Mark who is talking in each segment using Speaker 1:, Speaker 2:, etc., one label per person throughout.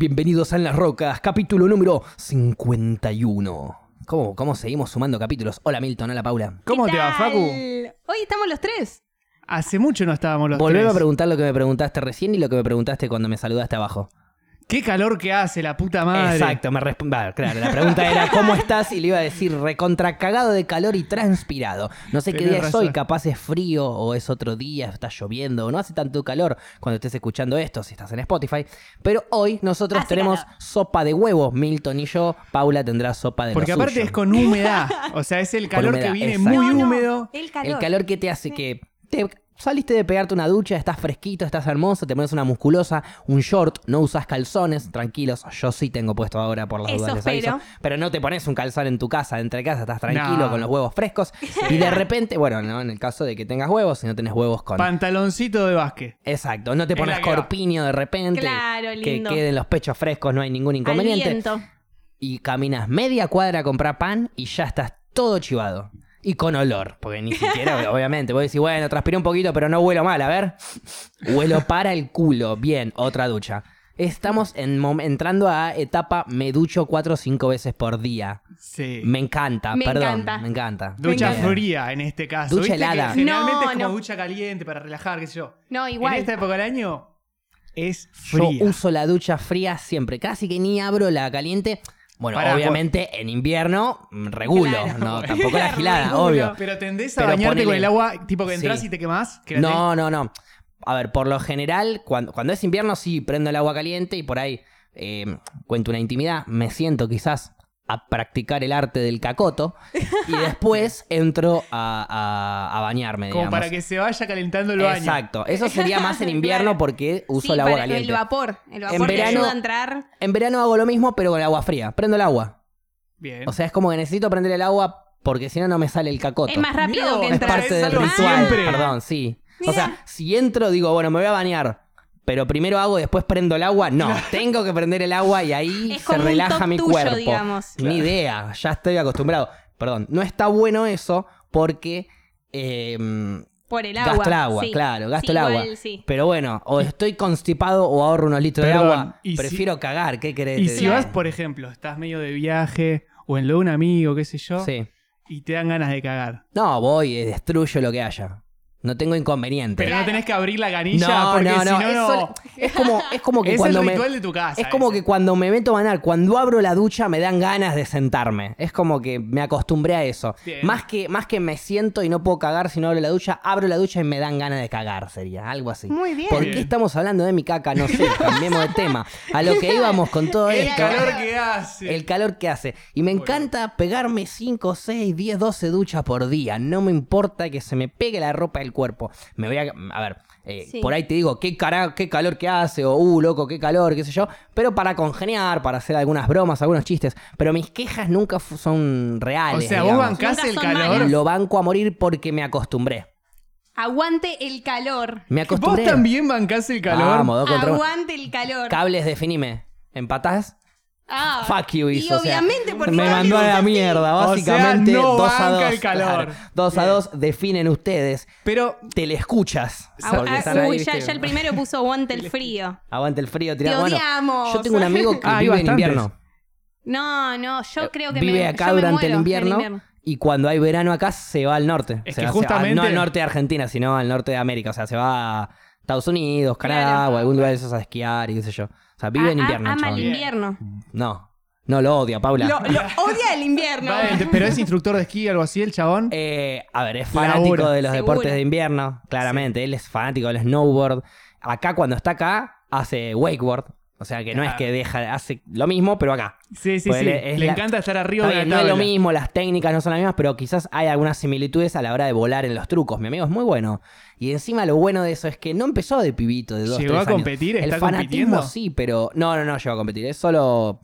Speaker 1: Bienvenidos a En las Rocas, capítulo número 51. ¿Cómo, cómo seguimos sumando capítulos? Hola Milton, hola Paula.
Speaker 2: ¿Cómo
Speaker 3: ¿Qué
Speaker 2: te va,
Speaker 3: tal?
Speaker 2: Facu?
Speaker 3: Hoy estamos los tres.
Speaker 2: Hace mucho no estábamos los
Speaker 1: Volveme
Speaker 2: tres.
Speaker 1: a preguntar lo que me preguntaste recién y lo que me preguntaste cuando me saludaste abajo.
Speaker 2: Qué calor que hace, la puta madre.
Speaker 1: Exacto, me resp- va, claro, la pregunta era ¿cómo estás? Y le iba a decir recontra cagado de calor y transpirado. No sé qué
Speaker 2: Tenés
Speaker 1: día es hoy,
Speaker 2: razón.
Speaker 1: capaz es frío o es otro día, está lloviendo o no hace tanto calor cuando estés escuchando esto, si estás en Spotify. Pero hoy nosotros
Speaker 3: Hace
Speaker 1: tenemos
Speaker 3: calor.
Speaker 1: sopa de huevo, Milton y yo. Paula tendrá sopa de
Speaker 2: Porque
Speaker 1: lo
Speaker 2: aparte
Speaker 1: suyo.
Speaker 2: es con humedad. O sea, es el calor
Speaker 1: humedad,
Speaker 2: que viene
Speaker 1: exacto.
Speaker 2: muy
Speaker 3: No, no,
Speaker 2: húmedo.
Speaker 3: el calor.
Speaker 1: El calor que te hace que te saliste de pegarte una ducha, estás fresquito, estás hermoso, te pones una musculosa, un short, no usas calzones, tranquilos, yo sí tengo puesto ahora por las
Speaker 3: Eso
Speaker 1: dudas les aviso.
Speaker 3: espero.
Speaker 1: pero no te pones un calzón en tu casa, entre casa, estás tranquilo
Speaker 2: No.
Speaker 1: con los huevos frescos y de repente, bueno, no en el caso de que tengas huevos, si no tenés huevos con
Speaker 2: Pantaloncito de básquet.
Speaker 1: Exacto, no te
Speaker 2: Es la
Speaker 1: pones
Speaker 2: que va.
Speaker 1: corpiño de repente,
Speaker 3: Claro,
Speaker 1: que
Speaker 3: lindo.
Speaker 1: queden los pechos frescos, no hay ningún inconveniente
Speaker 3: Al viento.
Speaker 1: y caminas media cuadra a comprar pan y ya estás todo chivado. Y con olor, porque ni siquiera, obviamente, vos decís, bueno, transpiré un poquito, pero no huelo mal, a ver. Huelo para el culo, bien, otra ducha. Estamos en mom- entrando a etapa me ducho cuatro o cinco veces por día.
Speaker 2: Sí.
Speaker 1: Me encanta,
Speaker 3: Me
Speaker 1: perdón,
Speaker 3: encanta.
Speaker 1: me encanta.
Speaker 2: Ducha
Speaker 1: Bien.
Speaker 2: fría en este caso.
Speaker 1: Ducha
Speaker 2: ¿Viste que
Speaker 1: helada.
Speaker 2: generalmente
Speaker 3: No,
Speaker 2: es como
Speaker 3: no.
Speaker 2: ducha caliente para relajar, qué sé yo.
Speaker 3: No, igual.
Speaker 1: este
Speaker 2: En esta época del año es
Speaker 1: Yo
Speaker 2: fría.
Speaker 1: uso la ducha fría siempre, casi que ni abro la caliente. Bueno,
Speaker 2: Pará,
Speaker 1: obviamente en invierno mm, regulo,
Speaker 3: Claro.
Speaker 1: no, tampoco la
Speaker 3: Regulo.
Speaker 1: gilada, obvio.
Speaker 2: Pero tendés a
Speaker 1: Pero
Speaker 2: bañarte con
Speaker 1: ponele-
Speaker 2: el agua tipo que entras
Speaker 1: Sí.
Speaker 2: y te quemás. que la tenés-
Speaker 1: No, no, no. A ver, por lo general, cuando, cuando es invierno, sí, prendo el agua caliente y por ahí eh, cuento una intimidad. Me siento quizás a practicar el arte del cacoto y después entro a, a- a bañarme,
Speaker 2: Como
Speaker 1: digamos.
Speaker 2: para que se vaya calentando el baño.
Speaker 1: Exacto. Eso sería más en invierno
Speaker 3: Claro.
Speaker 1: porque uso
Speaker 3: Sí,
Speaker 1: el agua
Speaker 3: para-
Speaker 1: caliente.
Speaker 3: El vapor. El vapor te
Speaker 1: verano-
Speaker 3: ayuda a entrar.
Speaker 1: En verano hago lo mismo, pero con el agua fría. Prendo el agua.
Speaker 2: Bien.
Speaker 1: O sea, es como que necesito prender el agua porque si no, no me sale el cacoto.
Speaker 3: Es más
Speaker 2: Mirá
Speaker 3: rápido
Speaker 2: vos,
Speaker 3: que
Speaker 2: es
Speaker 1: Es
Speaker 3: entrar.
Speaker 1: parte del
Speaker 2: algo
Speaker 1: ritual.
Speaker 2: siempre.
Speaker 1: Perdón, sí. O
Speaker 3: Mirá.
Speaker 1: sea, si entro, digo, bueno, me voy a bañar. Pero primero hago y después prendo el agua. No, tengo que prender el agua y ahí
Speaker 3: Es
Speaker 1: se
Speaker 3: como un
Speaker 1: relaja
Speaker 3: toc
Speaker 1: mi
Speaker 3: tuyo,
Speaker 1: cuerpo.
Speaker 3: digamos.
Speaker 1: Ni idea, ya estoy acostumbrado. Perdón, no está bueno eso porque eh,
Speaker 3: Por el agua.
Speaker 1: gasto el agua,
Speaker 3: sí.
Speaker 1: claro, gasto
Speaker 3: Sí,
Speaker 1: el agua.
Speaker 3: igual, sí.
Speaker 1: Pero bueno, o estoy constipado o ahorro unos litros de
Speaker 2: Perdón,
Speaker 1: agua.
Speaker 2: y si-
Speaker 1: Prefiero cagar, ¿qué querés?
Speaker 2: Y
Speaker 1: te
Speaker 2: si
Speaker 1: diga?
Speaker 2: vas, por ejemplo, estás medio de viaje o en lo de un amigo, qué sé yo,
Speaker 1: Sí.
Speaker 2: y te dan ganas de cagar.
Speaker 1: No, voy, eh, destruyo lo que haya. No tengo inconveniente.
Speaker 2: Pero no tenés que abrir la canilla
Speaker 1: No,
Speaker 2: porque
Speaker 1: no,
Speaker 2: si
Speaker 1: no,
Speaker 2: no,
Speaker 1: eso-
Speaker 2: no.
Speaker 1: Es como, es como que
Speaker 2: Es el
Speaker 1: cuando me.
Speaker 2: ritual de tu casa.
Speaker 1: Es como
Speaker 2: ese.
Speaker 1: que cuando me meto a bañar, cuando abro la ducha me dan ganas de sentarme. Es como que me acostumbré a eso.
Speaker 2: Bien.
Speaker 1: Más que, más que me siento y no puedo cagar si no abro la ducha, abro la ducha y me dan ganas de cagar, sería algo así.
Speaker 3: Muy bien.
Speaker 1: ¿Por qué
Speaker 2: Bien.
Speaker 1: estamos hablando de mi caca? No sé, cambiemos de tema. A lo que íbamos con todo
Speaker 2: El
Speaker 1: esto.
Speaker 2: calor que hace.
Speaker 1: El calor que hace. Y me encanta pegarme 5, 6, 10, 12 duchas por día. No me importa que se me pegue la ropa del cuerpo. Me voy a. A ver, eh,
Speaker 3: Sí.
Speaker 1: por ahí te digo, qué, cara, qué calor que hace, o uh, loco, qué calor, qué sé yo. Pero para congeniar, para hacer algunas bromas, algunos chistes. Pero mis quejas nunca fu- son
Speaker 2: O
Speaker 1: reales.
Speaker 2: sea, vos
Speaker 1: digamos.
Speaker 2: bancás
Speaker 3: Nunca
Speaker 2: el
Speaker 3: son
Speaker 2: calor.
Speaker 1: Lo banco a morir porque me acostumbré.
Speaker 3: Aguante el calor.
Speaker 1: Me
Speaker 2: Vos
Speaker 1: acostumbré.
Speaker 2: también bancás el calor.
Speaker 1: Vamos, dos contra uno.
Speaker 3: Aguante el calor.
Speaker 1: Cables, definime. ¿Empatás?
Speaker 3: Ah,
Speaker 1: Fuck you, hizo,
Speaker 3: Y
Speaker 1: o sea,
Speaker 3: obviamente, porque
Speaker 1: me
Speaker 3: no
Speaker 1: mandó a
Speaker 3: lo
Speaker 1: la
Speaker 3: hizo así.
Speaker 1: mierda,
Speaker 2: O sea,
Speaker 1: básicamente.
Speaker 2: no
Speaker 1: dos a
Speaker 2: banca
Speaker 1: dos.
Speaker 2: el calor.
Speaker 1: claro. dos a
Speaker 2: Bien.
Speaker 1: dos, definen ustedes.
Speaker 2: Pero
Speaker 1: Te le escuchas.
Speaker 3: Ah,
Speaker 1: Porque
Speaker 3: ah,
Speaker 1: están ahí,
Speaker 3: uy, ya,
Speaker 1: viste,
Speaker 3: ya el primero puso aguante el frío.
Speaker 1: Aguanta el frío, tira
Speaker 3: Te
Speaker 1: bueno,
Speaker 3: odiamos.
Speaker 1: Yo tengo un amigo que
Speaker 2: Ah, hay
Speaker 1: vive en
Speaker 2: bastantes.
Speaker 1: invierno.
Speaker 3: No, no, yo creo que
Speaker 1: Eh, vive
Speaker 3: me,
Speaker 1: acá
Speaker 3: yo me
Speaker 1: durante
Speaker 3: muero
Speaker 1: el invierno,
Speaker 3: del
Speaker 1: y cuando hay verano acá se va al norte.
Speaker 2: Es
Speaker 1: Se
Speaker 2: que
Speaker 1: va- se va-
Speaker 2: justamente-
Speaker 1: no al norte de Argentina, sino al norte de América. O sea, se va a Estados Unidos, Canadá
Speaker 3: Claro.
Speaker 1: o algún lugar de esos a esquiar y qué sé yo. O sea, vive en
Speaker 3: Ah, ah,
Speaker 1: invierno,
Speaker 3: Ama el
Speaker 1: chabón.
Speaker 3: invierno.
Speaker 1: No, no lo odia, Paula.
Speaker 3: Lo, lo odia el invierno.
Speaker 2: va, ent- pero es instructor de esquí o algo así, el chabón.
Speaker 1: Eh, a ver, es fanático
Speaker 2: Labura.
Speaker 1: de los
Speaker 3: Seguro.
Speaker 1: deportes de invierno, claramente. Él es fanático del snowboard. Acá, cuando está acá, hace wakeboard. O sea que no es
Speaker 2: Ah.
Speaker 1: que deja, hace lo mismo, pero acá.
Speaker 2: sí, sí,
Speaker 1: pues
Speaker 2: sí.
Speaker 1: le- es
Speaker 2: Le
Speaker 1: la-
Speaker 2: encanta estar arriba
Speaker 1: Está
Speaker 2: de
Speaker 1: bien,
Speaker 2: la
Speaker 1: no es
Speaker 2: tabla.
Speaker 1: lo mismo, las técnicas no son las mismas, pero quizás hay algunas similitudes a la hora de volar en los trucos. Mi amigo es muy bueno. Y encima lo bueno de eso es que no empezó de pibito, de dos,
Speaker 2: ¿Llegó
Speaker 1: tres
Speaker 2: a
Speaker 1: años.
Speaker 2: competir?
Speaker 1: El
Speaker 2: ¿Está
Speaker 1: fanatismo
Speaker 2: compitiendo?
Speaker 1: sí, pero no, no, no llegó a competir. Es solo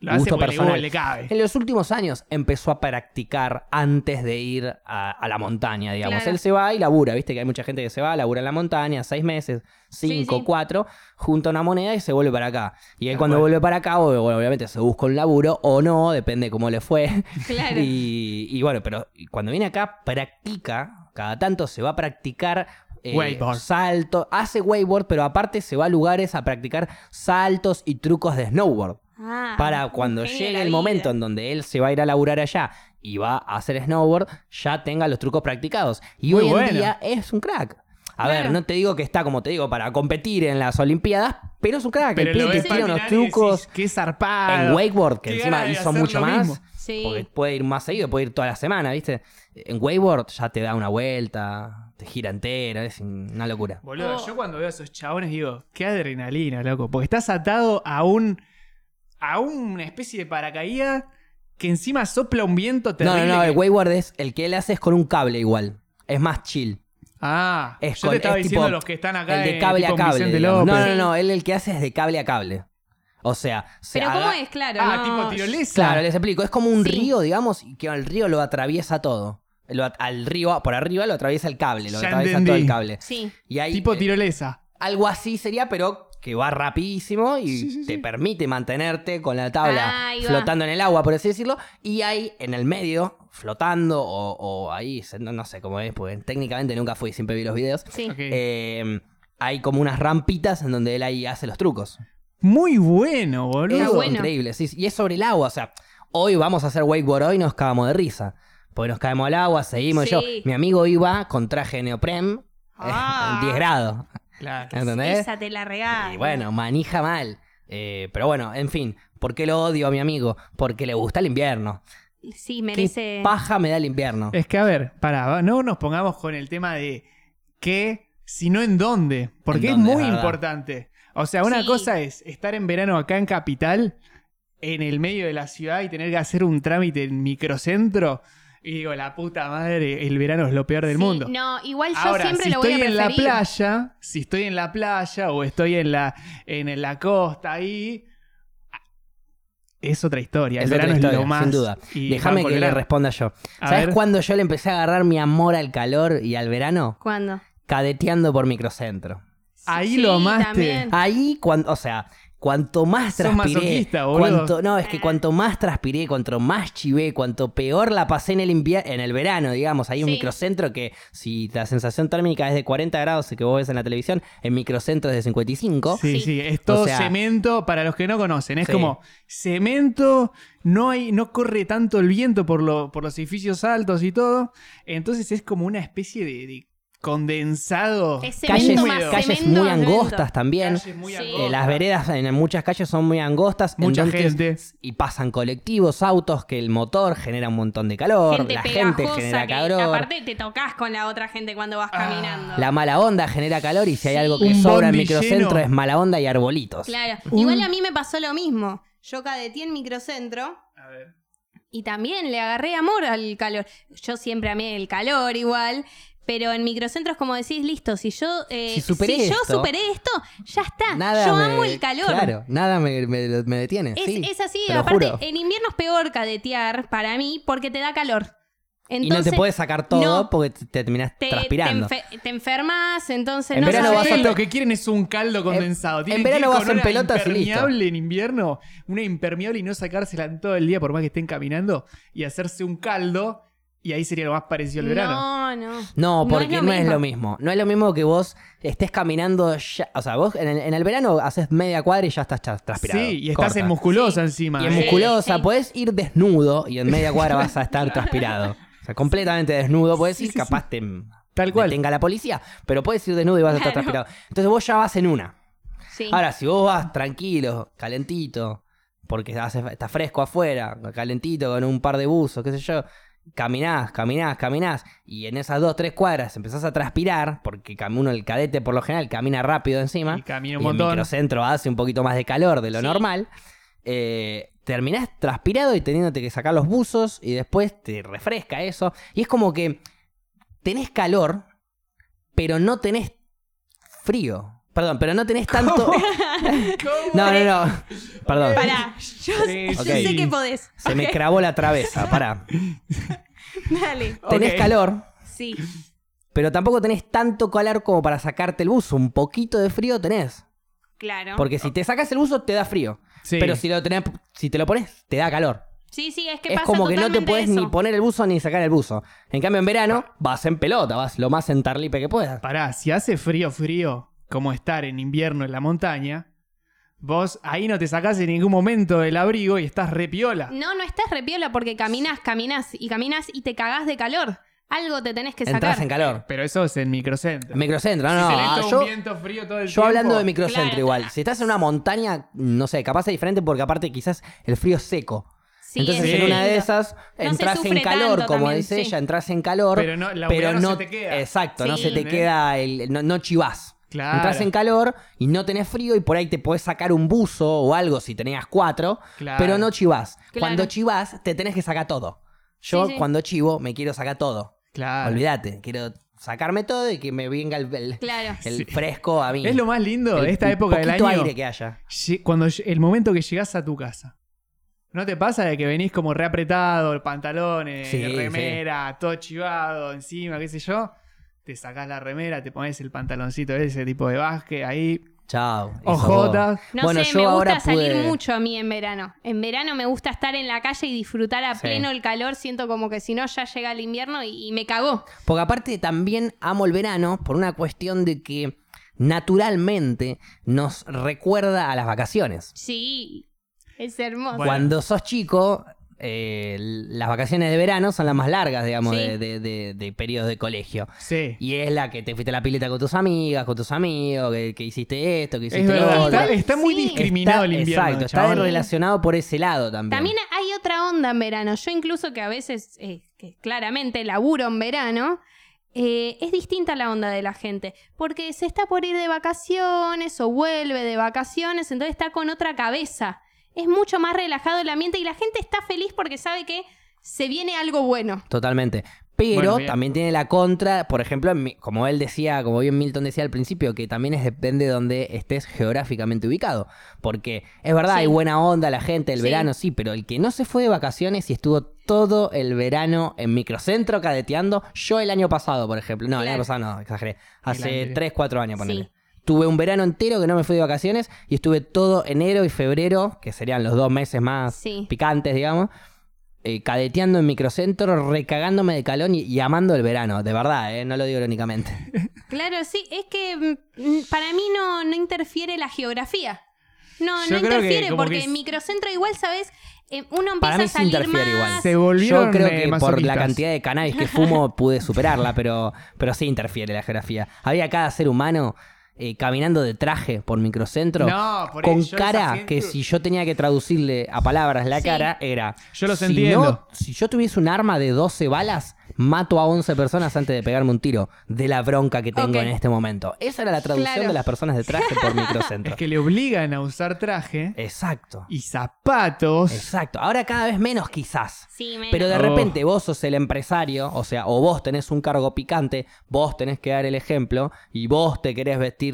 Speaker 2: Lo hace
Speaker 1: gusto
Speaker 2: porque le-
Speaker 1: personal.
Speaker 2: le cabe.
Speaker 1: en los últimos años empezó a practicar antes de ir a, a la montaña, digamos.
Speaker 3: Claro.
Speaker 1: Él se va y labura, viste que hay mucha gente que se va, labura en la montaña, seis meses, cinco,
Speaker 3: Sí, sí.
Speaker 1: cuatro, junta una moneda y se vuelve para acá. Y él
Speaker 2: Tal
Speaker 1: cuando
Speaker 2: cual.
Speaker 1: vuelve para acá, ob- bueno, obviamente se busca un laburo o no, depende cómo le fue.
Speaker 3: Claro.
Speaker 1: Y, y bueno, pero cuando viene acá, practica, cada tanto se va a practicar eh,
Speaker 2: Wakeboard.
Speaker 1: salto, hace wakeboard, pero aparte se va a lugares a practicar saltos y trucos de snowboard.
Speaker 3: Ah,
Speaker 1: para cuando
Speaker 3: un genio de
Speaker 1: llegue
Speaker 3: la
Speaker 1: el
Speaker 3: vida.
Speaker 1: momento en donde él se va a ir a laburar allá y va a hacer snowboard, ya tenga los trucos practicados. Y
Speaker 2: Muy
Speaker 1: hoy
Speaker 2: bueno.
Speaker 1: en día es un crack. A
Speaker 3: Claro.
Speaker 1: ver, no te digo que está, como te digo, para competir en las Olimpiadas, pero es un crack.
Speaker 2: Pero
Speaker 1: el
Speaker 2: lo
Speaker 1: pibe
Speaker 2: ves
Speaker 1: te tira unos
Speaker 2: patinar y decís,
Speaker 1: trucos
Speaker 2: Qué zarpado.
Speaker 1: en wakeboard, que
Speaker 2: Qué
Speaker 1: encima
Speaker 2: ganas de
Speaker 1: hizo
Speaker 2: hacer
Speaker 1: mucho
Speaker 2: lo
Speaker 1: más.
Speaker 2: mismo.
Speaker 3: Sí.
Speaker 1: Porque puede ir más seguido, puede ir toda la semana, ¿viste? En wakeboard ya te da una vuelta, te gira entera, es una locura.
Speaker 2: Boludo,
Speaker 3: Oh.
Speaker 2: yo cuando veo a esos chabones digo, qué adrenalina, loco. Porque estás atado a un. a una especie de paracaídas que encima sopla un viento
Speaker 1: No,
Speaker 2: terrible.
Speaker 1: no, no, el
Speaker 2: que-
Speaker 1: wakeboard es el que él hace es con un cable igual. Es más chill.
Speaker 2: Ah,
Speaker 1: Es
Speaker 2: yo
Speaker 1: con-
Speaker 2: te estaba
Speaker 1: es
Speaker 2: diciendo
Speaker 1: tipo
Speaker 2: los que están acá.
Speaker 1: El de
Speaker 2: eh,
Speaker 1: cable a
Speaker 2: tipo en
Speaker 1: cable.
Speaker 2: Vicente
Speaker 1: digamos.
Speaker 2: López.
Speaker 1: No, no, no. Él el que hace es de cable a cable. O sea, se
Speaker 3: Pero ¿cómo
Speaker 1: haga-
Speaker 3: es? Claro.
Speaker 2: Ah,
Speaker 3: no.
Speaker 2: tipo tirolesa.
Speaker 1: Claro, les explico. Es como un
Speaker 3: Sí.
Speaker 1: río, digamos, y que al río lo atraviesa todo. Lo at- al río, por arriba lo atraviesa el cable, lo
Speaker 2: Ya
Speaker 1: atraviesa
Speaker 2: entendí.
Speaker 1: todo el cable.
Speaker 3: Sí.
Speaker 1: Y ahí,
Speaker 2: Tipo
Speaker 1: eh,
Speaker 2: tirolesa.
Speaker 1: algo así sería, pero que va rapidísimo y
Speaker 2: Sí, sí,
Speaker 1: te
Speaker 2: sí.
Speaker 1: permite mantenerte con la tabla
Speaker 3: Ahí va.
Speaker 1: flotando en el agua, por así decirlo. Y ahí en el medio, flotando, o, o ahí, se- no, no sé cómo es, porque técnicamente nunca fui, siempre vi los videos.
Speaker 3: Sí.
Speaker 2: Ok.
Speaker 1: Eh, hay como unas rampitas en donde él ahí hace los trucos.
Speaker 2: Muy bueno, boludo.
Speaker 1: Es
Speaker 3: Está bueno.
Speaker 1: increíble, sí. Y es sobre el agua, o sea, hoy vamos a hacer wakeboard, hoy nos cagamos de risa. Porque nos caemos al agua, seguimos.
Speaker 3: Sí.
Speaker 1: Yo, mi amigo iba con traje de neoprem,
Speaker 3: Ah.
Speaker 1: en 10 grados,
Speaker 2: Claro.
Speaker 1: ¿entendés?
Speaker 3: Esa te la regalo.
Speaker 1: Y bueno, manija mal. Eh, pero bueno, en fin, ¿por qué lo odio a mi amigo? Porque le gusta el invierno.
Speaker 3: Sí,
Speaker 1: ¿Qué
Speaker 3: merece.
Speaker 1: paja me da el invierno?
Speaker 2: Es que, a ver, pará, va- no nos pongamos con el tema de qué, sino en dónde. Porque
Speaker 1: En dónde,
Speaker 2: es
Speaker 1: es
Speaker 2: muy
Speaker 1: verdad.
Speaker 2: importante. O sea, una
Speaker 3: Sí.
Speaker 2: cosa es estar en verano acá en Capital, en el medio de la ciudad y tener que hacer un trámite en microcentro. Y digo, la puta madre, el verano es lo peor del
Speaker 3: Sí,
Speaker 2: mundo.
Speaker 3: No, igual yo
Speaker 2: Ahora,
Speaker 3: siempre
Speaker 2: si
Speaker 3: lo voy a
Speaker 2: estoy en la
Speaker 3: preferir.
Speaker 2: playa, si estoy en la playa o estoy en la, en la costa ahí, es otra historia. El
Speaker 1: Es
Speaker 2: verano
Speaker 1: otra historia,
Speaker 2: es lo más.
Speaker 1: sin duda.
Speaker 2: y
Speaker 1: Déjame
Speaker 2: banco
Speaker 1: que
Speaker 2: el
Speaker 1: le
Speaker 2: verano.
Speaker 1: responda yo.
Speaker 2: A
Speaker 1: ¿Sabes
Speaker 2: ver.
Speaker 1: cuándo yo le empecé a agarrar mi amor al calor y al verano?
Speaker 3: ¿Cuándo?
Speaker 1: Cadeteando por microcentro.
Speaker 2: Ahí
Speaker 3: Sí,
Speaker 2: lo amaste.
Speaker 3: también.
Speaker 1: Ahí, cuando, o sea, cuanto más
Speaker 2: Sos
Speaker 1: transpiré,
Speaker 2: masoquista, boludo.
Speaker 1: cuanto, no, es que cuanto más transpiré, cuanto más chivé, cuanto peor la pasé en el invierno, en el verano, digamos, hay un
Speaker 3: Sí.
Speaker 1: microcentro que si la sensación térmica es de 40 grados que vos ves en la televisión, en microcentro es de 55.
Speaker 2: Sí,
Speaker 3: Sí.
Speaker 2: sí, es todo
Speaker 1: O sea-
Speaker 2: cemento, para los que no conocen, es
Speaker 1: Sí.
Speaker 2: como cemento, no hay, no corre tanto el viento por, lo- por los edificios altos y todo, entonces es como una especie de, de condensado.
Speaker 3: Es
Speaker 1: Calles,
Speaker 3: Cemento
Speaker 2: húmedo.
Speaker 3: más
Speaker 1: calles
Speaker 3: cemento
Speaker 1: muy
Speaker 3: más
Speaker 1: angostas
Speaker 3: cemento.
Speaker 1: también.
Speaker 2: Calles muy
Speaker 3: Sí.
Speaker 1: Eh,
Speaker 2: angostas.
Speaker 1: las veredas en muchas calles son muy angostas.
Speaker 2: Mucha
Speaker 1: entonces-
Speaker 2: gente.
Speaker 1: Y pasan colectivos, autos, que el motor genera un montón de calor,
Speaker 3: Gente
Speaker 1: la gente
Speaker 3: pegajosa
Speaker 1: genera
Speaker 3: que
Speaker 1: calor,
Speaker 3: aparte te tocas con la otra gente cuando
Speaker 2: Ah.
Speaker 3: vas caminando.
Speaker 1: la mala onda genera calor y si hay
Speaker 3: Sí.
Speaker 1: algo que
Speaker 2: Un
Speaker 1: sobra en
Speaker 2: bondi
Speaker 1: microcentro
Speaker 2: lleno.
Speaker 1: es mala onda y arbolitos.
Speaker 3: Claro.
Speaker 2: Un-
Speaker 3: Igual a mí me pasó lo mismo. Yo cadetí en microcentro
Speaker 2: A ver.
Speaker 3: y también le agarré amor al calor. Yo siempre amé el calor igual. Pero en microcentro es como decís, listo, si yo, eh,
Speaker 1: Si superé
Speaker 3: yo
Speaker 1: esto,
Speaker 3: superé esto, ya está.
Speaker 1: Nada
Speaker 3: yo
Speaker 1: me-
Speaker 3: amo el calor.
Speaker 1: Claro, nada me, me- me detiene.
Speaker 3: Es,
Speaker 1: sí,
Speaker 3: es así,
Speaker 1: te lo
Speaker 3: aparte,
Speaker 1: juro.
Speaker 3: en invierno es peor cadetear para mí porque te da calor.
Speaker 1: y no
Speaker 3: Entonces,
Speaker 1: te puedes sacar todo
Speaker 3: no.
Speaker 1: porque te, te terminás
Speaker 3: te,
Speaker 1: transpirando.
Speaker 3: Te, enfe- te enfermas, entonces
Speaker 1: En
Speaker 3: no
Speaker 1: verano
Speaker 3: sabes.
Speaker 1: vas a-
Speaker 2: lo que quieren es un caldo condensado.
Speaker 1: en
Speaker 2: Tienen que
Speaker 1: verano
Speaker 2: ir
Speaker 1: vas
Speaker 2: con
Speaker 1: en
Speaker 2: una
Speaker 1: pelotas y listo.
Speaker 2: impermeable en invierno, una impermeable y no sacársela en todo el día por más que estén caminando y hacerse un caldo y ahí sería lo más parecido al verano.
Speaker 3: No, no.
Speaker 1: No,
Speaker 3: No
Speaker 1: porque
Speaker 3: es lo
Speaker 1: no es
Speaker 3: mismo.
Speaker 1: lo mismo. No es lo mismo que vos estés caminando ya. O sea, vos en el, en el verano haces media cuadra y ya estás tra- transpirado.
Speaker 2: Sí, y estás
Speaker 1: Corta.
Speaker 2: en musculosa encima.
Speaker 1: Y en
Speaker 2: ¿eh?
Speaker 3: muscu-
Speaker 1: musculosa,
Speaker 3: Sí.
Speaker 1: podés ir desnudo y en media cuadra vas a estar transpirado. O sea, completamente desnudo, podés ir, capaz te
Speaker 2: Tal cual.
Speaker 1: tenga la policía, pero podés ir desnudo y vas a estar
Speaker 3: Claro.
Speaker 1: transpirado. Entonces vos ya vas en una.
Speaker 3: Sí.
Speaker 1: Ahora, si vos vas tranquilo, calentito, porque hace- está fresco afuera, calentito con un par de buzos, qué sé yo, caminás, caminás, caminás, y en esas dos, tres cuadras empezás a transpirar, porque cam- uno, el cadete por lo general, camina rápido encima,
Speaker 2: Y camina un
Speaker 1: y
Speaker 2: montón.
Speaker 1: el microcentro hace un poquito más de calor de lo
Speaker 3: Sí.
Speaker 1: normal, eh, terminás transpirado y teniéndote que sacar los buzos, y después te refresca eso, y es como que tenés calor, pero no tenés frío. Perdón, pero no tenés tanto... No, no, no. Perdón.
Speaker 3: Pará, yo,
Speaker 2: Sí,
Speaker 3: yo
Speaker 1: ok.
Speaker 3: sé que podés.
Speaker 1: Se me cravó la travesa, pará.
Speaker 3: Dale.
Speaker 1: Tenés
Speaker 2: Ok.
Speaker 1: calor,
Speaker 3: Sí.
Speaker 1: pero tampoco tenés tanto calor como para sacarte el buzo. Un poquito de frío tenés.
Speaker 3: Claro.
Speaker 1: Porque si te sacas el buzo, te da frío.
Speaker 2: Sí.
Speaker 1: Pero si, lo tenés, si te lo pones, te da calor.
Speaker 3: Sí, sí, es que
Speaker 1: es
Speaker 3: pasa
Speaker 1: como que no te
Speaker 3: totalmente
Speaker 1: puedes
Speaker 3: eso.
Speaker 1: ni poner el buzo ni sacar el buzo. En cambio, en verano vas en pelota, vas lo más en tarlipe que puedas.
Speaker 2: Pará, si hace frío, frío, como estar en invierno en la montaña, vos ahí no te sacás en ningún momento el abrigo y estás re piola.
Speaker 3: No, no estás repiola porque caminas, caminas y caminas y te cagás de calor. Algo te tenés que
Speaker 1: Entras
Speaker 3: sacar.
Speaker 1: en calor.
Speaker 2: Pero eso es en microcentro.
Speaker 1: Microcentro, no,
Speaker 2: Si
Speaker 1: no.
Speaker 2: se le
Speaker 1: ah,
Speaker 2: entra
Speaker 1: yo,
Speaker 2: un viento frío todo el
Speaker 1: yo hablando de
Speaker 2: tiempo,
Speaker 1: microcentro
Speaker 3: Claro.
Speaker 1: igual. Si estás en una montaña, no sé, capaz es diferente porque aparte quizás el frío es seco.
Speaker 3: Sí,
Speaker 1: Entonces
Speaker 3: es
Speaker 1: en una de
Speaker 3: lindo.
Speaker 1: esas
Speaker 3: se
Speaker 1: entras en
Speaker 3: sufre
Speaker 1: calor,
Speaker 3: tanto
Speaker 1: como
Speaker 3: también,
Speaker 1: dice
Speaker 3: sí.
Speaker 1: ella, entras en calor,
Speaker 2: Pero no- la humedad no se te queda.
Speaker 1: Exacto, no
Speaker 3: Sí.
Speaker 1: se te
Speaker 2: ¿Entendés?
Speaker 1: queda, el, no, no chivás.
Speaker 2: Claro.
Speaker 1: Entras en calor y no tenés frío y por ahí te podés sacar un buzo o algo si tenías cuatro,
Speaker 2: Claro.
Speaker 1: pero no chivás.
Speaker 3: Claro.
Speaker 1: Cuando chivás te tenés que sacar todo. Yo
Speaker 3: Sí, sí.
Speaker 1: cuando chivo me quiero sacar todo.
Speaker 2: Claro.
Speaker 1: Olvídate, quiero sacarme todo y que me venga el, el-
Speaker 3: Claro.
Speaker 1: el fresco a mí.
Speaker 2: Es lo más lindo
Speaker 1: El-
Speaker 2: de esta
Speaker 1: el
Speaker 2: época del
Speaker 1: poquito
Speaker 2: año.
Speaker 1: aire que haya.
Speaker 2: lle- Cuando ll- el momento que llegás a tu casa. ¿No te pasa de que venís como reapretado, pantalones,
Speaker 1: Sí,
Speaker 2: remera, todo chivado encima, qué sé yo? Te sacás la remera, te pones el pantaloncito ese tipo de básquet ahí,
Speaker 1: Chao.
Speaker 2: ojotas.
Speaker 3: No
Speaker 1: Bueno,
Speaker 3: sé,
Speaker 1: yo
Speaker 3: me
Speaker 1: ahora
Speaker 3: gusta salir
Speaker 1: pude-
Speaker 3: mucho a mí en verano. En verano me gusta estar en la calle y disfrutar a
Speaker 1: Sí.
Speaker 3: pleno el calor. Siento como que si no ya llega el invierno y, y me cagó.
Speaker 1: Porque aparte también amo el verano por una cuestión de que naturalmente nos recuerda a las vacaciones.
Speaker 3: Sí, es hermoso.
Speaker 2: Bueno.
Speaker 1: Cuando sos chico, eh, las vacaciones de verano son las más largas, digamos,
Speaker 3: Sí.
Speaker 1: de, de, de- de periodos de colegio.
Speaker 2: Sí.
Speaker 1: Y es la que te fuiste a la pileta con tus amigas, con tus amigos, que, que hiciste esto, que
Speaker 2: Es
Speaker 1: hiciste lo
Speaker 2: verdad,
Speaker 1: otro.
Speaker 2: está, está muy
Speaker 3: Sí.
Speaker 2: discriminado
Speaker 1: Está-
Speaker 2: el invierno.
Speaker 1: Exacto,
Speaker 2: chabón.
Speaker 1: está relacionado por ese lado también.
Speaker 3: También hay otra onda en verano. Yo incluso que a veces, eh, que claramente laburo en verano, eh, es distinta la onda de la gente. Porque se está por ir de vacaciones o vuelve de vacaciones, entonces está con otra cabeza. Es mucho más relajado el ambiente y la gente está feliz porque sabe que se viene algo bueno.
Speaker 1: Totalmente. Pero
Speaker 2: Bueno, bien.
Speaker 1: también tiene la contra, por ejemplo, en mi- como él decía, como bien Milton decía al principio, que también es, depende de donde estés geográficamente ubicado. Porque es verdad,
Speaker 3: Sí.
Speaker 1: hay buena onda la gente, el
Speaker 3: Sí.
Speaker 1: verano sí, pero el que no se fue de vacaciones y estuvo todo el verano en microcentro cadeteando, yo el año pasado, por ejemplo, no, el año
Speaker 3: Claro.
Speaker 1: pasado no, exageré, hace
Speaker 2: anterior.
Speaker 1: 3, 4 años, ponele.
Speaker 3: Sí.
Speaker 1: Tuve un verano entero que no me fui de vacaciones y estuve todo enero y febrero, que serían los dos meses más
Speaker 3: Sí.
Speaker 1: picantes, digamos, eh, cadeteando en microcentro, recagándome de calor y, y amando el verano, de verdad, eh, no lo digo irónicamente.
Speaker 3: Claro, sí, es que mm, para mí no, no interfiere la geografía. No,
Speaker 2: Yo creo
Speaker 3: no
Speaker 2: que
Speaker 3: interfiere
Speaker 2: como
Speaker 3: porque
Speaker 2: que es-
Speaker 3: en microcentro igual, ¿sabes? Eh, uno
Speaker 1: Para
Speaker 3: empieza
Speaker 1: mí
Speaker 3: a
Speaker 1: sí
Speaker 3: salir
Speaker 1: interfiere
Speaker 3: más...
Speaker 1: igual.
Speaker 2: Se volvieron,
Speaker 1: Yo creo
Speaker 2: eh,
Speaker 1: que por la
Speaker 2: masoquistas.
Speaker 1: cantidad de cannabis que fumo pude superarla, pero, pero sí interfiere la geografía. Había cada ser humano eh, caminando de traje por microcentro.
Speaker 2: No, por
Speaker 1: con
Speaker 2: eso yo
Speaker 1: cara
Speaker 2: esa gente-
Speaker 1: que si yo tenía que traducirle a palabras la
Speaker 3: Sí.
Speaker 1: cara era
Speaker 2: Yo los
Speaker 1: si
Speaker 2: entiendo.
Speaker 1: no- si yo tuviese un arma de 12 balas mato a 11 personas antes de pegarme un tiro de la bronca que tengo
Speaker 3: Ok.
Speaker 1: en este momento esa era la traducción
Speaker 3: Claro.
Speaker 1: de las personas de traje por microcentro
Speaker 2: Es que le obligan a usar traje
Speaker 1: exacto
Speaker 2: y zapatos.
Speaker 1: exacto ahora cada vez menos quizás
Speaker 3: Sí, menos.
Speaker 1: pero de
Speaker 2: Oh.
Speaker 1: repente vos sos el empresario, o sea, o vos tenés un cargo picante, vos tenés que dar el ejemplo y vos te querés vestir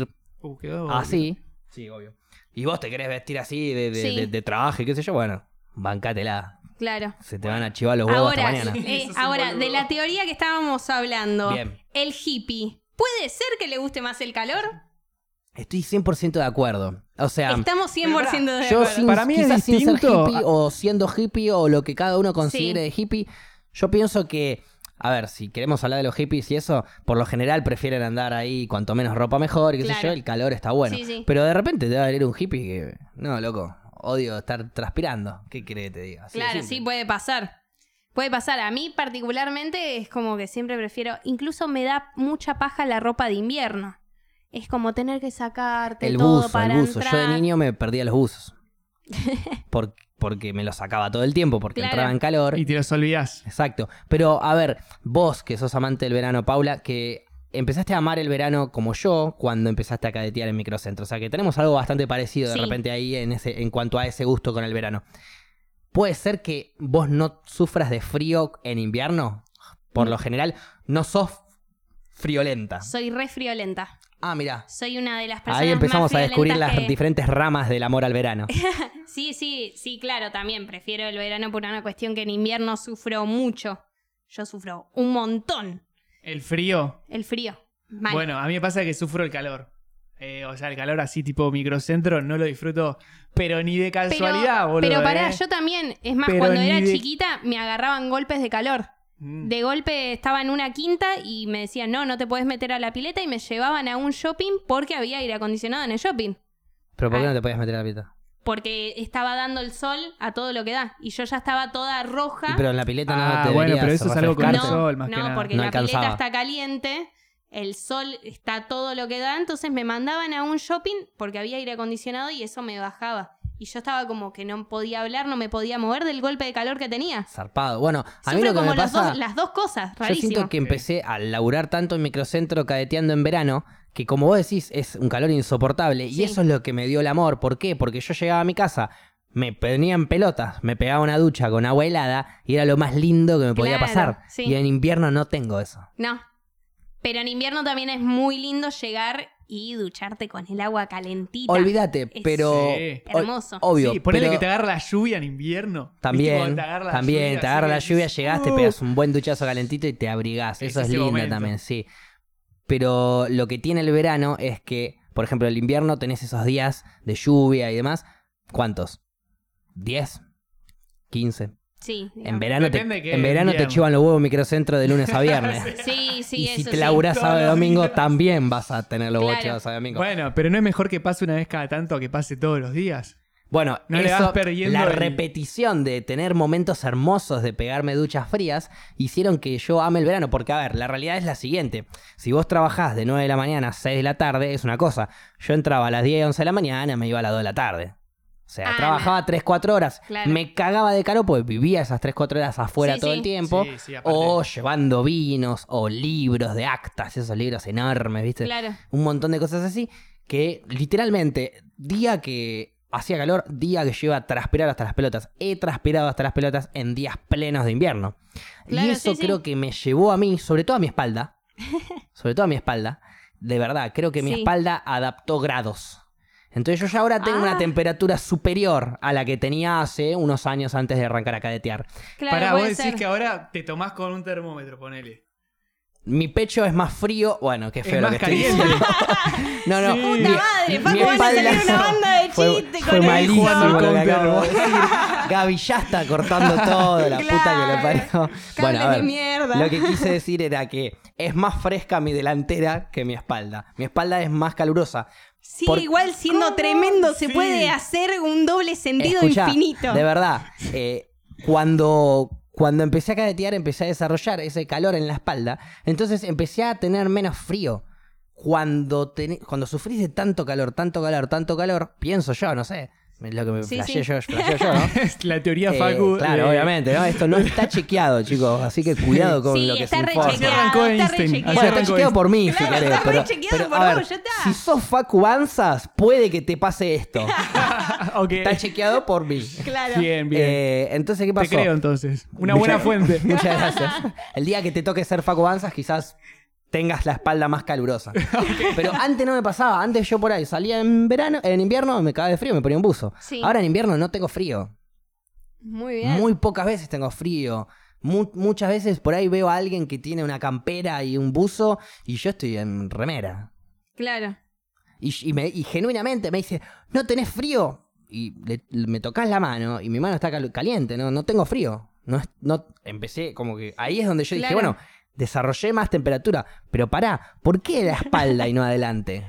Speaker 2: Uh, quedó-
Speaker 1: así. Sí, obvio. Y vos te querés vestir así de, de,
Speaker 3: Sí.
Speaker 1: de- de trabajo y qué sé yo, bueno, bancátela.
Speaker 3: Claro.
Speaker 1: Se te van a chivar los huevos hasta
Speaker 3: Ahora,
Speaker 1: mañana.
Speaker 3: eh,
Speaker 2: Sos un
Speaker 3: ahora
Speaker 2: boludo.
Speaker 3: de la teoría que estábamos hablando,
Speaker 1: Bien.
Speaker 3: el hippie, ¿puede ser que le guste más el calor?
Speaker 1: Estoy 100% de acuerdo. O sea,
Speaker 3: Estamos 100% de
Speaker 1: yo
Speaker 3: acuerdo.
Speaker 1: sin,
Speaker 2: Para mí es
Speaker 1: quizás sin ser
Speaker 2: distinto
Speaker 1: hippie
Speaker 2: a-
Speaker 1: o siendo hippie o lo que cada uno considere de hippie, yo pienso que, a ver, si queremos hablar de los hippies y eso, por lo general prefieren andar ahí cuanto menos ropa mejor, y qué sé
Speaker 3: Claro.
Speaker 1: yo, el calor está bueno.
Speaker 3: Sí, sí.
Speaker 1: Pero de repente te va a venir un hippie que, no, loco, odio estar transpirando. ¿Qué querés que te diga? Así de
Speaker 3: Claro,
Speaker 1: simple.
Speaker 3: sí, puede pasar. Puede pasar. A mí particularmente es como que siempre prefiero, incluso me da mucha paja la ropa de invierno. Es como tener que sacarte
Speaker 1: El
Speaker 3: todo
Speaker 1: buzo,
Speaker 3: para
Speaker 1: el buzo.
Speaker 3: entrar.
Speaker 1: Yo de niño me perdía los buzos. Por- porque me los sacaba todo el tiempo, porque
Speaker 3: Claro.
Speaker 1: entraba en calor.
Speaker 2: Y te los olvidás.
Speaker 1: Exacto. Pero, a ver, vos que sos amante del verano, Paula, que empezaste a amar el verano como yo cuando empezaste a cadetear en microcentro. O sea que tenemos algo bastante parecido de
Speaker 3: Sí.
Speaker 1: repente ahí en, ese, en cuanto a ese gusto con el verano. ¿Puede ser que vos no sufras de frío en invierno? Por
Speaker 3: Mm.
Speaker 1: lo general, no sos friolenta.
Speaker 3: Soy re friolenta.
Speaker 1: Ah, mirá.
Speaker 3: Soy una de las personas
Speaker 1: Ahí empezamos
Speaker 3: más
Speaker 1: a descubrir las
Speaker 3: friolentas que-
Speaker 1: diferentes ramas del amor al verano.
Speaker 3: Sí, sí, sí, claro, también prefiero el verano por una cuestión que en invierno sufro mucho. Yo sufro un montón
Speaker 2: El frío.
Speaker 3: el frío. Mal.
Speaker 2: Bueno, a mí me pasa que sufro el calor. Eh, o sea, el calor así tipo microcentro no lo disfruto, pero ni de
Speaker 3: Pero,
Speaker 2: casualidad, boludo.
Speaker 3: pero pará,
Speaker 2: eh.
Speaker 3: yo también, es más,
Speaker 2: Pero
Speaker 3: cuando
Speaker 2: ni
Speaker 3: era
Speaker 2: de-
Speaker 3: chiquita me agarraban golpes de calor.
Speaker 2: Mm.
Speaker 3: De golpe estaba en una quinta y me decían, no, no te puedes meter a la pileta y me llevaban a un shopping porque había aire acondicionado en el shopping.
Speaker 1: Pero ¿por qué
Speaker 3: Ah.
Speaker 1: no te podías meter a la pileta?
Speaker 3: Porque estaba dando el sol a todo lo que da. Y yo ya estaba toda roja.
Speaker 1: Y, pero en la pileta no
Speaker 2: Ah,
Speaker 1: te
Speaker 2: bueno,
Speaker 1: deberías
Speaker 2: pero eso es algo que
Speaker 1: refrescar.
Speaker 2: no- sol, más
Speaker 3: no,
Speaker 2: que nada.
Speaker 3: porque
Speaker 1: No
Speaker 3: la
Speaker 1: alcanzaba.
Speaker 3: pileta está caliente, el sol está todo lo que da, entonces me mandaban a un shopping porque había aire acondicionado y eso me bajaba. Y yo estaba como que no podía hablar, no me podía mover del golpe de calor que tenía.
Speaker 1: Zarpado. Bueno, a mí
Speaker 3: Sufro
Speaker 1: lo que
Speaker 3: como
Speaker 1: me
Speaker 3: los
Speaker 1: pasa...
Speaker 3: dos- las dos cosas,
Speaker 1: Yo
Speaker 3: rarísimo.
Speaker 1: siento que empecé a laburar tanto en microcentro cadeteando en verano, que como vos decís, es un calor insoportable.
Speaker 3: Sí.
Speaker 1: Y eso es lo que me dio el amor. ¿Por qué? Porque yo llegaba a mi casa, me ponían pelotas, me pegaba una ducha con agua helada y era lo más lindo que me podía
Speaker 3: Claro,
Speaker 1: pasar.
Speaker 3: sí.
Speaker 1: Y en invierno no tengo eso.
Speaker 3: No. Pero en invierno también es muy lindo llegar y ducharte con el agua calentita.
Speaker 1: Olvídate,
Speaker 3: Es-
Speaker 1: pero.
Speaker 2: Sí.
Speaker 1: o-
Speaker 3: Hermoso.
Speaker 1: Obvio.
Speaker 2: sí, ponele
Speaker 1: pero
Speaker 2: que te agarra la lluvia en invierno. ¿Viste
Speaker 1: También,
Speaker 2: cuando te agarra la
Speaker 1: también,
Speaker 2: lluvia,
Speaker 1: te agarra
Speaker 2: así
Speaker 1: la
Speaker 2: que
Speaker 1: lluvia,
Speaker 2: decís,
Speaker 1: llegás, te
Speaker 2: "Uh".
Speaker 1: pegas un buen duchazo calentito y te abrigás.
Speaker 2: Es
Speaker 1: Eso es,
Speaker 2: ese
Speaker 1: lindo
Speaker 2: momento.
Speaker 1: también, sí. Pero lo que tiene el verano es que, por ejemplo, el invierno tenés esos días de lluvia y demás. ¿Cuántos? ¿10? ¿15?
Speaker 3: Sí.
Speaker 1: En
Speaker 3: digamos.
Speaker 1: verano, te,
Speaker 2: Depende que
Speaker 1: en verano te
Speaker 2: invierno.
Speaker 1: chivan los huevos en microcentro de lunes a viernes.
Speaker 3: Sí, sí,
Speaker 1: y
Speaker 3: eso
Speaker 1: si te
Speaker 3: sí.
Speaker 1: laburás
Speaker 2: Todos
Speaker 1: sábado y
Speaker 2: los
Speaker 1: domingo,
Speaker 2: días.
Speaker 1: también vas a tener los
Speaker 3: Claro.
Speaker 1: huevos chivados sábado y domingo.
Speaker 2: Bueno, pero no es mejor que pase una vez cada tanto que pase todos los días.
Speaker 1: Bueno,
Speaker 2: No le
Speaker 1: eso,
Speaker 2: vas perdiendo
Speaker 1: la
Speaker 2: el-
Speaker 1: repetición de tener momentos hermosos de pegarme duchas frías hicieron que yo ame el verano. Porque, a ver, la realidad es la siguiente. Si vos trabajás de 9 de la mañana a 6 de la tarde, es una cosa. Yo entraba a las 10 y 11 de la mañana, me iba a las 2 de la tarde. O sea,
Speaker 3: Ah,
Speaker 1: trabajaba 3, 4 horas.
Speaker 3: Claro.
Speaker 1: Me cagaba de calor porque vivía esas 3, 4 horas afuera
Speaker 3: Sí,
Speaker 1: todo
Speaker 3: sí.
Speaker 1: el tiempo.
Speaker 2: Sí, sí, aparte.
Speaker 1: o llevando vinos, o libros de actas, esos libros enormes, ¿viste?
Speaker 3: Claro.
Speaker 1: un montón de cosas así, que literalmente, día que hacía calor, día que lleva a transpirar hasta las pelotas. He transpirado hasta las pelotas en días plenos de invierno. y
Speaker 3: Claro,
Speaker 1: eso
Speaker 3: sí, sí.
Speaker 1: creo que me llevó a mí, sobre todo a mi espalda, sobre todo a mi espalda, de verdad, creo que mi
Speaker 3: Sí.
Speaker 1: espalda adaptó grados. Entonces yo ya ahora tengo una
Speaker 3: Ah.
Speaker 1: temperatura superior a la que tenía hace unos años antes de arrancar a cadetear.
Speaker 3: Claro,
Speaker 2: Pará, vos
Speaker 3: puede
Speaker 2: decís
Speaker 3: ser.
Speaker 2: que ahora te tomás con un termómetro, ponele.
Speaker 1: Mi pecho es más frío, bueno, qué feo
Speaker 2: Es
Speaker 1: lo
Speaker 2: más
Speaker 1: que estoy
Speaker 2: caliente.
Speaker 1: diciendo. No, no.
Speaker 2: Sí.
Speaker 1: mi-
Speaker 3: Puta
Speaker 1: mi
Speaker 3: madre, Paco, van a
Speaker 1: espalda-
Speaker 3: salir una banda de chiste
Speaker 1: fue, fue
Speaker 3: con eso.
Speaker 1: malísimo
Speaker 2: Jugando
Speaker 1: lo que
Speaker 2: al
Speaker 1: acabo de
Speaker 2: counter,
Speaker 1: decir. Gaby ya está cortando todo, la puta que le
Speaker 3: Claro.
Speaker 1: parió. Bueno,
Speaker 3: Cables
Speaker 1: a ver,
Speaker 3: de mierda.
Speaker 1: lo que quise decir era que es más fresca mi delantera que mi espalda. Mi espalda es más calurosa.
Speaker 3: Sí,
Speaker 1: por-
Speaker 3: igual siendo
Speaker 2: ¿Cómo?
Speaker 3: tremendo se
Speaker 2: Sí.
Speaker 3: puede hacer un doble sentido
Speaker 1: Escuchá,
Speaker 3: infinito.
Speaker 1: De verdad, eh, cuando, cuando empecé a cadetear, empecé a desarrollar ese calor en la espalda. Entonces empecé a tener menos frío. Cuando, tené- cuando sufrís de tanto calor, tanto calor, tanto calor, pienso yo, no sé. es Lo que me
Speaker 3: Sí,
Speaker 1: flashé
Speaker 3: sí.
Speaker 1: yo, flasheo yo, ¿no?
Speaker 2: Es la teoría
Speaker 1: Eh,
Speaker 2: Facu.
Speaker 1: claro,
Speaker 2: de-
Speaker 1: obviamente, ¿no? Esto no está chequeado, chicos. Así que cuidado con
Speaker 3: Sí,
Speaker 1: lo que se
Speaker 3: está
Speaker 1: informa.
Speaker 2: Así arrancó
Speaker 3: Chequeado, está
Speaker 2: Einstein.
Speaker 3: rechequeado.
Speaker 2: así
Speaker 1: Bueno, está
Speaker 2: arrancó
Speaker 1: chequeado por mí,
Speaker 3: Claro,
Speaker 1: si querés.
Speaker 3: está
Speaker 1: Pero,
Speaker 3: rechequeado
Speaker 1: pero,
Speaker 3: por
Speaker 1: a
Speaker 3: vos,
Speaker 1: ver,
Speaker 3: ya está.
Speaker 1: si sos Facu Ansas, puede que te pase esto.
Speaker 2: Einstein. Ok.
Speaker 1: Está chequeado por mí.
Speaker 3: Claro.
Speaker 2: Bien, bien.
Speaker 1: Eh, entonces, ¿qué
Speaker 2: te
Speaker 1: pasó?
Speaker 2: creo entonces. Una buena
Speaker 1: Muchas-
Speaker 2: fuente.
Speaker 1: Muchas gracias. El día que te toque ser Facu Banzas, quizás tengas la espalda más calurosa. Pero antes no me pasaba. Antes yo por ahí salía en verano, en invierno me cagaba de frío, me ponía un buzo.
Speaker 3: Sí.
Speaker 1: Ahora en invierno no tengo frío.
Speaker 3: Muy bien.
Speaker 1: Muy pocas veces tengo frío. Mu- muchas veces por ahí veo a alguien que tiene una campera y un buzo y yo estoy en remera.
Speaker 3: Claro.
Speaker 1: Y, y me- y genuinamente me dice, ¿no tenés frío? Y le- le- me tocas la mano y mi mano está cal- caliente, no, no tengo frío. No, es- no, empecé como que ahí es donde yo dije,
Speaker 3: Claro.
Speaker 1: bueno, desarrollé más temperatura, pero pará, ¿por qué la espalda y no adelante?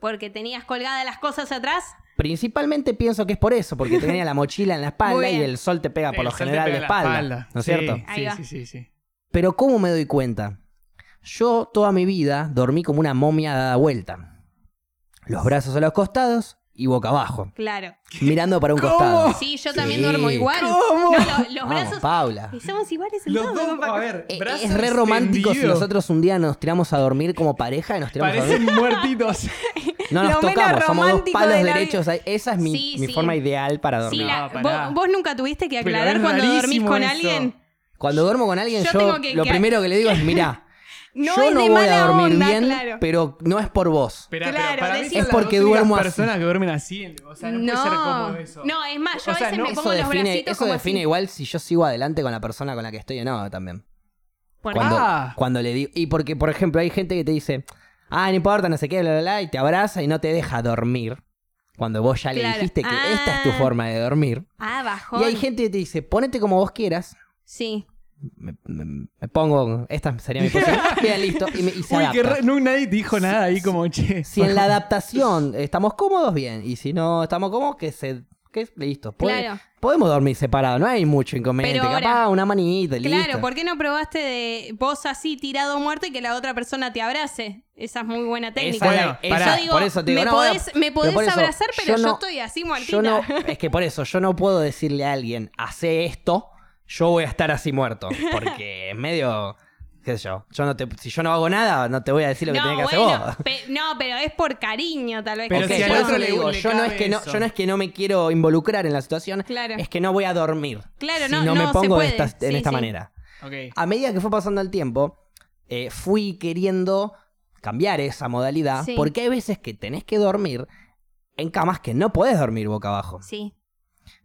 Speaker 3: Porque tenías colgadas las cosas atrás.
Speaker 1: Principalmente pienso que es por eso, porque tenía la mochila en la espalda
Speaker 3: Muy
Speaker 1: y
Speaker 3: bien.
Speaker 1: el sol te pega Ah, por lo
Speaker 2: El Eh, sol te
Speaker 1: general
Speaker 2: pega
Speaker 1: de
Speaker 2: la
Speaker 1: espalda, ¿no es
Speaker 2: Sí,
Speaker 1: cierto?
Speaker 3: Ahí va.
Speaker 2: Sí, sí, sí, sí.
Speaker 1: Pero ¿cómo me doy cuenta? Yo toda mi vida dormí como una momia dada vuelta. Los brazos a los costados y boca abajo,
Speaker 3: Claro.
Speaker 1: mirando para un costado.
Speaker 3: Sí, yo también
Speaker 1: Oh, Sí.
Speaker 3: duermo igual.
Speaker 2: ¿Cómo?
Speaker 3: No, lo- los
Speaker 1: Vamos,
Speaker 3: brazos.
Speaker 1: Paula.
Speaker 3: Somos iguales en
Speaker 2: Los
Speaker 3: todo,
Speaker 2: dos,
Speaker 3: papá.
Speaker 2: a ver,
Speaker 1: Eh,
Speaker 2: brazo
Speaker 1: es re romántico si
Speaker 2: extendido.
Speaker 1: nosotros un día nos tiramos a dormir como pareja y nos tiramos a
Speaker 2: Parecen
Speaker 1: dormir.
Speaker 2: muertitos.
Speaker 1: No nos
Speaker 3: Lo menos
Speaker 1: tocamos, somos dos
Speaker 3: romántico
Speaker 1: palos
Speaker 3: de la
Speaker 1: derechos. ahí. Esa es mi,
Speaker 3: Sí,
Speaker 1: mi
Speaker 3: sí.
Speaker 1: forma ideal para dormir.
Speaker 3: Sí, la-
Speaker 2: No, pará.
Speaker 3: vos, vos nunca tuviste
Speaker 2: Pero
Speaker 3: que aclarar
Speaker 2: es
Speaker 3: cuando dormís
Speaker 2: rarísimo
Speaker 3: con
Speaker 2: eso.
Speaker 3: alguien.
Speaker 1: Cuando duermo con alguien,
Speaker 3: Yo
Speaker 1: yo,
Speaker 3: tengo que-
Speaker 1: lo
Speaker 3: que-
Speaker 1: primero que le digo es, mirá,
Speaker 3: No
Speaker 1: yo
Speaker 3: es
Speaker 1: no
Speaker 3: de
Speaker 1: voy a
Speaker 3: mala
Speaker 1: dormir
Speaker 3: onda,
Speaker 1: bien,
Speaker 3: claro.
Speaker 1: pero no es por vos.
Speaker 2: Pero,
Speaker 3: Claro,
Speaker 2: pero para mí
Speaker 3: decís-
Speaker 2: son
Speaker 1: Es
Speaker 2: las
Speaker 1: porque
Speaker 2: dos únicas
Speaker 1: duermo así.
Speaker 2: personas que duermen así. O sea, no, puede ser cómodo eso.
Speaker 3: No, es más, yo
Speaker 2: O
Speaker 3: a
Speaker 2: sea,
Speaker 3: veces
Speaker 2: no-
Speaker 3: me
Speaker 2: Eso
Speaker 3: pongo
Speaker 1: Eso
Speaker 3: los
Speaker 1: define,
Speaker 3: bracitos
Speaker 1: eso
Speaker 3: como
Speaker 1: define
Speaker 3: así.
Speaker 1: igual si yo sigo adelante con la persona con la que estoy o no también.
Speaker 3: Por-
Speaker 1: Cuando,
Speaker 2: Ah.
Speaker 1: cuando le digo. Y porque, por ejemplo, hay gente que te dice, ah, no importa, no sé qué, bla, bla, bla, y te abraza y no te deja dormir. Cuando vos ya le
Speaker 3: Claro.
Speaker 1: dijiste que esta es tu
Speaker 3: Ah.
Speaker 1: forma de dormir.
Speaker 3: Ah, bajón.
Speaker 1: Y hay gente que te dice, ponete como vos quieras.
Speaker 3: Sí.
Speaker 1: Me, me- me pongo, esta sería mi posición. Bien, listo. Y, me- y se
Speaker 2: Uy,
Speaker 1: adapta.
Speaker 2: qué ra- no, nadie te dijo nada ahí como, che.
Speaker 1: Si en la adaptación estamos cómodos, bien. Y si no estamos cómodos, que se. Que listo. Puede-
Speaker 3: Claro.
Speaker 1: Podemos dormir separados, no hay mucho inconveniente.
Speaker 3: Pero ahora-
Speaker 1: Capaz una manita, y listo.
Speaker 3: Claro, ¿por qué no probaste de vos así tirado muerto y que la otra persona te abrace? Esa es muy buena técnica.
Speaker 1: Esa es la-
Speaker 2: Bueno,
Speaker 1: esa-
Speaker 2: pará,
Speaker 3: yo digo,
Speaker 1: por eso te digo,
Speaker 3: me,
Speaker 1: no,
Speaker 3: podés,
Speaker 1: bueno,
Speaker 3: me podés
Speaker 1: por eso,
Speaker 3: abrazar, pero yo,
Speaker 1: no-
Speaker 3: estoy así
Speaker 1: yo
Speaker 3: muertita.
Speaker 1: no, es que por eso, yo no puedo decirle a alguien, hace esto, yo voy a estar así muerto. Porque es medio, qué sé yo, yo no te, si yo no hago nada, no te voy a decir lo que tenés que
Speaker 3: bueno,
Speaker 1: hacer vos.
Speaker 3: pe- no, pero es por cariño, tal vez.
Speaker 2: Pero
Speaker 1: Ok,
Speaker 3: que
Speaker 2: si
Speaker 1: por
Speaker 2: al
Speaker 3: yo-
Speaker 1: eso
Speaker 2: otro
Speaker 1: le
Speaker 2: le-
Speaker 1: digo,
Speaker 2: le
Speaker 1: yo no, es
Speaker 2: cabe
Speaker 1: que no,
Speaker 2: eso.
Speaker 1: yo no es que no me quiero involucrar en la situación,
Speaker 3: Claro.
Speaker 1: es que no voy a dormir.
Speaker 3: Claro,
Speaker 1: si
Speaker 3: no,
Speaker 1: no, me
Speaker 3: no se
Speaker 1: pongo de
Speaker 3: puede.
Speaker 1: esta- en
Speaker 3: Sí,
Speaker 1: esta
Speaker 3: sí.
Speaker 1: manera.
Speaker 2: Ok.
Speaker 1: A medida que fue pasando el tiempo, eh, fui queriendo cambiar esa modalidad,
Speaker 3: Sí.
Speaker 1: porque hay veces que tenés que dormir en camas que no podés dormir boca abajo.
Speaker 3: Sí.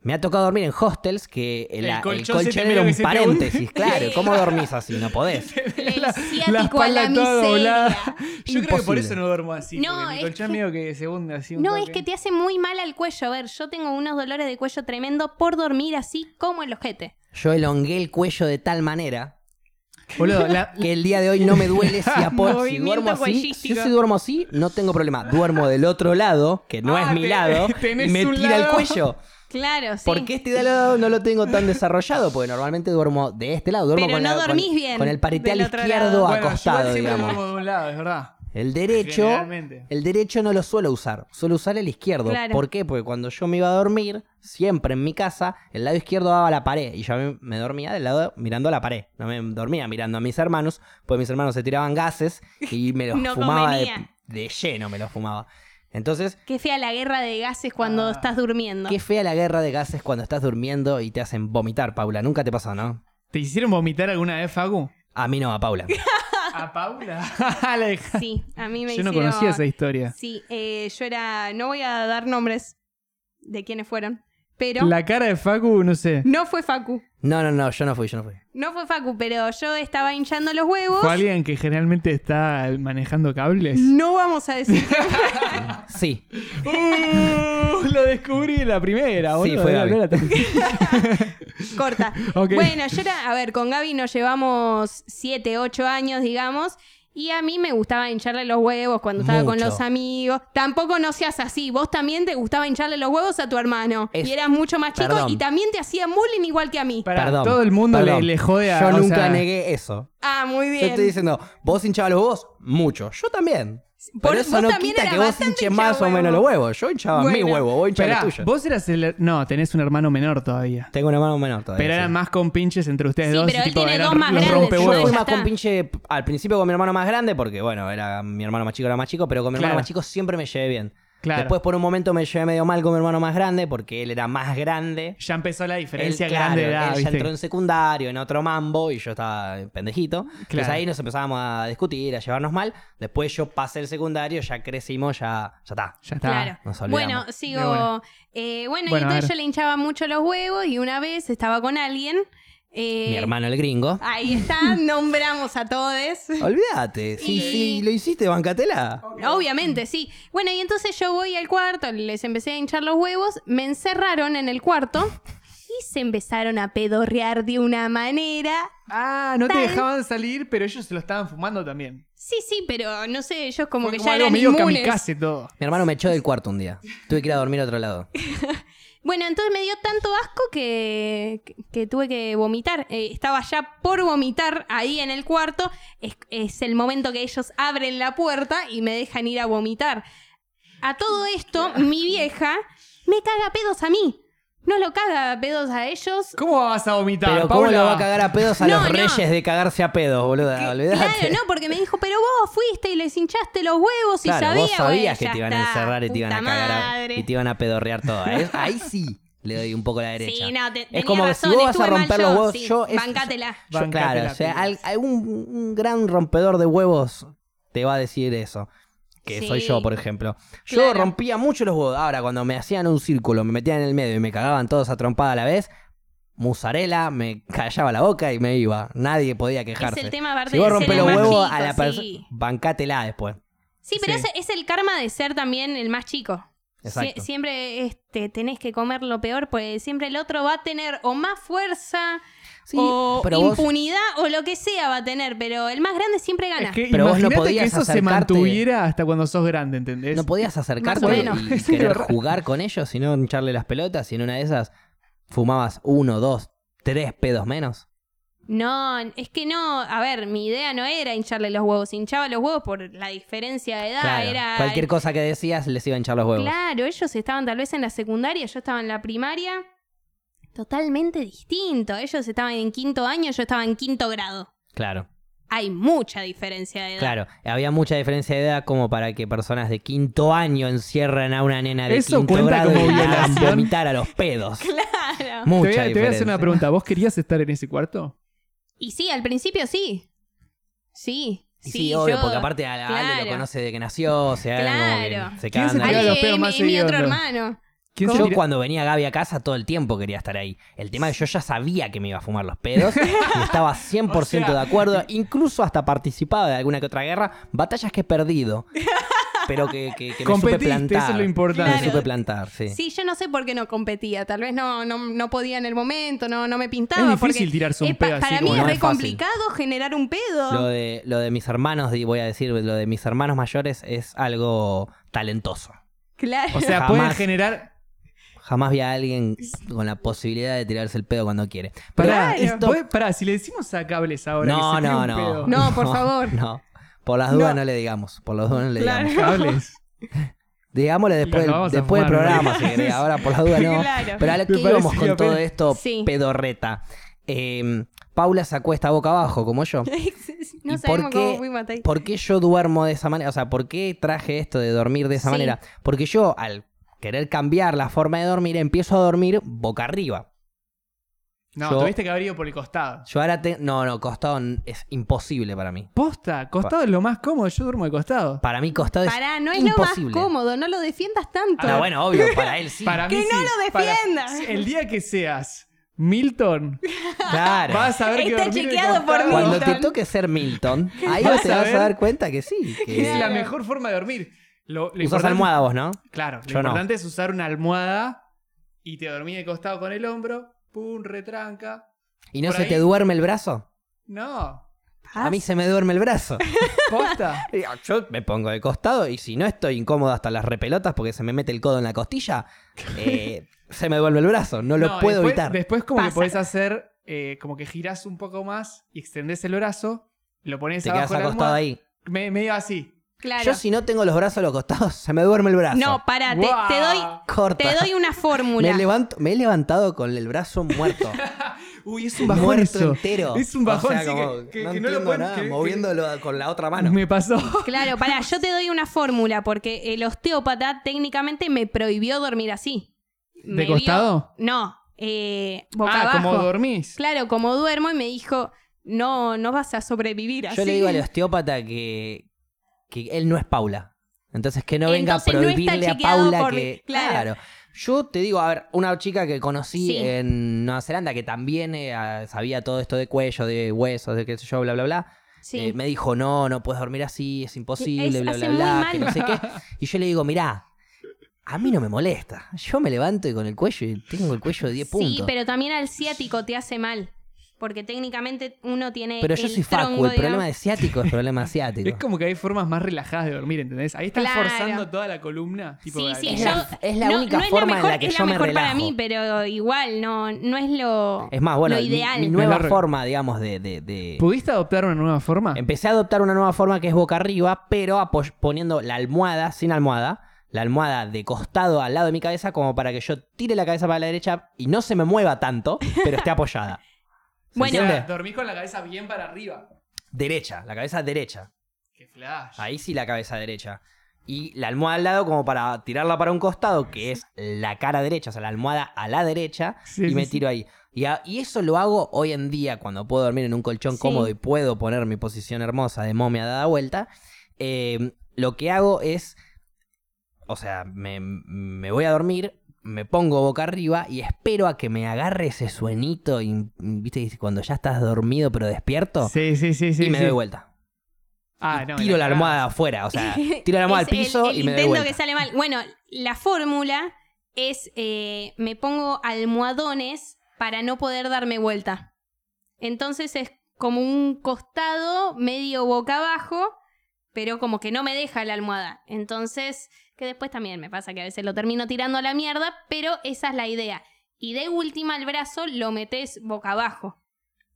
Speaker 1: Me ha tocado dormir en hostels que el,
Speaker 2: El
Speaker 1: el colchón,
Speaker 2: colchón se te
Speaker 1: era
Speaker 2: medio que
Speaker 1: un
Speaker 2: se te
Speaker 1: paréntesis,
Speaker 2: hunde.
Speaker 1: claro.
Speaker 3: Sí.
Speaker 1: ¿Cómo dormís así? No podés.
Speaker 3: El
Speaker 2: La- la
Speaker 3: ciático a la
Speaker 2: espalda toda doblada.
Speaker 3: miseria.
Speaker 2: Yo creo que por
Speaker 1: Imposible.
Speaker 2: eso no duermo así.
Speaker 3: No,
Speaker 2: porque mi
Speaker 3: es
Speaker 2: colchón
Speaker 3: que-
Speaker 2: medio que se hunde así un
Speaker 3: No, es
Speaker 2: toque.
Speaker 3: que te hace muy mal al cuello. A ver, yo tengo unos dolores de cuello tremendo por dormir así como el ojete.
Speaker 1: Yo elongué el cuello de tal manera
Speaker 2: Boludo, la-
Speaker 1: que el día de hoy no me duele si, apo- si
Speaker 3: Movimiento
Speaker 1: duermo así. Si
Speaker 3: cuellístico.
Speaker 1: yo si duermo así, no tengo problema. Duermo del otro lado, que no
Speaker 2: Ah,
Speaker 1: es mi
Speaker 2: te-
Speaker 1: lado,
Speaker 2: tenés
Speaker 1: y me
Speaker 2: un
Speaker 1: tira el
Speaker 2: lado.
Speaker 1: cuello.
Speaker 3: Claro, sí.
Speaker 1: Porque este de lado no lo tengo tan desarrollado, porque normalmente duermo de este lado, duermo
Speaker 3: Pero
Speaker 1: con,
Speaker 3: no
Speaker 1: la- con-
Speaker 3: dormís bien
Speaker 1: con el parietal
Speaker 3: del otro
Speaker 1: izquierdo
Speaker 3: lado.
Speaker 2: bueno, yo
Speaker 1: acostado,
Speaker 2: siempre
Speaker 1: digamos.
Speaker 2: duermo de un lado, es verdad.
Speaker 1: El derecho,
Speaker 2: Generalmente.
Speaker 1: el derecho no lo suelo usar, suelo usar el izquierdo.
Speaker 3: Claro.
Speaker 1: ¿Por qué? Porque cuando yo me iba a dormir, siempre en mi casa, el lado izquierdo daba a la pared y yo me- me dormía del lado mirando a la pared. No me dormía mirando a mis hermanos, pues mis hermanos se tiraban gases y me los
Speaker 3: No
Speaker 1: fumaba de,
Speaker 3: convenía.
Speaker 1: de lleno, me los fumaba. Entonces,
Speaker 3: Qué fea la guerra de gases cuando
Speaker 2: Ah.
Speaker 3: estás durmiendo.
Speaker 1: qué fea la guerra de gases cuando estás durmiendo y te hacen vomitar, Paula. Nunca te pasó, ¿no?
Speaker 2: ¿Te hicieron vomitar alguna vez, Facu?
Speaker 1: A mí no, a Paula.
Speaker 2: ¿A Paula? La deja-
Speaker 3: Sí, a mí me
Speaker 2: Yo no
Speaker 3: hicieron-
Speaker 2: conocía esa historia.
Speaker 3: Sí, eh, yo era... No voy a dar nombres de quiénes fueron, pero
Speaker 2: La cara de Facu, no sé.
Speaker 3: no fue Facu.
Speaker 1: No, no, no, yo no fui, yo no fui.
Speaker 3: No fue Facu, pero yo estaba hinchando los huevos.
Speaker 2: Fue alguien que generalmente está manejando cables.
Speaker 3: No vamos a decir.
Speaker 1: Sí,
Speaker 3: Mm.
Speaker 2: Uh, lo descubrí en la primera,
Speaker 1: Sí,
Speaker 2: boludo.
Speaker 1: fue
Speaker 2: Era-
Speaker 1: Gaby.
Speaker 2: no era tan-
Speaker 3: Corta.
Speaker 2: Ok.
Speaker 3: Bueno, yo era, a ver, con Gaby nos llevamos 7, 8 años, digamos, y a mí me gustaba hincharle los huevos cuando estaba con
Speaker 1: Mucho.
Speaker 3: los amigos. Tampoco no seas así, vos también te gustaba hincharle los huevos a tu hermano.
Speaker 1: Es-
Speaker 3: Y eras mucho más chico
Speaker 1: Perdón.
Speaker 3: y también te hacía bullying igual que a mí.
Speaker 2: Pará,
Speaker 1: perdón.
Speaker 2: Todo el mundo le,
Speaker 1: perdón.
Speaker 2: le jode a.
Speaker 1: Yo
Speaker 2: o
Speaker 1: nunca
Speaker 2: sea,
Speaker 1: negué eso.
Speaker 3: Ah, muy
Speaker 1: Yo
Speaker 3: bien.
Speaker 1: estoy diciendo, vos hinchabas los huevos mucho. Yo también.
Speaker 3: Por-
Speaker 1: Pero
Speaker 3: vos
Speaker 1: eso no
Speaker 3: también
Speaker 1: quita
Speaker 3: eras
Speaker 1: que vos
Speaker 3: bastante
Speaker 1: hinches más o
Speaker 3: hinchahuevo.
Speaker 1: menos los huevos. Yo hinchaba mi
Speaker 3: Bueno,
Speaker 1: huevo, vos hinchabas
Speaker 2: Pará,
Speaker 1: los tuyos.
Speaker 2: vos eras el. No, tenés un hermano menor todavía.
Speaker 1: Tengo una mano menor todavía.
Speaker 2: Pero
Speaker 1: sí.
Speaker 2: eran más compinches entre ustedes
Speaker 3: Sí,
Speaker 2: dos.
Speaker 3: pero
Speaker 2: y
Speaker 3: él
Speaker 2: tipo,
Speaker 3: tiene
Speaker 2: eran
Speaker 3: dos más
Speaker 2: los
Speaker 3: grandes,
Speaker 1: Yo
Speaker 3: huevos.
Speaker 1: fui
Speaker 2: rompehuevos.
Speaker 1: más
Speaker 3: Ya está.
Speaker 1: con pinche al principio con mi hermano más grande porque, bueno, era mi hermano más chico, era más chico, pero con mi hermano
Speaker 2: Claro.
Speaker 1: más chico siempre me llevé bien.
Speaker 2: Claro.
Speaker 1: Después por un momento me llevé medio mal con mi hermano más grande porque él era más grande.
Speaker 2: Ya empezó la diferencia
Speaker 1: Él,
Speaker 2: grande de
Speaker 1: claro,
Speaker 2: edad,
Speaker 1: él ya
Speaker 2: ¿viste?
Speaker 1: entró en secundario, en otro mambo, y yo estaba pendejito. Entonces
Speaker 2: Claro.
Speaker 1: ahí nos empezábamos a discutir, a llevarnos mal. Después yo pasé el secundario, ya crecimos, ya, ya está.
Speaker 2: Ya está.
Speaker 3: Claro.
Speaker 1: Nos olvidamos.
Speaker 3: Bueno,
Speaker 2: De
Speaker 3: sigo.
Speaker 2: una.
Speaker 3: eh, bueno,
Speaker 2: Bueno,
Speaker 3: y
Speaker 2: a ver.
Speaker 3: entonces yo le hinchaba mucho los huevos y una vez estaba con alguien. eh,
Speaker 1: Mi hermano el gringo.
Speaker 3: Ahí está, nombramos a todos.
Speaker 1: Olvídate, si,
Speaker 3: Y-
Speaker 1: si lo hiciste, bancatela.
Speaker 3: Obviamente, sí. Bueno, y entonces yo voy al cuarto, les empecé a hinchar los huevos, me encerraron en el cuarto y se empezaron a pedorrear de una manera.
Speaker 2: Ah, no te
Speaker 3: Tal.
Speaker 2: dejaban salir, pero ellos se lo estaban fumando también.
Speaker 3: Sí, sí, pero no sé, ellos como
Speaker 2: Fue
Speaker 3: que
Speaker 2: como
Speaker 3: ya
Speaker 2: algo
Speaker 3: eran
Speaker 2: medio
Speaker 3: inmunes.
Speaker 2: kamikaze todo.
Speaker 1: Mi hermano me echó del cuarto un día. Tuve que ir a dormir a otro lado.
Speaker 3: Bueno, entonces me dio tanto asco que, que- que tuve que vomitar. Eh, estaba ya por vomitar ahí en el cuarto. Es, es el momento que ellos abren la puerta y me dejan ir a vomitar. A todo esto, mi vieja me caga a pedos a mí. No lo caga a pedos a ellos,
Speaker 2: ¿Cómo vas a vomitar,
Speaker 1: Pero ¿cómo
Speaker 2: Paula?
Speaker 1: lo va a cagar a pedos a
Speaker 3: No,
Speaker 1: los
Speaker 3: no.
Speaker 1: reyes de cagarse a pedos, boluda? Olvídate.
Speaker 3: Claro, no, porque me dijo, pero vos fuiste y les hinchaste los huevos y
Speaker 1: Claro,
Speaker 3: sabía,
Speaker 1: vos sabías
Speaker 3: güey,
Speaker 1: que te
Speaker 3: ya
Speaker 1: iban a
Speaker 3: está,
Speaker 1: encerrar y te iban a
Speaker 3: puta
Speaker 1: cagar a-
Speaker 3: madre.
Speaker 1: y te iban a pedorrear todo. Es- Ahí sí le doy un poco la derecha.
Speaker 3: Sí, no, te-
Speaker 1: es
Speaker 3: tenía
Speaker 1: como
Speaker 3: razón,
Speaker 1: si vos vas a
Speaker 3: estuve mal
Speaker 1: romper
Speaker 3: yo,
Speaker 1: los huevos,
Speaker 3: sí,
Speaker 1: yo es-
Speaker 3: bancátela.
Speaker 1: yo-
Speaker 2: Bancátela,
Speaker 1: claro, o sea,
Speaker 2: pibe.
Speaker 1: al- algún un gran rompedor de huevos te va a decir eso. Que soy
Speaker 3: Sí.
Speaker 1: yo, por ejemplo. Yo
Speaker 3: Claro.
Speaker 1: rompía mucho los huevos. Ahora, cuando me hacían un círculo, me metían en el medio y me cagaban todos a trompada a la vez, musarela, me callaba la boca y me iba. Nadie podía quejarse.
Speaker 3: Es el tema aparte
Speaker 1: si vos
Speaker 3: de ser
Speaker 1: rompes los
Speaker 3: humano
Speaker 1: huevos
Speaker 3: chico,
Speaker 1: a la persona,
Speaker 3: sí.
Speaker 1: bancátela después.
Speaker 3: Sí, pero
Speaker 2: Sí.
Speaker 3: ese Es, el karma de ser también el más chico. Sie-
Speaker 1: Exacto.
Speaker 3: siempre este, tenés que comer lo peor, pues siempre el otro va a tener o más fuerza
Speaker 1: Sí,
Speaker 3: o
Speaker 1: pero vos-
Speaker 3: impunidad o lo que sea va a tener, pero el más grande siempre gana.
Speaker 2: Es que
Speaker 1: Pero vos no
Speaker 2: imagínate que
Speaker 1: podías
Speaker 2: eso se
Speaker 1: acercarte-
Speaker 2: mantuviera hasta cuando sos grande, ¿entendés?
Speaker 1: No podías acercarte
Speaker 3: Más o menos.
Speaker 1: y querer jugar con ellos, sino hincharle las pelotas. Y en una de esas fumabas uno, dos, tres pedos menos.
Speaker 3: No, es que no, a ver, mi idea no era hincharle los huevos, hinchaba los huevos por la diferencia de edad,
Speaker 1: Claro,
Speaker 3: Ah, era
Speaker 1: Cualquier cosa que decías les iba a hinchar los huevos.
Speaker 3: Claro, ellos estaban tal vez en la secundaria, yo estaba en la primaria. Totalmente distinto. Ellos estaban en quinto año, yo estaba en quinto grado.
Speaker 1: Claro,
Speaker 3: Hay mucha diferencia de edad.
Speaker 1: claro. Había mucha diferencia de edad como para que personas de quinto año encierren a una nena de
Speaker 2: Eso
Speaker 1: quinto
Speaker 2: cuenta
Speaker 1: grado
Speaker 2: como
Speaker 1: y la hagan
Speaker 2: violación.
Speaker 1: vomitar a los pedos.
Speaker 3: Claro.
Speaker 2: Te voy, a,
Speaker 1: Mucha
Speaker 2: te voy a hacer
Speaker 1: diferencia.
Speaker 2: una pregunta. ¿Vos querías estar en ese cuarto?
Speaker 3: Y sí, al principio sí. Sí.
Speaker 1: Y sí, obvio,
Speaker 3: yo-
Speaker 1: porque aparte a, a Ale
Speaker 3: claro.
Speaker 1: lo conoce de que nació, o sea, era como
Speaker 3: Claro.
Speaker 1: que se
Speaker 2: ¿Quién se
Speaker 1: cagan
Speaker 2: tiraba
Speaker 1: dando-
Speaker 2: los
Speaker 3: Ale
Speaker 2: pelos
Speaker 3: es
Speaker 2: más
Speaker 3: mi- es mi otro
Speaker 2: hediondos?
Speaker 3: hermano.
Speaker 2: ¿Quién se
Speaker 1: Yo
Speaker 2: tira-
Speaker 1: cuando venía Gaby a casa todo el tiempo quería estar ahí. El tema es que yo ya sabía que me iba a fumar los pedos y estaba 100%
Speaker 2: O sea-
Speaker 1: de acuerdo, incluso hasta participaba de alguna que otra guerra, batallas que he perdido, pero que, que, que me supe
Speaker 2: Competiste,
Speaker 1: plantar.
Speaker 2: eso es lo importante.
Speaker 1: Me supe plantar, sí.
Speaker 3: Sí, yo no sé por qué no competía. Tal vez no, no, no podía en el momento, no, no me pintaba.
Speaker 2: Es difícil
Speaker 3: porque-
Speaker 2: tirarse un
Speaker 3: Eh, pa-
Speaker 2: pedo así
Speaker 3: Para
Speaker 2: como-
Speaker 3: mí es
Speaker 1: No
Speaker 3: re
Speaker 1: es fácil.
Speaker 3: complicado generar un pedo.
Speaker 1: Lo de, lo de mis hermanos, di- voy a decir, lo de mis hermanos mayores es algo talentoso.
Speaker 3: Claro.
Speaker 2: O sea,
Speaker 1: Jamás.
Speaker 2: pueden generar...
Speaker 1: Jamás vi a alguien con la posibilidad de tirarse el pedo cuando quiere. Pero
Speaker 2: Pará,
Speaker 3: Claro.
Speaker 1: esto-
Speaker 2: ¿puede- pará, si le decimos a cables ahora
Speaker 1: No,
Speaker 2: que se tire
Speaker 1: no,
Speaker 2: un
Speaker 1: no.
Speaker 2: pedo.
Speaker 3: No, por favor.
Speaker 1: No. Por las dudas
Speaker 2: No.
Speaker 1: no, le digamos. Por las dudas no le
Speaker 3: Claro.
Speaker 1: digamos.
Speaker 2: Cables.
Speaker 1: Digámosle después,
Speaker 2: Lo
Speaker 1: del,
Speaker 2: vamos a
Speaker 1: después del
Speaker 2: fumar,
Speaker 1: programa,
Speaker 2: ¿no?
Speaker 1: si querés. Ahora por la duda no.
Speaker 3: Claro.
Speaker 1: Pero a lo
Speaker 2: Me
Speaker 1: que íbamos
Speaker 2: parece
Speaker 1: con
Speaker 2: que
Speaker 1: todo
Speaker 2: apenas-
Speaker 1: esto,
Speaker 3: Sí.
Speaker 1: pedorreta. Eh, Paula se acuesta boca abajo, como yo.
Speaker 3: no
Speaker 1: ¿Y por
Speaker 3: sabemos cómo
Speaker 1: qué-
Speaker 3: fuimos hasta ahí.
Speaker 1: ¿Por qué yo duermo de esa manera? O sea, ¿por qué traje esto de dormir de esa
Speaker 3: Sí.
Speaker 1: manera? Porque yo, al querer cambiar la forma de dormir, empiezo a dormir boca arriba.
Speaker 2: No,
Speaker 1: Yo-
Speaker 2: tuviste que haber ido por el costado.
Speaker 1: Yo ahora te... No, no, costado n- es imposible para mí.
Speaker 2: Posta, costado es lo más cómodo. Yo duermo de costado.
Speaker 1: Para mí costado
Speaker 3: Pará, no es
Speaker 1: es imposible.
Speaker 3: lo más cómodo, no lo defiendas tanto.
Speaker 1: Ah, no, bueno, obvio, para él sí.
Speaker 2: Para
Speaker 3: ¡Que
Speaker 2: mí
Speaker 3: no
Speaker 2: sí,
Speaker 3: lo
Speaker 2: para-
Speaker 3: defiendas!
Speaker 2: el día que seas Milton,
Speaker 1: Claro.
Speaker 2: vas a ver que
Speaker 3: Está
Speaker 2: dormir de
Speaker 3: chequeado por
Speaker 2: costado-
Speaker 3: Milton.
Speaker 1: Cuando te toque ser Milton, ahí
Speaker 2: Vas
Speaker 1: te
Speaker 2: a
Speaker 1: vas
Speaker 2: ver.
Speaker 1: a dar cuenta que sí. Que
Speaker 2: Es la
Speaker 3: Claro.
Speaker 2: mejor forma de dormir. Lo, lo
Speaker 1: Usas
Speaker 2: importante-
Speaker 1: almohada vos, ¿no?
Speaker 2: Claro, lo
Speaker 1: Yo no.
Speaker 2: importante es usar una almohada y te dormí de costado con el hombro, pum, retranca.
Speaker 1: ¿Y no
Speaker 2: Por
Speaker 1: se
Speaker 2: ahí- Ah.
Speaker 1: te duerme el brazo?
Speaker 2: No,
Speaker 3: Ah,
Speaker 1: A mí se me duerme el brazo.
Speaker 2: posta.
Speaker 1: Y Yo me pongo de costado y si no estoy incómodo hasta las repelotas porque se me mete el codo en la costilla, eh, se me duerme el brazo. No lo
Speaker 2: No,
Speaker 1: puedo
Speaker 2: después,
Speaker 1: evitar.
Speaker 2: Después como que
Speaker 3: Pasa.
Speaker 2: podés hacer, eh, como que girás un poco más y extendés el brazo, lo pones
Speaker 1: Te
Speaker 2: abajo
Speaker 1: quedas
Speaker 2: de la
Speaker 1: acostado
Speaker 2: almohada,
Speaker 1: ahí.
Speaker 2: me- medio así.
Speaker 3: Claro.
Speaker 1: Yo si no tengo los brazos a los costados, se me duerme el brazo.
Speaker 3: No, pará, te,
Speaker 2: Guau.
Speaker 3: te doy,
Speaker 1: corta.
Speaker 3: te doy una
Speaker 1: me,
Speaker 3: fórmula.
Speaker 1: levanto, me he levantado con el brazo muerto.
Speaker 2: Uy, es un bajón
Speaker 1: muerto
Speaker 2: eso.
Speaker 1: entero.
Speaker 2: Es un
Speaker 1: O
Speaker 2: bajón,
Speaker 1: sea,
Speaker 2: sí,
Speaker 1: como
Speaker 2: que- que-
Speaker 1: no
Speaker 2: que no lo
Speaker 1: entiendo
Speaker 2: pueden-
Speaker 1: nada,
Speaker 2: que- que-
Speaker 1: moviéndolo con la otra mano.
Speaker 2: Me pasó.
Speaker 3: Claro, pará, yo te doy una fórmula porque el osteópata técnicamente me prohibió dormir así. Me
Speaker 2: ¿De
Speaker 3: vio-
Speaker 2: costado?
Speaker 3: no, eh, boca
Speaker 2: Ah,
Speaker 3: abajo.
Speaker 2: como dormís.
Speaker 3: Claro, como duermo y me dijo, no, no vas a sobrevivir así.
Speaker 1: Yo le digo al osteópata que, que él no es Paula. Entonces que no venga
Speaker 3: Entonces
Speaker 1: a
Speaker 3: no está
Speaker 1: prohibirle a
Speaker 3: chequeado
Speaker 1: Paula
Speaker 3: por mí.
Speaker 1: que.
Speaker 3: Claro.
Speaker 1: Yo te digo, a ver, una chica que conocí
Speaker 3: Sí.
Speaker 1: en Nueva Zelanda que también eh, ah, sabía todo esto de cuello, de huesos, de qué sé yo, bla, bla, bla.
Speaker 3: Sí.
Speaker 1: eh, me dijo, no, no puedes dormir así, es imposible,
Speaker 3: Es-
Speaker 1: bla,
Speaker 3: hace
Speaker 1: bla,
Speaker 3: muy
Speaker 1: bla,
Speaker 3: mal.
Speaker 1: que no sé qué. Y yo le digo, mirá, a mí no me molesta. Yo me levanto y con el cuello y tengo el cuello de 10 puntos.
Speaker 3: Sí, pero también al ciático te hace mal. Porque técnicamente uno tiene.
Speaker 1: Pero yo
Speaker 3: el
Speaker 1: soy facu,
Speaker 3: tronco,
Speaker 1: el problema
Speaker 3: digamos.
Speaker 1: de ciático es problema asiático.
Speaker 2: Es como que hay formas más relajadas de dormir, ¿entendés? Ahí estás
Speaker 3: Claro.
Speaker 2: forzando toda la columna. Tipo,
Speaker 3: Sí,
Speaker 2: de-
Speaker 3: sí,
Speaker 1: Es
Speaker 3: yo-
Speaker 1: la- es la
Speaker 3: no-
Speaker 1: única
Speaker 3: no es
Speaker 1: forma en
Speaker 3: mejor-
Speaker 1: la que
Speaker 3: es
Speaker 1: yo me
Speaker 3: mejor para
Speaker 1: relajo.
Speaker 3: mí, pero igual, no, no es lo,
Speaker 1: Es más, bueno,
Speaker 3: lo
Speaker 1: mi-
Speaker 3: ideal.
Speaker 1: Mi,
Speaker 2: No
Speaker 1: nueva
Speaker 2: es lo re-
Speaker 1: forma, digamos, de... de- de-
Speaker 2: ¿Pudiste adoptar una nueva forma?
Speaker 1: Empecé a adoptar una nueva forma que es boca arriba, pero apoy- poniendo la almohada, sin almohada, la almohada de costado al lado de mi cabeza como para que yo tire la cabeza para la derecha y no se me mueva tanto, pero esté apoyada. ¿Se
Speaker 3: Bueno.
Speaker 2: O sea,
Speaker 1: entiende?
Speaker 2: dormís con la cabeza bien para arriba.
Speaker 1: Derecha, la cabeza derecha.
Speaker 2: Qué flash.
Speaker 1: Ahí sí la cabeza derecha. Y la almohada al lado como para tirarla para un costado, que es la cara derecha, o sea, la almohada a la derecha,
Speaker 2: Sí,
Speaker 1: y
Speaker 2: sí,
Speaker 1: me
Speaker 2: sí.
Speaker 1: tiro ahí. Y, a- y eso lo hago hoy en día cuando puedo dormir en un colchón
Speaker 3: Sí.
Speaker 1: cómodo y puedo poner mi posición hermosa de momia dada vuelta. Eh, lo que hago es, o sea, me, me voy a dormir, me pongo boca arriba y espero a que me agarre ese sueñito, y, y, viste, cuando ya estás dormido pero despierto,
Speaker 2: Sí, sí, sí, sí.
Speaker 1: y me
Speaker 2: sí.
Speaker 1: doy vuelta.
Speaker 2: Ah,
Speaker 1: y
Speaker 2: no,
Speaker 1: tiro la
Speaker 2: cagás.
Speaker 1: almohada afuera, o sea, tiro la almohada al
Speaker 3: Es el-
Speaker 1: piso y
Speaker 3: el
Speaker 1: me doy
Speaker 3: intento
Speaker 1: vuelta.
Speaker 3: que sale mal. Bueno, la fórmula es eh, me pongo almohadones para no poder darme vuelta. Entonces es como un costado medio boca abajo, pero como que no me deja la almohada. Entonces, que después también me pasa que a veces lo termino tirando a la mierda, pero esa es la idea. Y de última el brazo lo metes boca abajo.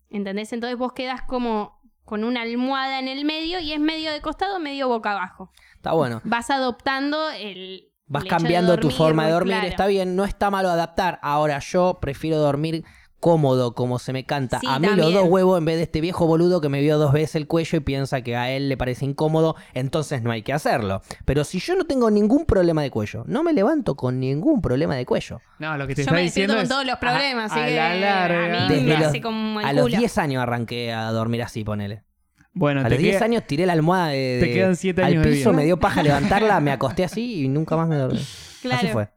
Speaker 3: ¿Entendés? Entonces vos quedás como con una almohada en el medio y es medio de costado, medio boca abajo
Speaker 1: Está bueno.
Speaker 3: vas adoptando el.
Speaker 1: Vas
Speaker 3: el hecho de
Speaker 1: cambiando tu
Speaker 3: dormir,
Speaker 1: forma de
Speaker 3: pues,
Speaker 1: dormir,
Speaker 3: claro.
Speaker 1: está bien, no está malo adaptar. Ahora yo prefiero dormir cómodo como se me canta.
Speaker 3: Sí,
Speaker 1: a mí los
Speaker 3: también.
Speaker 1: dos huevos en vez de este viejo boludo que me vio dos veces el cuello y piensa que a él le parece incómodo, entonces no hay que hacerlo. Pero si yo no tengo ningún problema de cuello, no me levanto con ningún problema de cuello.
Speaker 2: No, lo que te
Speaker 3: Yo
Speaker 2: está
Speaker 3: me
Speaker 2: diciendo
Speaker 3: despierto con
Speaker 2: es
Speaker 3: todos los problemas,
Speaker 2: a-
Speaker 3: así
Speaker 2: a
Speaker 3: que
Speaker 2: la larga.
Speaker 3: a mí me
Speaker 1: Desde
Speaker 3: hace
Speaker 1: los-
Speaker 3: como el
Speaker 1: A los
Speaker 3: culo.
Speaker 1: 10 años arranqué a dormir así, ponele.
Speaker 2: Bueno,
Speaker 1: A
Speaker 2: te
Speaker 1: los 10
Speaker 2: queda-
Speaker 1: años tiré la almohada de,
Speaker 2: te
Speaker 1: de-
Speaker 2: quedan siete
Speaker 1: al
Speaker 2: años de
Speaker 1: piso,
Speaker 2: vida.
Speaker 1: me dio paja levantarla, me acosté así y nunca más me dormí. Así
Speaker 3: Claro.
Speaker 1: fue.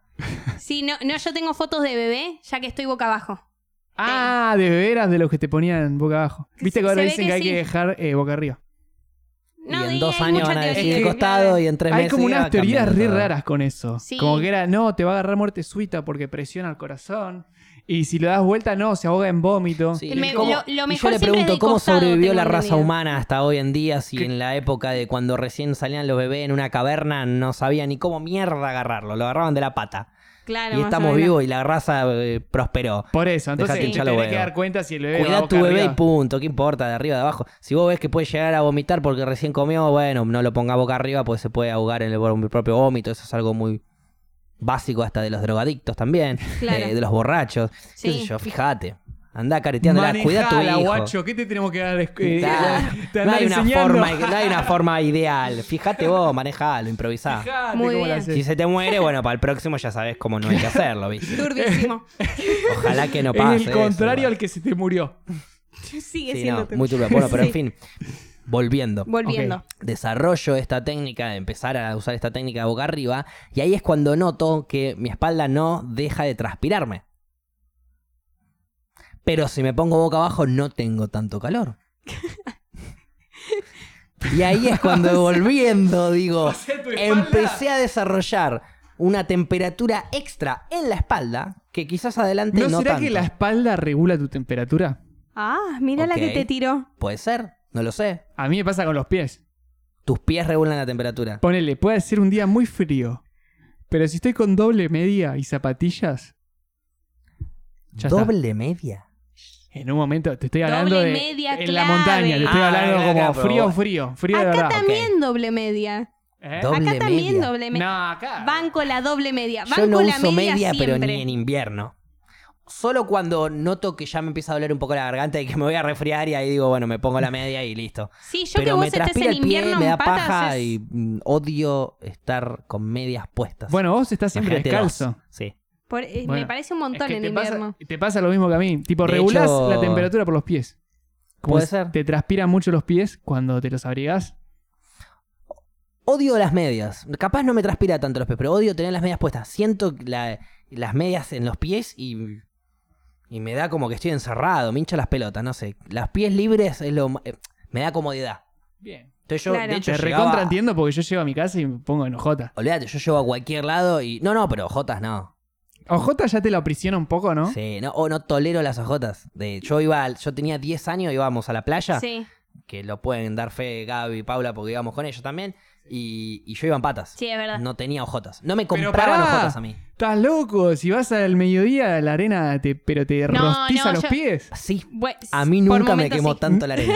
Speaker 3: Sí, no, no, yo tengo fotos de bebé ya que estoy boca abajo.
Speaker 2: Ah, de veras de los que te ponían boca abajo. Viste que
Speaker 3: Se-
Speaker 2: ahora
Speaker 3: se ve
Speaker 2: dicen que,
Speaker 3: que
Speaker 2: hay
Speaker 3: sí.
Speaker 2: que dejar eh, boca arriba.
Speaker 3: No,
Speaker 1: y en
Speaker 3: di,
Speaker 1: dos
Speaker 3: hay
Speaker 1: años
Speaker 3: mucha
Speaker 1: van a decir
Speaker 3: teoría.
Speaker 1: de costado y en tres
Speaker 2: Hay
Speaker 1: meses
Speaker 2: como
Speaker 1: ya va
Speaker 2: unas teorías
Speaker 1: cambiando
Speaker 2: re
Speaker 1: todo.
Speaker 2: raras con eso.
Speaker 3: Sí.
Speaker 2: Como que era, no, te va a agarrar muerte súbita porque presiona el corazón. Y si lo das vuelta, no, se ahoga en vómito.
Speaker 1: Sí.
Speaker 3: Me-
Speaker 1: ¿Y cómo-
Speaker 3: lo- lo
Speaker 1: y yo
Speaker 3: mejor
Speaker 1: le
Speaker 3: siempre es
Speaker 1: pregunto
Speaker 3: del
Speaker 1: cómo
Speaker 3: costado,
Speaker 1: sobrevivió
Speaker 3: tengo
Speaker 1: la raza
Speaker 3: entendido.
Speaker 1: humana hasta hoy en día si
Speaker 2: ¿Qué?
Speaker 1: en la época de cuando recién salían los bebés en una caverna no sabía ni cómo mierda agarrarlo, lo agarraban de la pata. y
Speaker 3: Claro, Ah, más o
Speaker 1: estamos
Speaker 3: menos.
Speaker 1: vivos y la raza eh, prosperó.
Speaker 2: Por eso, entonces
Speaker 1: Dejate
Speaker 2: te
Speaker 1: hinchar los
Speaker 2: tenés que
Speaker 1: huevos.
Speaker 2: dar cuenta si el bebé va
Speaker 1: Cuidá
Speaker 2: boca
Speaker 1: tu bebé y
Speaker 2: arriba.
Speaker 1: punto, ¿qué importa? De arriba, de abajo. Si vos ves que puede llegar a vomitar porque recién comió, bueno, no lo ponga boca arriba pues se puede ahogar en el vom- propio vómito. Eso es algo muy básico hasta de los drogadictos también,
Speaker 3: Claro.
Speaker 1: eh, de los borrachos. ¿Qué
Speaker 3: Sí.
Speaker 1: sé yo? Fíjate. Andá careteándola, cuidá tu
Speaker 2: Manejala,
Speaker 1: hijo.
Speaker 2: guacho, ¿qué te tenemos que dar? Eh,
Speaker 1: Claro.
Speaker 2: te
Speaker 1: No
Speaker 2: andá
Speaker 1: hay, una
Speaker 2: enseñando.
Speaker 1: forma, no hay una forma ideal. Fíjate vos, manejalo, improvisá.
Speaker 2: Fijate
Speaker 3: Muy
Speaker 2: cómo la
Speaker 3: bien.
Speaker 2: haces.
Speaker 1: Si se te muere, bueno, para el próximo ya sabes cómo no hay que hacerlo, ¿viste?
Speaker 3: Turbísimo.
Speaker 1: Ojalá que no pase.
Speaker 2: es el contrario
Speaker 1: eso,
Speaker 2: al que se te murió.
Speaker 3: Sigue
Speaker 1: Sí,
Speaker 3: siendo
Speaker 1: no,
Speaker 3: turbio.
Speaker 1: muy turbio. Bueno, pero en
Speaker 3: Sí.
Speaker 1: fin, volviendo.
Speaker 3: Volviendo.
Speaker 2: Ok.
Speaker 1: Desarrollo esta técnica, de empezar a usar esta técnica de boca arriba, y ahí es cuando noto que mi espalda no deja de transpirarme. Pero si me pongo boca abajo, no tengo tanto calor. Y ahí es cuando volviendo, digo,
Speaker 2: O sea, tu espalda-
Speaker 1: empecé a desarrollar una temperatura extra en la espalda que quizás adelante
Speaker 2: ¿No,
Speaker 1: no,
Speaker 2: será
Speaker 1: tanto.
Speaker 2: que la espalda regula tu temperatura?
Speaker 3: Ah, mira la que
Speaker 1: Ok.
Speaker 3: te tiró.
Speaker 1: Puede ser, no lo sé.
Speaker 2: A mí me pasa con los pies.
Speaker 1: Tus pies regulan la temperatura.
Speaker 2: Ponele, puede ser un día muy frío. Pero si estoy con doble media y zapatillas. ya está.
Speaker 1: Doble media.
Speaker 2: En un momento, te estoy hablando
Speaker 3: Doble
Speaker 2: de.
Speaker 3: media
Speaker 2: en la
Speaker 3: clave.
Speaker 2: montaña, te estoy
Speaker 1: Ah,
Speaker 2: hablando
Speaker 1: acá,
Speaker 2: como
Speaker 1: pero
Speaker 2: frío,
Speaker 1: vos-
Speaker 2: frío, frío de
Speaker 3: Acá
Speaker 2: verdad.
Speaker 3: también doble media.
Speaker 2: ¿Eh?
Speaker 1: Doble
Speaker 3: Acá también
Speaker 1: media.
Speaker 3: doble media.
Speaker 2: No, acá.
Speaker 3: Banco la doble media. Banco
Speaker 1: Yo no
Speaker 3: la
Speaker 1: uso media, pero
Speaker 3: siempre.
Speaker 1: ni en invierno. Solo cuando noto que ya me empieza a doler un poco la garganta y que me voy a resfriar y ahí digo, bueno, me pongo la media y listo.
Speaker 3: Sí, yo que
Speaker 1: pero
Speaker 3: vos
Speaker 1: me
Speaker 3: estés
Speaker 1: transpira
Speaker 3: en
Speaker 1: el pie,
Speaker 3: invierno
Speaker 1: me da
Speaker 3: en patas
Speaker 1: paja
Speaker 3: es-
Speaker 1: y mm, odio estar con medias puestas.
Speaker 2: Bueno, vos estás siempre
Speaker 1: Imagínate
Speaker 2: descalzo.
Speaker 1: dos. Sí.
Speaker 3: por- eh,
Speaker 2: Bueno,
Speaker 3: me parece un
Speaker 2: Es
Speaker 3: montón
Speaker 2: que
Speaker 3: en
Speaker 2: te,
Speaker 3: invierno.
Speaker 2: pasa, te pasa lo mismo que a mí. Tipo,
Speaker 1: De
Speaker 2: regulás
Speaker 1: hecho-
Speaker 2: la temperatura por los pies. Como
Speaker 1: Puede
Speaker 2: si
Speaker 1: ser.
Speaker 2: Te transpiran mucho los pies cuando te los abrigás.
Speaker 1: Odio las medias. Capaz no me transpira tanto los pies, pero odio tener las medias puestas. Siento la- las medias en los pies y, y me da como que estoy encerrado, me hincha las pelotas, no sé. Las pies libres es lo, ma- eh, me da comodidad.
Speaker 2: Bien.
Speaker 1: Entonces yo,
Speaker 3: Claro.
Speaker 1: de hecho,
Speaker 2: Te
Speaker 1: llegaba-
Speaker 2: recontra entiendo porque yo llego a mi casa y me pongo en OJ.
Speaker 1: Olvídate, yo llevo a cualquier lado y. No, no, pero ojotas no.
Speaker 2: OJ ya te lo aprisiona un poco, ¿no?
Speaker 1: Sí, no, o no tolero las ojotas. De, yo iba, al- yo tenía 10 años, íbamos a la playa,
Speaker 3: Sí,
Speaker 1: que lo pueden dar fe Gaby y Paula porque íbamos con ellos también. Y, y yo iba en patas.
Speaker 3: sí, es verdad.
Speaker 1: No tenía ojotas. No me
Speaker 2: Pero
Speaker 1: compraban
Speaker 2: pará.
Speaker 1: ojotas a mí.
Speaker 2: Estás loco, si vas al mediodía a la arena, te, pero te
Speaker 3: No,
Speaker 2: rostiza
Speaker 3: no,
Speaker 2: los
Speaker 3: yo-
Speaker 2: pies.
Speaker 1: Sí.
Speaker 3: Bueno,
Speaker 1: A mí
Speaker 3: por
Speaker 1: nunca me
Speaker 3: momentos
Speaker 1: quemó
Speaker 3: sí.
Speaker 1: tanto la arena.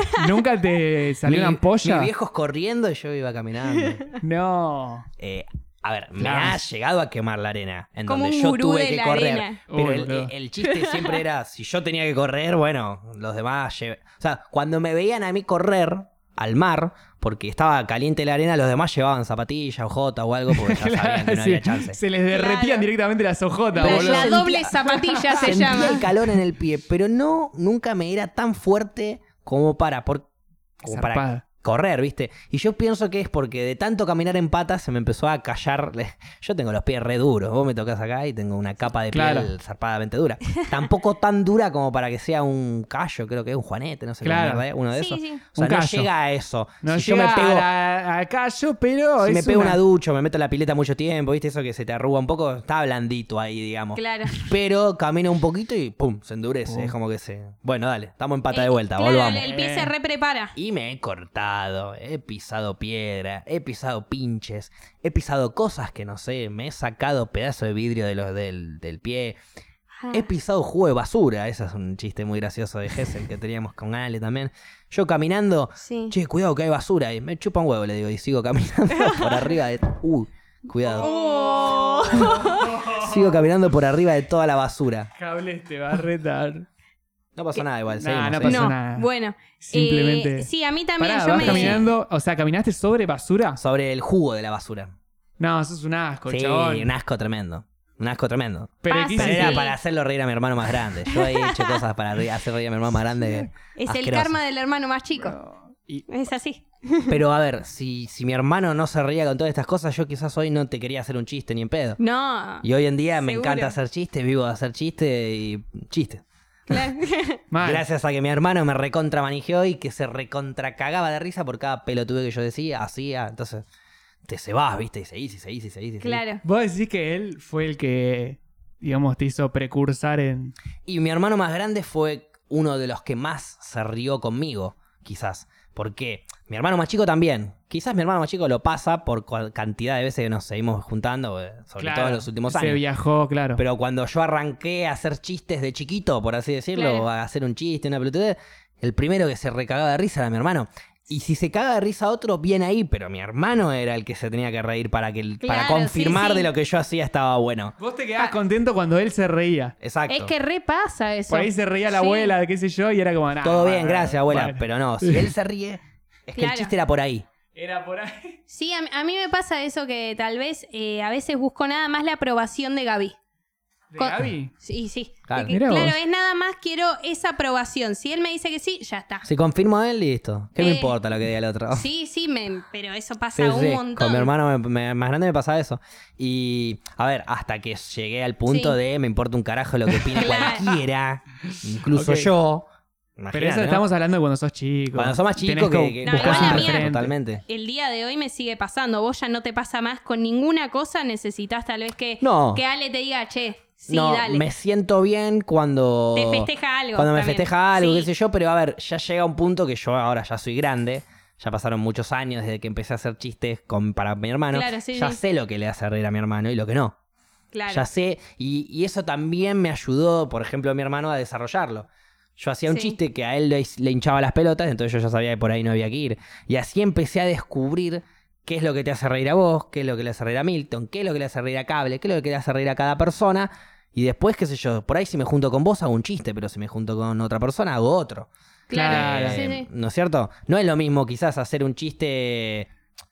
Speaker 2: Nunca te salió
Speaker 1: Mi-
Speaker 2: una ampolla.
Speaker 1: Mis viejos corriendo y yo iba caminando.
Speaker 2: No.
Speaker 1: Eh, a ver, me
Speaker 2: Claro.
Speaker 1: ha llegado a quemar la arena. En
Speaker 3: Como
Speaker 1: donde
Speaker 3: un
Speaker 1: yo
Speaker 3: gurú
Speaker 1: tuve
Speaker 3: de
Speaker 1: que
Speaker 3: la
Speaker 1: correr.
Speaker 3: arena.
Speaker 1: Pero
Speaker 2: Uy,
Speaker 1: el,
Speaker 2: boludo.
Speaker 1: el chiste siempre era: si yo tenía que correr, bueno, los demás. lle- O sea, cuando me veían a mí correr al mar, porque estaba caliente la arena, los demás llevaban zapatillas, ojotas o algo, porque ya sabían que no
Speaker 2: Sí,
Speaker 1: había chance.
Speaker 2: Se les derretían
Speaker 3: Claro.
Speaker 2: directamente las ojotas,
Speaker 3: La,
Speaker 2: boludo.
Speaker 3: la
Speaker 1: Sentía-
Speaker 3: doble zapatilla se
Speaker 1: Sentía
Speaker 3: llama.
Speaker 1: el calor en el pie, pero no, nunca me era tan fuerte como para. Por, como para
Speaker 2: Zarpada.
Speaker 1: correr, ¿viste? Y yo pienso que es porque de tanto caminar en patas se me empezó a callar. Yo tengo los pies re duros. Vos me tocas acá y tengo una capa de
Speaker 2: Claro.
Speaker 1: piel zarpadamente dura. Tampoco tan dura como para que sea un callo, creo que es un juanete, no sé qué
Speaker 2: Claro.
Speaker 1: mierda es, uno de
Speaker 3: Sí,
Speaker 1: esos.
Speaker 3: sí.
Speaker 1: O sea,
Speaker 2: Un
Speaker 1: no
Speaker 2: callo.
Speaker 1: llega a eso.
Speaker 2: No
Speaker 1: si yo
Speaker 2: llega
Speaker 1: me pego,
Speaker 2: a, la- a callo, pero
Speaker 1: si
Speaker 2: es
Speaker 1: me pego una... ducha, o me meto en la pileta mucho tiempo, ¿viste? Eso que se te arruga un poco, está blandito ahí, digamos.
Speaker 3: Claro.
Speaker 1: Pero camina un poquito y pum, se endurece.
Speaker 2: Pum.
Speaker 1: Es como que se. Bueno, dale, estamos en pata de
Speaker 3: Eh,
Speaker 1: vuelta,
Speaker 3: claro,
Speaker 1: volvamos.
Speaker 3: El pie se
Speaker 2: Eh.
Speaker 3: reprepara.
Speaker 1: Y me he cortado, he pisado piedra, he pisado pinches, he pisado cosas que no sé, me he sacado pedazo de vidrio de los del, del pie,
Speaker 3: Ah.
Speaker 1: he pisado jugo de basura, ese es un chiste muy gracioso de Hessel que teníamos con Ale también. Yo caminando,
Speaker 3: Sí.
Speaker 1: che, cuidado que hay basura, y me chupa un huevo, le digo, y sigo caminando por arriba de... Uh, cuidado.
Speaker 3: Oh.
Speaker 1: Sigo caminando por arriba de toda la basura.
Speaker 2: Cable te va a retar.
Speaker 1: No pasó nada igual,
Speaker 2: Nah,
Speaker 1: seguimos,
Speaker 2: no
Speaker 1: seguimos.
Speaker 2: pasa
Speaker 3: no,
Speaker 2: nada.
Speaker 3: bueno.
Speaker 2: Simplemente.
Speaker 3: eh, sí, a mí también
Speaker 2: Pará,
Speaker 3: yo
Speaker 2: vas
Speaker 3: me
Speaker 2: caminando, o sea, ¿caminaste sobre basura?
Speaker 1: Sobre el jugo de la basura.
Speaker 2: No, eso es un asco,
Speaker 1: sí,
Speaker 2: chabón.
Speaker 1: un asco tremendo. Un asco tremendo.
Speaker 2: Pero
Speaker 3: Pasa,
Speaker 2: ¿qué
Speaker 1: Pero
Speaker 2: hiciste?
Speaker 1: era
Speaker 3: Sí.
Speaker 1: para hacerlo reír a mi hermano más grande. Yo he hecho cosas para reír- hacer reír a mi hermano más grande.
Speaker 3: es el
Speaker 1: asqueroso.
Speaker 3: karma del hermano más chico.
Speaker 2: Y-
Speaker 3: Es así.
Speaker 1: Pero a ver, si, si mi hermano no se reía con todas estas cosas, yo quizás hoy no te quería hacer un chiste ni en pedo.
Speaker 3: No.
Speaker 1: Y hoy en día me
Speaker 3: Seguro.
Speaker 1: encanta hacer chistes, vivo de hacer chistes y chistes.
Speaker 3: Claro.
Speaker 2: Mal.
Speaker 1: Gracias a que mi hermano me recontra manigió y que se recontra cagaba de risa por cada pelotudo que yo decía, hacía. Entonces, te se vas, viste, y seguís, y seguís, y seguís. y seguís.
Speaker 3: claro.
Speaker 2: Vos decís que él fue el que, digamos, te hizo precursar en...
Speaker 1: Y mi hermano más grande fue uno de los que más se rió conmigo, quizás. Porque mi hermano más chico también. Quizás mi hermano más chico lo pasa por cual- cantidad de veces que nos seguimos juntando, eh, sobre
Speaker 2: Claro,
Speaker 1: todo en los últimos
Speaker 2: Se
Speaker 1: años.
Speaker 2: viajó, claro.
Speaker 1: Pero cuando yo arranqué a hacer chistes de chiquito, por así decirlo,
Speaker 3: Claro.
Speaker 1: o a hacer un chiste, una pelotudez, el primero que se recagaba de risa era mi hermano. Y si se caga de risa otro, bien ahí, pero mi hermano era el que se tenía que reír para que el- para
Speaker 3: Claro, sí,
Speaker 1: confirmar
Speaker 3: sí.
Speaker 1: de lo que yo hacía estaba bueno.
Speaker 2: Vos te quedabas contento cuando él se reía.
Speaker 1: Exacto.
Speaker 3: Es que repasa eso.
Speaker 2: Por ahí se reía la
Speaker 3: Sí.
Speaker 2: abuela, qué sé yo, y era
Speaker 3: Ah,
Speaker 2: como... nah,
Speaker 1: Todo
Speaker 2: bueno,
Speaker 1: bien, gracias, abuela.
Speaker 2: bueno.
Speaker 1: Pero no, si él se ríe, es que
Speaker 3: Claro.
Speaker 1: el chiste era por ahí.
Speaker 2: Era por ahí.
Speaker 3: Sí, a, a mí me pasa eso que tal vez eh, a veces busco nada más la aprobación de Gaby.
Speaker 2: ¿De
Speaker 3: Con-
Speaker 2: Gaby?
Speaker 3: Sí, sí.
Speaker 1: Claro.
Speaker 3: Porque,
Speaker 2: Mirá vos.
Speaker 3: claro, es nada más quiero esa aprobación. Si él me dice que sí, ya está.
Speaker 1: Si confirmo a él, listo. ¿Qué me
Speaker 3: Eh,
Speaker 1: importa lo que diga el otro?
Speaker 3: Sí, sí, me, pero eso
Speaker 1: Ah. Sí,
Speaker 3: pasa un
Speaker 1: sí,
Speaker 3: montón.
Speaker 1: Con mi hermano me- me- más grande me pasaba eso. Y, a ver, hasta que llegué al punto
Speaker 3: Sí.
Speaker 1: de me importa un carajo lo que opine
Speaker 3: Claro.
Speaker 1: cualquiera, incluso
Speaker 2: Ok.
Speaker 1: yo.
Speaker 2: Pero
Speaker 1: Imagínate,
Speaker 2: eso
Speaker 1: ¿no?
Speaker 2: estamos hablando de cuando sos chico.
Speaker 1: Cuando sos más
Speaker 2: Tenés
Speaker 1: chico, que, que
Speaker 3: No,
Speaker 1: buscás un
Speaker 3: igual a mí-
Speaker 1: referente.
Speaker 2: referente.
Speaker 1: Totalmente.
Speaker 3: El día de hoy me sigue pasando. Vos ya no te pasa más con ninguna cosa. Necesitas tal vez que,
Speaker 1: No.
Speaker 3: que Ale te diga, che, sí,
Speaker 1: no,
Speaker 3: dale.
Speaker 1: me siento bien cuando.
Speaker 3: Te festeja algo
Speaker 1: Cuando me
Speaker 3: también.
Speaker 1: festeja algo,
Speaker 3: Sí.
Speaker 1: qué sé yo, pero a ver, ya llega un punto que yo ahora ya soy grande. Ya pasaron muchos años desde que empecé a hacer chistes con, para mi hermano.
Speaker 3: Claro, sí,
Speaker 1: ya
Speaker 3: sí.
Speaker 1: sé lo que le hace reír a mi hermano y lo que no.
Speaker 3: Claro.
Speaker 1: Ya sé. Y, y eso también me ayudó, por ejemplo, a mi hermano a desarrollarlo. Yo hacía un
Speaker 3: Sí.
Speaker 1: chiste que a él le, le hinchaba las pelotas, entonces yo ya sabía que por ahí no había que ir. Y así empecé a descubrir qué es lo que te hace reír a vos, qué es lo que le hace reír a Milton, qué es lo que le hace reír a Cable, qué es lo que le hace reír a cada persona. Y después, qué sé yo, por ahí si me junto con vos hago un chiste, pero si me junto con otra persona hago otro.
Speaker 3: Claro.
Speaker 2: Claro.
Speaker 3: Sí,
Speaker 1: Eh,
Speaker 3: sí.
Speaker 1: ¿No es cierto? No es lo mismo quizás hacer un chiste,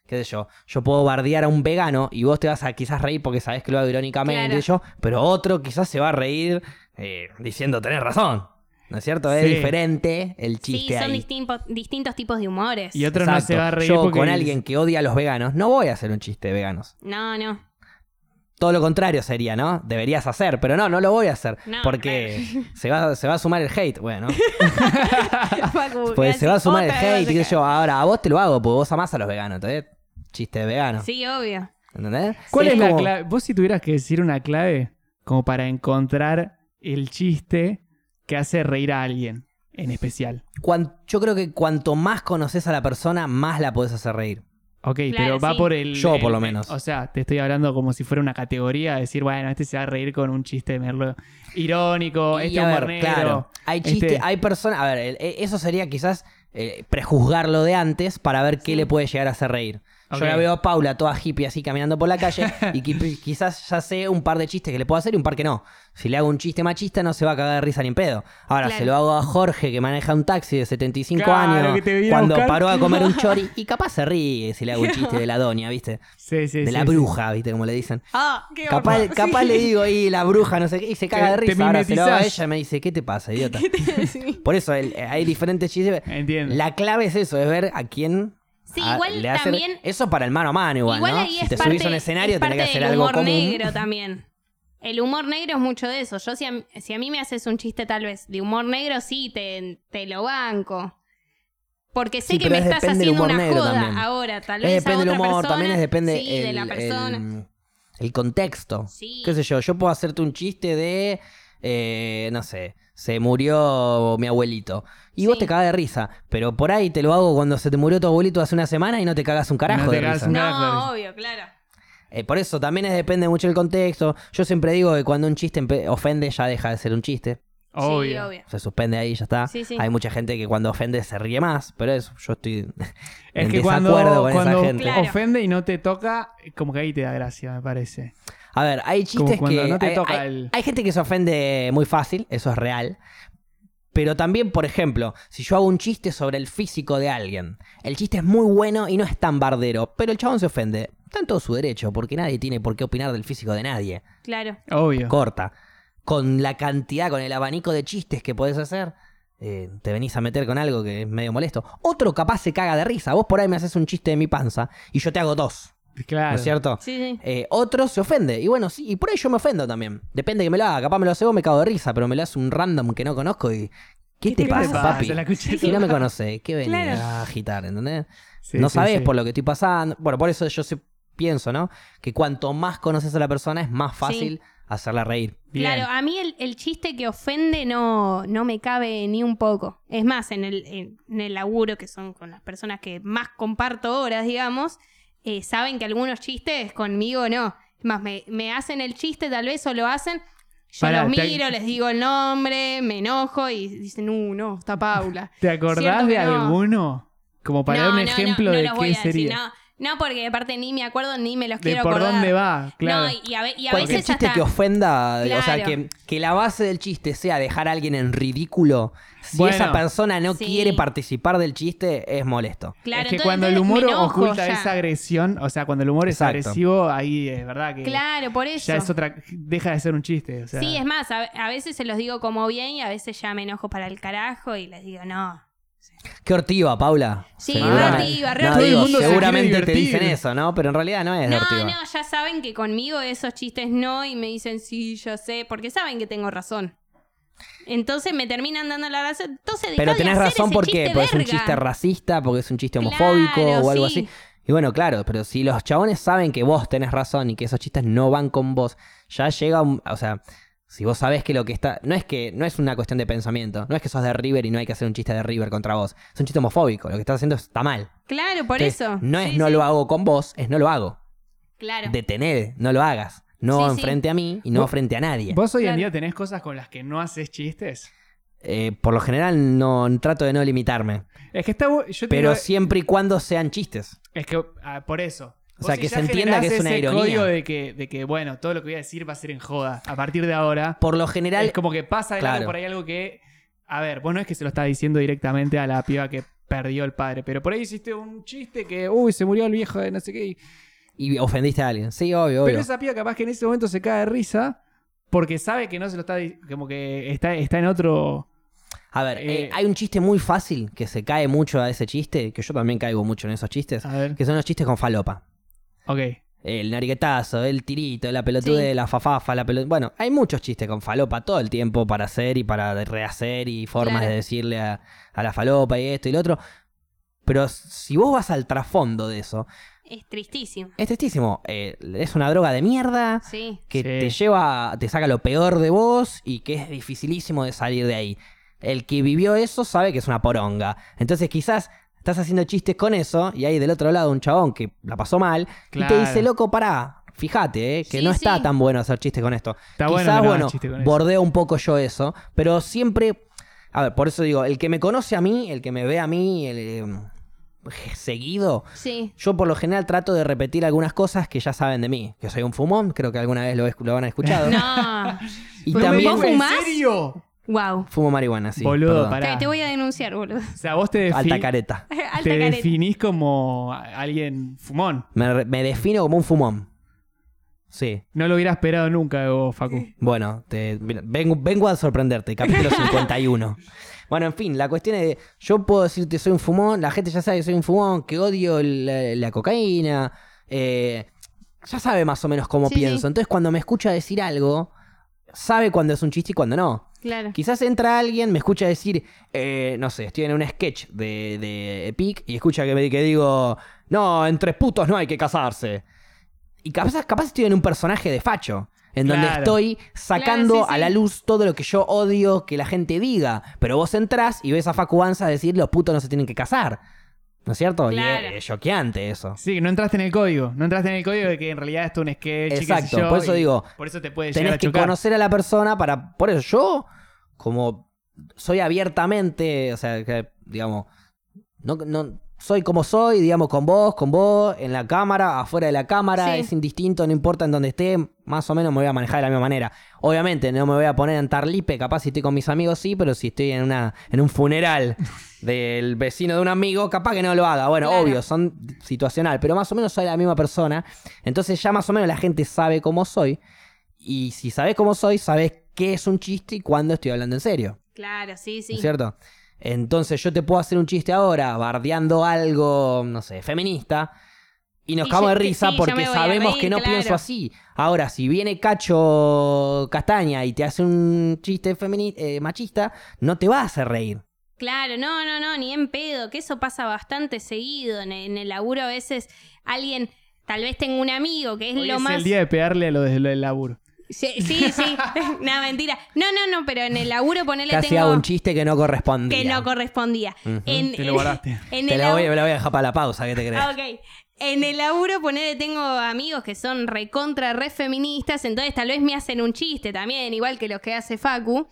Speaker 1: qué sé yo, yo puedo bardear a un vegano y vos te vas a quizás reír porque sabés que lo hago irónicamente
Speaker 3: Claro.
Speaker 1: yo, pero otro quizás se va a reír eh, diciendo tenés razón. ¿No es cierto? Es
Speaker 2: Sí.
Speaker 1: diferente el chiste.
Speaker 3: Sí, son
Speaker 1: ahí.
Speaker 3: distintos, distintos tipos de humores.
Speaker 2: Y otro no
Speaker 1: Exacto.
Speaker 2: se va a reír
Speaker 1: Yo
Speaker 2: porque
Speaker 1: con
Speaker 2: es-
Speaker 1: alguien que odia a los veganos no voy a hacer un chiste de veganos.
Speaker 3: No, no.
Speaker 1: Todo lo contrario sería, ¿no? Deberías hacer, pero no, no lo voy a hacer.
Speaker 3: No,
Speaker 1: porque se, va, se va a sumar el hate. Bueno,
Speaker 3: Facu,
Speaker 1: Pues se va a
Speaker 3: gracias.
Speaker 1: sumar el
Speaker 3: Otra vez
Speaker 1: hate,
Speaker 3: vas a
Speaker 1: qué
Speaker 3: caer.
Speaker 1: sé yo. Ahora, a vos te lo hago, porque vos amás a los veganos, ¿entendés? Chiste de vegano.
Speaker 3: Sí, obvio.
Speaker 1: ¿Entendés?
Speaker 2: ¿Cuál
Speaker 1: Sí,
Speaker 2: es la
Speaker 1: como-
Speaker 2: clave? Vos si tuvieras que decir una clave como para encontrar el chiste que hace reír a alguien en especial.
Speaker 1: cuan- yo creo que cuanto más conoces a la persona, más la podés hacer reír.
Speaker 2: Ok,
Speaker 3: Claro,
Speaker 2: pero va
Speaker 3: sí.
Speaker 2: por el...
Speaker 1: Yo, por
Speaker 2: el-
Speaker 1: lo menos.
Speaker 2: O sea, te estoy hablando como si fuera una categoría, decir, bueno, este se va a reír con un chiste de merlo irónico,
Speaker 1: Y
Speaker 2: este
Speaker 1: a
Speaker 2: humor
Speaker 1: ver,
Speaker 2: negro.
Speaker 1: claro. Hay
Speaker 2: este-
Speaker 1: chistes, hay personas. A ver, el- e- eso sería quizás eh, prejuzgarlo de antes para ver qué
Speaker 3: Sí.
Speaker 1: le puede llegar a hacer reír.
Speaker 2: Ok.
Speaker 1: Yo la veo a Paula toda hippie así caminando por la calle y qui- quizás ya sé un par de chistes que le puedo hacer y un par que no. Si le hago un chiste machista no se va a cagar de risa ni en pedo. Ahora,
Speaker 3: Claro.
Speaker 1: se lo hago a Jorge que maneja un taxi de 75
Speaker 2: Claro,
Speaker 1: años
Speaker 2: que te viene a
Speaker 1: cuando
Speaker 2: buscar.
Speaker 1: paró a comer un chori y capaz se ríe si le hago un chiste de la doña, ¿viste?
Speaker 2: Sí, sí,
Speaker 1: De
Speaker 2: sí,
Speaker 1: la
Speaker 2: sí.
Speaker 1: bruja, ¿viste? Como le dicen.
Speaker 3: Ah, qué
Speaker 1: Capaz, capaz le digo, y la bruja, no sé qué, y se caga de
Speaker 2: Te- te
Speaker 1: risa. Ahora se lo hago a
Speaker 2: mimetizás.
Speaker 1: ella y me dice, ¿qué te pasa, idiota? Por eso el- eh, hay diferentes chistes.
Speaker 2: Entiendo.
Speaker 1: La clave es eso, es ver a quién
Speaker 3: Sí,
Speaker 1: Ah,
Speaker 3: igual
Speaker 1: le hace-
Speaker 3: también-
Speaker 1: Eso para el mano a mano igual,
Speaker 3: Igual
Speaker 1: ¿no?
Speaker 3: ahí
Speaker 1: si
Speaker 3: es
Speaker 1: te
Speaker 3: parte,
Speaker 1: subís a un escenario
Speaker 3: es
Speaker 1: tenés que
Speaker 3: parte
Speaker 1: hacer
Speaker 3: del
Speaker 1: algo
Speaker 3: humor
Speaker 1: común.
Speaker 3: negro también. El humor negro es mucho de eso. Yo si a, si a mí me haces un chiste tal vez de humor negro, sí, te, te lo banco. Porque sé
Speaker 1: Sí,
Speaker 3: que
Speaker 1: pero
Speaker 3: me
Speaker 1: es
Speaker 3: estás
Speaker 1: depende del
Speaker 3: haciendo
Speaker 1: humor
Speaker 3: una
Speaker 1: negro
Speaker 3: joda
Speaker 1: también.
Speaker 3: ahora,
Speaker 1: Es
Speaker 3: tal vez a
Speaker 1: Eh, depende del
Speaker 3: otra
Speaker 1: humor,
Speaker 3: persona.
Speaker 1: también es depende
Speaker 3: sí, de
Speaker 1: el-
Speaker 3: la persona.
Speaker 1: El, el contexto.
Speaker 3: Sí.
Speaker 1: ¿Qué sé yo? Yo puedo hacerte un chiste de, eh, no sé, se murió mi abuelito. Y vos
Speaker 3: Sí.
Speaker 1: te cagás de risa, pero por ahí te lo hago cuando se te murió tu abuelito hace una semana y no te cagas un carajo
Speaker 2: No te
Speaker 1: de
Speaker 2: cagás
Speaker 1: risa.
Speaker 2: un-
Speaker 3: No,
Speaker 2: Nada, Clarice.
Speaker 3: obvio, claro.
Speaker 1: Eh, por eso también es- depende mucho el contexto. Yo siempre digo que cuando un chiste empe- ofende ya deja de ser un chiste.
Speaker 2: Obvio.
Speaker 3: Sí, obvio.
Speaker 1: Se suspende ahí, ya está.
Speaker 3: Sí, sí.
Speaker 1: Hay mucha gente que cuando ofende se ríe más, pero eso, yo estoy
Speaker 2: Es
Speaker 1: en
Speaker 2: que cuando,
Speaker 1: desacuerdo con
Speaker 2: cuando
Speaker 1: esa gente.
Speaker 3: Claro.
Speaker 2: ofende y no te toca, como que ahí te da gracia, me parece.
Speaker 1: A ver, hay chistes
Speaker 2: cuando
Speaker 1: que.
Speaker 2: no te
Speaker 1: hay,
Speaker 2: toca
Speaker 1: hay-
Speaker 2: el-
Speaker 1: hay gente que se ofende muy fácil, eso es real. Pero también, por ejemplo, si yo hago un chiste sobre el físico de alguien, el chiste es muy bueno y no es tan bardero, pero el chabón se ofende. Está en todo su derecho, porque nadie tiene por qué opinar del físico de nadie.
Speaker 3: Claro.
Speaker 2: Obvio.
Speaker 1: Corta. Con la cantidad, con el abanico de chistes que podés hacer, eh, te venís a meter con algo que es medio molesto. Otro capaz se caga de risa. Vos por ahí me haces un chiste de mi panza y yo te hago dos, ¿no
Speaker 2: Claro.
Speaker 1: es cierto?
Speaker 3: Sí, sí.
Speaker 1: Eh, otro se ofende. Y bueno, sí, y por ahí yo me ofendo también. Depende que me lo haga. Capaz me lo hace vos, me cago de risa, pero me lo hace un random que no conozco y. ¿Qué, te,
Speaker 2: ¿Qué
Speaker 1: pasa, papi?
Speaker 2: La cuchara.
Speaker 1: Si no me conoces, ¿qué venís
Speaker 3: Claro.
Speaker 1: a agitar? ¿Entendés?
Speaker 2: Sí,
Speaker 1: no
Speaker 2: sí,
Speaker 1: sabés
Speaker 2: sí.
Speaker 1: por lo que estoy pasando. Bueno, por eso yo sí pienso, ¿no? Que cuanto más conoces a la persona, es más fácil hacerla reír.
Speaker 2: Bien.
Speaker 3: Claro, a mí el, el chiste que ofende no, no me cabe ni un poco. Es más, en el, en, en el laburo, que son con las personas que más comparto horas, digamos, eh, saben que algunos chistes conmigo no. Es más, me, me hacen el chiste tal vez o lo hacen. Yo
Speaker 2: Pará,
Speaker 3: los
Speaker 2: te-
Speaker 3: miro, les digo el nombre, me enojo y dicen, uh, no, está Paula.
Speaker 2: ¿Te acordás
Speaker 3: Cierto
Speaker 2: de
Speaker 3: que no.
Speaker 2: alguno? Como para
Speaker 3: no,
Speaker 2: dar un
Speaker 3: no, no,
Speaker 2: ejemplo
Speaker 3: no
Speaker 2: de
Speaker 3: los voy a
Speaker 2: qué
Speaker 3: decir,
Speaker 2: sería.
Speaker 3: no, no, porque aparte ni me acuerdo ni me los
Speaker 2: de
Speaker 3: quiero
Speaker 2: por
Speaker 3: acordar.
Speaker 2: dónde va, claro.
Speaker 3: No, y a, ve- y a
Speaker 1: Cualquier
Speaker 3: veces
Speaker 1: chiste
Speaker 3: hasta...
Speaker 1: que ofenda, o sea,
Speaker 3: Claro.
Speaker 1: que, que la base del chiste sea dejar a alguien en ridículo, si
Speaker 2: Bueno.
Speaker 1: esa persona no
Speaker 3: Sí.
Speaker 1: quiere participar del chiste, es molesto.
Speaker 3: Claro,
Speaker 2: es que
Speaker 3: entonces-
Speaker 2: cuando el
Speaker 3: entonces me
Speaker 2: humor
Speaker 3: enojo
Speaker 2: oculta
Speaker 3: ya.
Speaker 2: esa agresión, o sea, cuando el humor es
Speaker 1: Exacto.
Speaker 2: agresivo, ahí es verdad que
Speaker 3: Claro, por eso.
Speaker 2: ya es otra, deja de ser un chiste. O sea,
Speaker 3: Sí, es más, a, a veces se los digo como bien y a veces ya me enojo para el carajo y les digo no.
Speaker 1: Qué ortiva, Paula.
Speaker 3: Sí,
Speaker 1: Seguramente-
Speaker 3: ortiva, re
Speaker 1: No,
Speaker 3: ortiva.
Speaker 1: digo,
Speaker 3: Todo el mundo se
Speaker 1: seguramente
Speaker 2: quiere
Speaker 1: te
Speaker 2: divertir.
Speaker 1: dicen eso, ¿no? Pero en realidad no es
Speaker 3: No,
Speaker 1: ortiva.
Speaker 3: no, ya saben que conmigo esos chistes no y me dicen sí, yo sé, porque saben que tengo razón. Entonces me terminan dando la razón. Entonces dejá
Speaker 1: Pero
Speaker 3: de
Speaker 1: tenés
Speaker 3: hacer
Speaker 1: razón
Speaker 3: ese
Speaker 1: porque
Speaker 3: chiste
Speaker 1: porque es un
Speaker 3: verga.
Speaker 1: chiste racista, porque es un chiste homofóbico
Speaker 3: Claro,
Speaker 1: o algo
Speaker 3: sí.
Speaker 1: así. Y bueno, claro, pero si los chabones saben que vos tenés razón y que esos chistes no van con vos, ya llega un, o sea, si vos sabés que lo que está, no es que no es una cuestión de pensamiento, no es que sos de River y no hay que hacer un chiste de River contra vos, es un chiste homofóbico, lo que estás haciendo está mal.
Speaker 3: Claro, por
Speaker 1: Entonces,
Speaker 3: eso.
Speaker 1: No es
Speaker 3: Sí,
Speaker 1: no
Speaker 3: sí,
Speaker 1: lo hago con vos, es no lo hago.
Speaker 3: Claro.
Speaker 1: Detener, no lo hagas. No
Speaker 3: Sí, sí.
Speaker 1: frente a mí y no
Speaker 2: Vos-
Speaker 1: frente a nadie.
Speaker 2: ¿Vos hoy en
Speaker 3: Claro.
Speaker 2: día tenés cosas con las que no haces chistes?
Speaker 1: Eh, por lo general no trato de no limitarme,
Speaker 2: Es que está bu- yo te
Speaker 1: pero
Speaker 2: digo-
Speaker 1: siempre y cuando sean chistes.
Speaker 2: es que ah, por eso.
Speaker 1: O
Speaker 2: Vos
Speaker 1: sea,
Speaker 2: si
Speaker 1: que
Speaker 2: ya
Speaker 1: se entienda que
Speaker 2: generás
Speaker 1: es una
Speaker 2: ese
Speaker 1: ironía.
Speaker 2: código de que, de que, bueno, todo lo que voy a decir va a ser en joda. A partir de ahora,
Speaker 1: Por lo general,
Speaker 2: es como que pasa de
Speaker 1: Claro.
Speaker 2: largo por ahí algo que. A ver, vos no es que se lo está diciendo directamente a la piba que perdió el padre, pero por ahí hiciste un chiste que, uy, se murió el viejo de no sé qué. y-
Speaker 1: y ofendiste a alguien. Sí, obvio, obvio.
Speaker 2: Pero esa piba capaz que en ese momento se cae de risa porque sabe que no se lo está. di- Como que está, está en otro.
Speaker 1: A ver, eh,
Speaker 2: eh,
Speaker 1: hay un chiste muy fácil que se cae mucho a ese chiste, que yo también caigo mucho en esos chistes,
Speaker 2: A ver.
Speaker 1: que son los chistes con falopa.
Speaker 2: Ok.
Speaker 1: El nariguetazo, el tirito, la pelotude, la fafafa, la pelota. Bueno, hay muchos chistes con falopa todo el tiempo para hacer y para rehacer y formas
Speaker 3: Claro.
Speaker 1: de decirle a, a la falopa y esto y lo otro. Pero si vos vas al trasfondo de eso,
Speaker 3: Es tristísimo.
Speaker 1: es tristísimo. Eh, es una droga de mierda.
Speaker 3: Sí.
Speaker 1: que
Speaker 2: Sí.
Speaker 1: te lleva, te saca lo peor de vos y que es dificilísimo de salir de ahí. El que vivió eso sabe que es una poronga. Entonces quizás estás haciendo chistes con eso y hay del otro lado un chabón que la pasó mal y
Speaker 2: Claro.
Speaker 1: te dice, loco, pará, fíjate, eh, que
Speaker 3: Sí,
Speaker 1: no está
Speaker 3: sí.
Speaker 1: tan bueno hacer chistes con esto.
Speaker 2: Está bueno
Speaker 1: quizás,
Speaker 2: que no hagas
Speaker 1: bueno,
Speaker 2: chiste con eso.
Speaker 1: bordeo un poco yo eso, pero siempre, a ver, por eso digo, el que me conoce a mí, el que me ve a mí, el... eh, seguido,
Speaker 3: Sí.
Speaker 1: yo por lo general trato de repetir algunas cosas que ya saben de mí. Que soy un fumón, creo que alguna vez lo, escu- lo han escuchado.
Speaker 3: No.
Speaker 1: Y
Speaker 2: Pero
Speaker 1: también
Speaker 3: ¿Vos
Speaker 2: me-
Speaker 3: fumás?
Speaker 2: ¿En serio?
Speaker 3: wow.
Speaker 1: fumo marihuana, sí.
Speaker 2: Boludo,
Speaker 1: perdón.
Speaker 2: pará.
Speaker 3: Te, te voy a denunciar, boludo.
Speaker 2: O sea, vos te, defi-
Speaker 1: Alta careta.
Speaker 3: Alta
Speaker 2: te
Speaker 3: careta.
Speaker 2: definís como a- alguien fumón.
Speaker 1: Me, re- me defino como un fumón. Sí.
Speaker 2: No lo hubiera esperado nunca vos, Facu.
Speaker 1: Bueno, te, mira, vengo, vengo a sorprenderte, capítulo 51. Bueno, en fin, la cuestión es, yo puedo decirte soy un fumón, la gente ya sabe que soy un fumón, que odio la, la cocaína, eh, ya sabe más o menos cómo
Speaker 3: Sí,
Speaker 1: pienso.
Speaker 3: sí.
Speaker 1: Entonces cuando me escucha decir algo, sabe cuando es un chiste y cuando no.
Speaker 3: Claro.
Speaker 1: Quizás entra alguien, me escucha decir, eh, no sé, estoy en un sketch de, de Epic y escucha que, me, que digo, no, entre putos no hay que casarse. Y capaz, capaz estoy en un personaje de facho, en donde
Speaker 2: Claro.
Speaker 1: estoy sacando
Speaker 3: Claro, sí,
Speaker 1: a la
Speaker 3: sí.
Speaker 1: luz todo lo que yo odio que la gente diga. Pero vos entrás y ves a Facu Banza decir, los putos no se tienen que casar. ¿No es cierto?
Speaker 3: Claro.
Speaker 1: Y es- es choqueante eso.
Speaker 2: Sí, no entraste en el código. No entraste en el código de que en realidad esto es un sketch. y qué sé
Speaker 1: Exacto,
Speaker 2: yo,
Speaker 1: por eso
Speaker 2: y
Speaker 1: digo,
Speaker 2: Por eso te puede llegar
Speaker 1: tenés
Speaker 2: a
Speaker 1: que
Speaker 2: chocar.
Speaker 1: conocer a la persona para. Por eso yo, como soy abiertamente, o sea, que, digamos, no, no- soy como soy, digamos, con vos, con vos, en la cámara, afuera de la cámara,
Speaker 3: Sí.
Speaker 1: es indistinto, no importa en donde esté, más o menos me voy a manejar de la misma manera. Obviamente, no me voy a poner en tarlipe, capaz si estoy con mis amigos, sí, pero si estoy en una en un funeral del vecino de un amigo, capaz que no lo haga. Bueno,
Speaker 3: Claro.
Speaker 1: obvio, son situacional, pero más o menos soy la misma persona. Entonces ya más o menos la gente sabe cómo soy. Y si sabes cómo soy, sabes qué es un chiste y cuándo estoy hablando en serio.
Speaker 3: Claro, sí,
Speaker 1: ¿no
Speaker 3: sí.
Speaker 1: es ¿Cierto? Entonces yo te puedo hacer un chiste ahora, bardeando algo, no sé, feminista. Y nos
Speaker 3: Y
Speaker 1: cagamos de
Speaker 3: yo-
Speaker 1: risa
Speaker 3: sí, yo
Speaker 1: porque
Speaker 3: me voy a
Speaker 1: sabemos
Speaker 3: reír,
Speaker 1: que no
Speaker 3: claro.
Speaker 1: pienso así. Ahora, si viene Cacho Castaña y te hace un chiste femini- eh, machista, no te va a hacer reír.
Speaker 3: Claro, no, no, no, ni en pedo, que eso pasa bastante seguido. En el, en el laburo a veces alguien, tal vez tengo un amigo que es
Speaker 2: Hoy
Speaker 3: lo
Speaker 2: es
Speaker 3: más...
Speaker 2: el día de pegarle a lo del del laburo.
Speaker 3: Sí, sí, sí. no, mentira. No, no, no, pero en el laburo ponele
Speaker 1: Casi
Speaker 3: tengo
Speaker 1: hago un chiste que no correspondía.
Speaker 3: que no correspondía.
Speaker 1: Ujú.
Speaker 3: en,
Speaker 2: Te lo
Speaker 3: en-
Speaker 2: guardaste.
Speaker 3: en
Speaker 1: Te
Speaker 3: el
Speaker 1: la voy,
Speaker 3: labu-
Speaker 1: me la voy a dejar para la pausa, ¿qué te crees?
Speaker 3: Ah, ok. En el laburo, ponele, tengo amigos que son recontra, re feministas, entonces tal vez me hacen un chiste también, igual que los que hace Facu,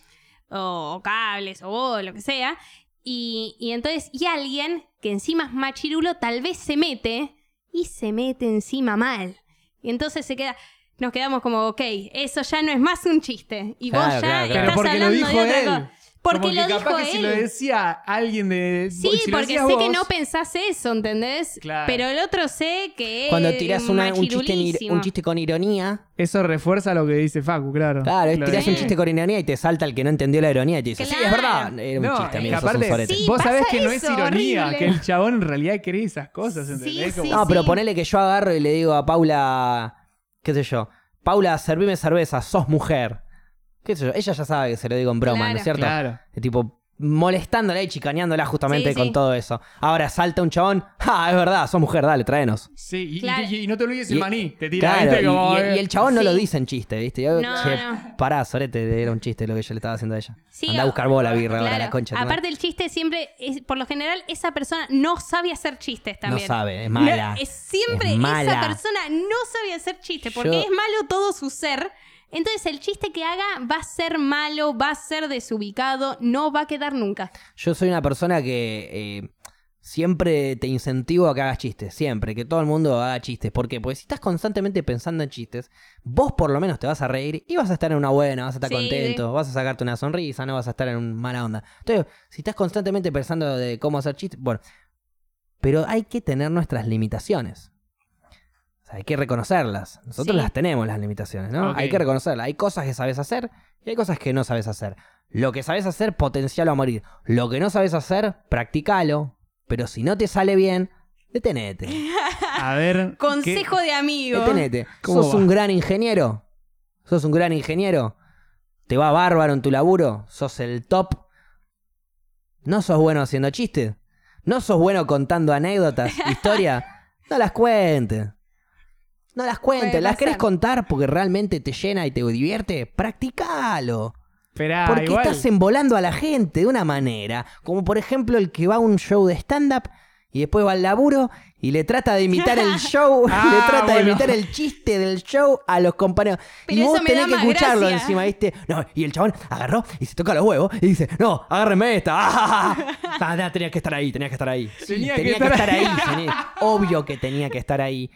Speaker 3: o, o cables, o vos, lo que sea. Y, y entonces, y alguien que encima es machirulo, tal vez se mete y se mete encima mal. Y entonces se queda, nos quedamos como, ok, eso ya no es más un chiste. Y
Speaker 1: Claro,
Speaker 3: vos ya
Speaker 1: claro, claro.
Speaker 3: estás
Speaker 2: Pero porque lo
Speaker 3: hablando
Speaker 2: dijo
Speaker 3: de otra
Speaker 2: él.
Speaker 3: cosa. Porque
Speaker 2: Como
Speaker 3: lo
Speaker 2: que capaz
Speaker 3: dijo
Speaker 2: que
Speaker 3: él.
Speaker 2: si lo decía alguien de.
Speaker 3: Sí,
Speaker 2: si lo
Speaker 3: porque sé
Speaker 2: decías
Speaker 3: que
Speaker 2: vos-
Speaker 3: no pensás eso, ¿entendés?
Speaker 2: Claro.
Speaker 3: Pero el otro sé que es
Speaker 1: Cuando tirás una- un, chiste en ir-
Speaker 3: machirulísimo.
Speaker 1: un chiste con ironía,
Speaker 2: Eso refuerza lo que dice Facu, claro.
Speaker 1: claro,
Speaker 2: Lo
Speaker 1: tirás
Speaker 2: de-
Speaker 1: un chiste con ironía y te salta el que no entendió la ironía y te dice, sí, es
Speaker 3: Claro.
Speaker 1: verdad, era un
Speaker 2: No,
Speaker 1: chiste,
Speaker 2: es
Speaker 1: amigo,
Speaker 2: que
Speaker 1: sos un
Speaker 2: aparte,
Speaker 1: sorete.
Speaker 3: Sí,
Speaker 2: vos sabés
Speaker 3: pasa
Speaker 2: que no es
Speaker 3: eso,
Speaker 2: ironía,
Speaker 3: horrible.
Speaker 2: que el chabón en realidad quiere esas cosas, ¿entendés?
Speaker 3: Sí,
Speaker 2: Como-
Speaker 1: No, pero
Speaker 3: sí.
Speaker 1: ponele que yo agarro y le digo a Paula, qué sé yo, Paula, servime cerveza, sos mujer. Qué sé yo, ella ya sabe que se lo digo en broma, ¿no es
Speaker 3: Claro.
Speaker 1: cierto?
Speaker 2: Claro.
Speaker 1: De Tipo, molestándola y chicaneándola justamente
Speaker 3: Sí,
Speaker 1: con
Speaker 3: sí.
Speaker 1: todo eso. Ahora salta un chabón, ah, es verdad, sos mujer, dale, tráenos.
Speaker 2: Sí, y, y-
Speaker 3: Claro.
Speaker 2: y no te olvides el
Speaker 1: Y-
Speaker 2: maní. Te tira,
Speaker 1: Claro,
Speaker 2: ¿viste? Como- eh,
Speaker 1: y, y- y el chabón no
Speaker 3: Sí.
Speaker 1: lo dice en chiste, ¿viste? Yo,
Speaker 3: No,
Speaker 1: che,
Speaker 3: no.
Speaker 1: Pará, sorete, era un chiste lo que yo le estaba haciendo a ella.
Speaker 3: Sí,
Speaker 1: Andá a
Speaker 3: o-
Speaker 1: buscar vos la birra ahora,
Speaker 3: Claro.
Speaker 1: la concha. de tu madre.
Speaker 3: Aparte el chiste siempre, es, por lo general, esa persona no sabe hacer chistes también.
Speaker 1: No sabe, es mala.
Speaker 3: No, es siempre
Speaker 1: Es mala.
Speaker 3: esa persona no sabe hacer chistes, porque
Speaker 1: Yo-
Speaker 3: es malo todo su ser. Entonces el chiste que haga va a ser malo, va a ser desubicado, no va a quedar nunca.
Speaker 1: Yo soy una persona que eh, siempre te incentivo a que hagas chistes, siempre, que todo el mundo haga chistes. ¿Por qué? Porque si estás constantemente pensando en chistes, vos por lo menos te vas a reír y vas a estar en una buena, vas a estar
Speaker 3: Sí,
Speaker 1: contento, vas a sacarte una sonrisa, no vas a estar en una mala onda. Entonces, si estás constantemente pensando de cómo hacer chistes, bueno, pero hay que tener nuestras limitaciones. O sea, hay que reconocerlas. Nosotros
Speaker 3: Sí.
Speaker 1: las tenemos, las limitaciones, ¿no?
Speaker 2: Ok.
Speaker 1: Hay que reconocerlas. Hay cosas que sabes hacer y hay cosas que no sabes hacer. Lo que sabes hacer, potencialo a morir. Lo que no sabes hacer, practicalo. Pero si no te sale bien, detenete.
Speaker 2: A ver. ¿qué-
Speaker 3: Consejo de amigo.
Speaker 1: Detenete.
Speaker 2: ¿Cómo
Speaker 1: ¿Sos
Speaker 2: va?
Speaker 1: un gran ingeniero? ¿Sos un gran ingeniero? ¿Te va bárbaro en tu laburo? ¿Sos el top? ¿No sos bueno haciendo chistes? ¿No sos bueno contando anécdotas, historias? No las cuentes. No las cuentes.
Speaker 3: Puede
Speaker 1: ¿Las
Speaker 3: pasar.
Speaker 1: querés contar porque realmente te llena y te divierte? Practicalo.
Speaker 2: Esperá,
Speaker 1: Porque
Speaker 2: igual.
Speaker 1: estás embolando a la gente de una manera. Como por ejemplo el que va a un show de stand-up y después va al laburo y le trata de imitar el show,
Speaker 2: Ah,
Speaker 1: le trata de
Speaker 2: bueno.
Speaker 1: imitar el chiste del show a los compañeros. y
Speaker 3: Pero
Speaker 1: vos
Speaker 3: eso me
Speaker 1: tenés
Speaker 3: da
Speaker 1: que
Speaker 3: más
Speaker 1: escucharlo
Speaker 3: gracia.
Speaker 1: encima, ¿viste? No, y el chabón agarró y se toca los huevos y dice, no, agárreme esta. Ah, ah, ah". Ah, no, tenías que estar ahí, tenías que estar ahí. Sí, tenía,
Speaker 2: Tenía que
Speaker 1: que,
Speaker 2: estar
Speaker 1: estar ahí. tenía- Obvio que tenía que estar ahí.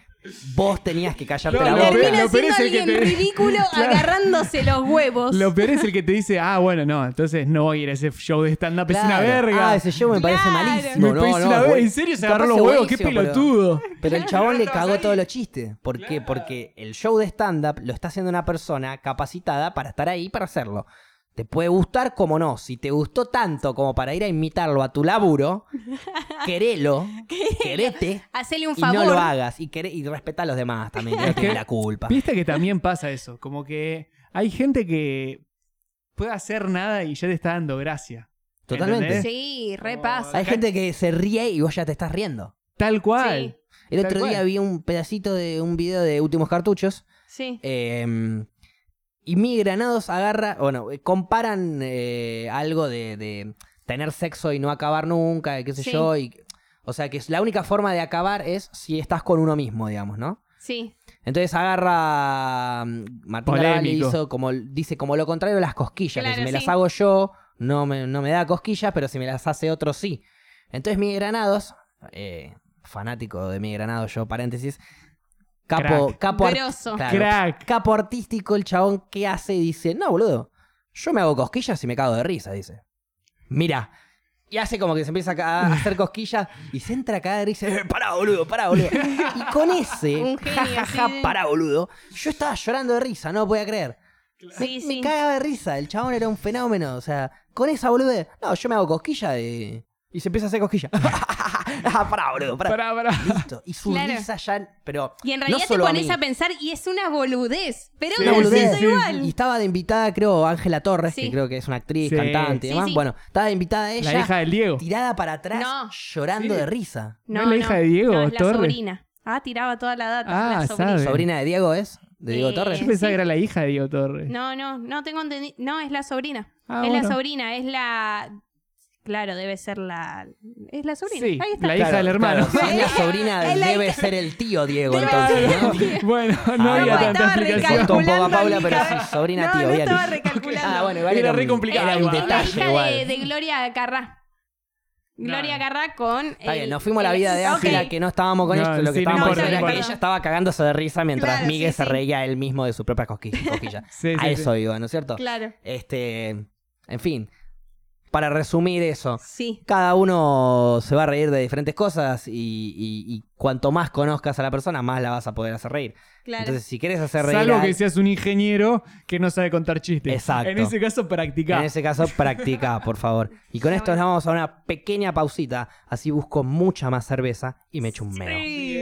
Speaker 1: Vos tenías que callarte
Speaker 2: No,
Speaker 1: la
Speaker 2: no,
Speaker 1: boca.
Speaker 2: pero-
Speaker 3: Termina
Speaker 2: lo peor
Speaker 3: siendo
Speaker 2: es el que
Speaker 3: alguien
Speaker 2: te-
Speaker 3: ridículo
Speaker 2: Claro.
Speaker 3: agarrándose los huevos.
Speaker 2: Lo peor es el que te dice, ah, bueno, no, entonces no voy a ir a ese show de stand-up, es una
Speaker 1: Claro.
Speaker 2: verga.
Speaker 1: Ah, ese show me parece
Speaker 3: Claro.
Speaker 1: malísimo.
Speaker 2: Me
Speaker 1: No,
Speaker 2: parece
Speaker 1: no,
Speaker 2: una verga.
Speaker 1: güey.
Speaker 2: en serio se agarró
Speaker 1: Capaz
Speaker 2: los
Speaker 1: es
Speaker 2: huevos, qué
Speaker 1: buenísimo, pero-
Speaker 2: pelotudo.
Speaker 1: Pero el chabón le
Speaker 2: Claro,
Speaker 1: cagó
Speaker 2: ahí.
Speaker 1: todos los chistes. ¿Por qué? Porque el show de stand-up lo está haciendo una persona capacitada para estar ahí para hacerlo. Te puede gustar como no. Si te gustó tanto como para ir a imitarlo a tu laburo, querelo, querete
Speaker 3: Hacele un
Speaker 1: y
Speaker 3: favor.
Speaker 1: no lo hagas. Y, queré- y respetá a los demás también. que no tienen la culpa.
Speaker 2: Viste que también pasa eso, como que hay gente que puede hacer nada y ya te está dando gracia.
Speaker 1: Totalmente.
Speaker 2: ¿Entendés?
Speaker 3: Sí, repasa.
Speaker 1: Hay gente que se ríe y vos ya te estás riendo.
Speaker 2: Tal cual.
Speaker 1: El
Speaker 2: Tal
Speaker 1: otro día
Speaker 2: cual.
Speaker 1: vi un pedacito de un video de Últimos Cartuchos
Speaker 3: Sí.
Speaker 1: Eh, y mi Granados agarra, bueno, eh, comparan eh, algo de, de tener sexo y no acabar nunca, y qué sé
Speaker 3: Sí.
Speaker 1: yo. Y, o sea, que es- la única forma de acabar es si estás con uno mismo, digamos, ¿no?
Speaker 3: Sí.
Speaker 1: Entonces agarra mm, Martín Garabal y
Speaker 2: Polémico.
Speaker 1: hizo como, dice como lo contrario de las cosquillas. que
Speaker 3: Claro,
Speaker 1: si me las
Speaker 3: sí.
Speaker 1: hago yo, no me, no me da cosquillas, pero si me las hace otro, sí. Entonces mi Granados, eh, fanático de mi Granados, yo paréntesis, capo,
Speaker 2: Crack.
Speaker 1: capo, ar-
Speaker 3: Grosso.
Speaker 1: claro,
Speaker 2: Crack.
Speaker 1: capo artístico, el chabón que hace y dice, no, boludo, yo me hago cosquillas y me cago de risa, dice. Mira. Y hace como que se empieza a ca- a hacer cosquillas y se entra acá y dice, "Eh, pará, boludo, pará, boludo. Y con ese,
Speaker 3: Un genio,
Speaker 1: jajaja,
Speaker 3: sí, sí.
Speaker 1: pará, boludo, yo estaba llorando de risa, no podía creer. Me,
Speaker 3: Sí,
Speaker 1: me
Speaker 3: sí.
Speaker 1: cagaba de risa, el chabón era un fenómeno, o sea, con esa bolude, no, yo me hago cosquilla de... Y se empieza a hacer cosquilla. Ah, pará, boludo, pará.
Speaker 2: Pará, pará.
Speaker 1: Listo. Y su
Speaker 3: Claro.
Speaker 1: risa ya, pero
Speaker 3: Y en
Speaker 1: no
Speaker 3: realidad te
Speaker 1: solo a
Speaker 3: pones
Speaker 1: mí.
Speaker 3: a, pensar y es una boludez. Pero
Speaker 2: Sí,
Speaker 1: Una
Speaker 3: lo
Speaker 1: boludez.
Speaker 3: hizo igual.
Speaker 1: Y estaba de invitada, creo, Ángela Torres,
Speaker 3: Sí.
Speaker 1: que creo que es una actriz,
Speaker 2: Sí.
Speaker 1: cantante y
Speaker 3: Sí,
Speaker 1: demás.
Speaker 3: sí.
Speaker 1: Bueno, estaba de invitada ella,
Speaker 2: La hija del Diego.
Speaker 1: tirada para atrás,
Speaker 3: No.
Speaker 1: llorando
Speaker 2: Sí.
Speaker 1: de risa.
Speaker 2: ¿No es la hija de Diego
Speaker 3: no, es la
Speaker 2: Torres?
Speaker 3: sobrina. Ah, tiraba toda la data.
Speaker 2: Ah,
Speaker 3: la sobrina.
Speaker 2: sabe. Sí.
Speaker 1: ¿Sobrina de Diego es? ¿De Diego
Speaker 3: Eh,
Speaker 1: Torres?
Speaker 2: Yo pensaba
Speaker 3: sí.
Speaker 2: que era la hija de Diego Torres.
Speaker 3: No, no, no tengo entendido. No, es la sobrina.
Speaker 2: Ah,
Speaker 3: es
Speaker 2: bueno.
Speaker 3: la sobrina, es la. Claro, debe ser la. Es la sobrina.
Speaker 2: Sí,
Speaker 3: Ahí está.
Speaker 2: la hija del hermano.
Speaker 1: claro, si es la
Speaker 3: Sí.
Speaker 1: sobrina,
Speaker 3: Es la
Speaker 1: debe
Speaker 3: hija.
Speaker 1: ser el tío Diego,
Speaker 3: Debe
Speaker 1: entonces, ¿no?
Speaker 2: Bueno,
Speaker 1: Ah,
Speaker 2: no había
Speaker 1: bueno,
Speaker 2: tanta
Speaker 3: estaba
Speaker 2: explicación.
Speaker 1: Contó un poco a
Speaker 3: Calculando
Speaker 1: Paula,
Speaker 3: en mi
Speaker 1: pero sí,
Speaker 3: cabeza.
Speaker 1: sobrina,
Speaker 3: No,
Speaker 1: tío,
Speaker 3: no
Speaker 1: bien.
Speaker 3: estaba recalculando.
Speaker 1: Ah, bueno, igual
Speaker 2: Era
Speaker 1: un-
Speaker 2: re complicado
Speaker 1: Era un
Speaker 2: igual.
Speaker 3: la
Speaker 1: detalle
Speaker 3: hija
Speaker 1: igual.
Speaker 3: de, de Gloria Carrá. Gloria Carrá con.
Speaker 1: Está bien,
Speaker 3: el-
Speaker 1: nos fuimos a la
Speaker 3: el-
Speaker 1: vida de
Speaker 3: Ok.
Speaker 1: Ángela, que no estábamos con
Speaker 2: No,
Speaker 1: esto. Lo que
Speaker 2: sí, no
Speaker 1: estábamos
Speaker 3: importa,
Speaker 1: diciendo
Speaker 3: no
Speaker 1: era que
Speaker 3: importa.
Speaker 1: ella estaba cagándose de risa mientras
Speaker 3: Claro,
Speaker 1: Miguel
Speaker 3: sí,
Speaker 1: se
Speaker 3: sí.
Speaker 1: reía él mismo de sus propias cosquillas. cosquillas.
Speaker 2: Sí, sí,
Speaker 1: a
Speaker 2: sí.
Speaker 1: eso iba, ¿no es cierto?
Speaker 3: Claro,
Speaker 1: Este, en fin, para resumir eso,
Speaker 3: sí.
Speaker 1: cada uno se va a reír de diferentes cosas y, y- y cuanto más conozcas a la persona, más la vas a poder hacer reír.
Speaker 3: Claro.
Speaker 1: Entonces, si quieres hacer reír,
Speaker 2: Salvo
Speaker 1: a-
Speaker 2: que seas un ingeniero que no sabe contar chistes.
Speaker 1: Exacto.
Speaker 2: En ese caso, practicá.
Speaker 1: en ese caso, practica, por favor. Y con
Speaker 3: Ya
Speaker 1: esto
Speaker 3: voy.
Speaker 1: nos vamos a una pequeña pausita, así busco mucha más cerveza y me echo un meo.
Speaker 2: Bien.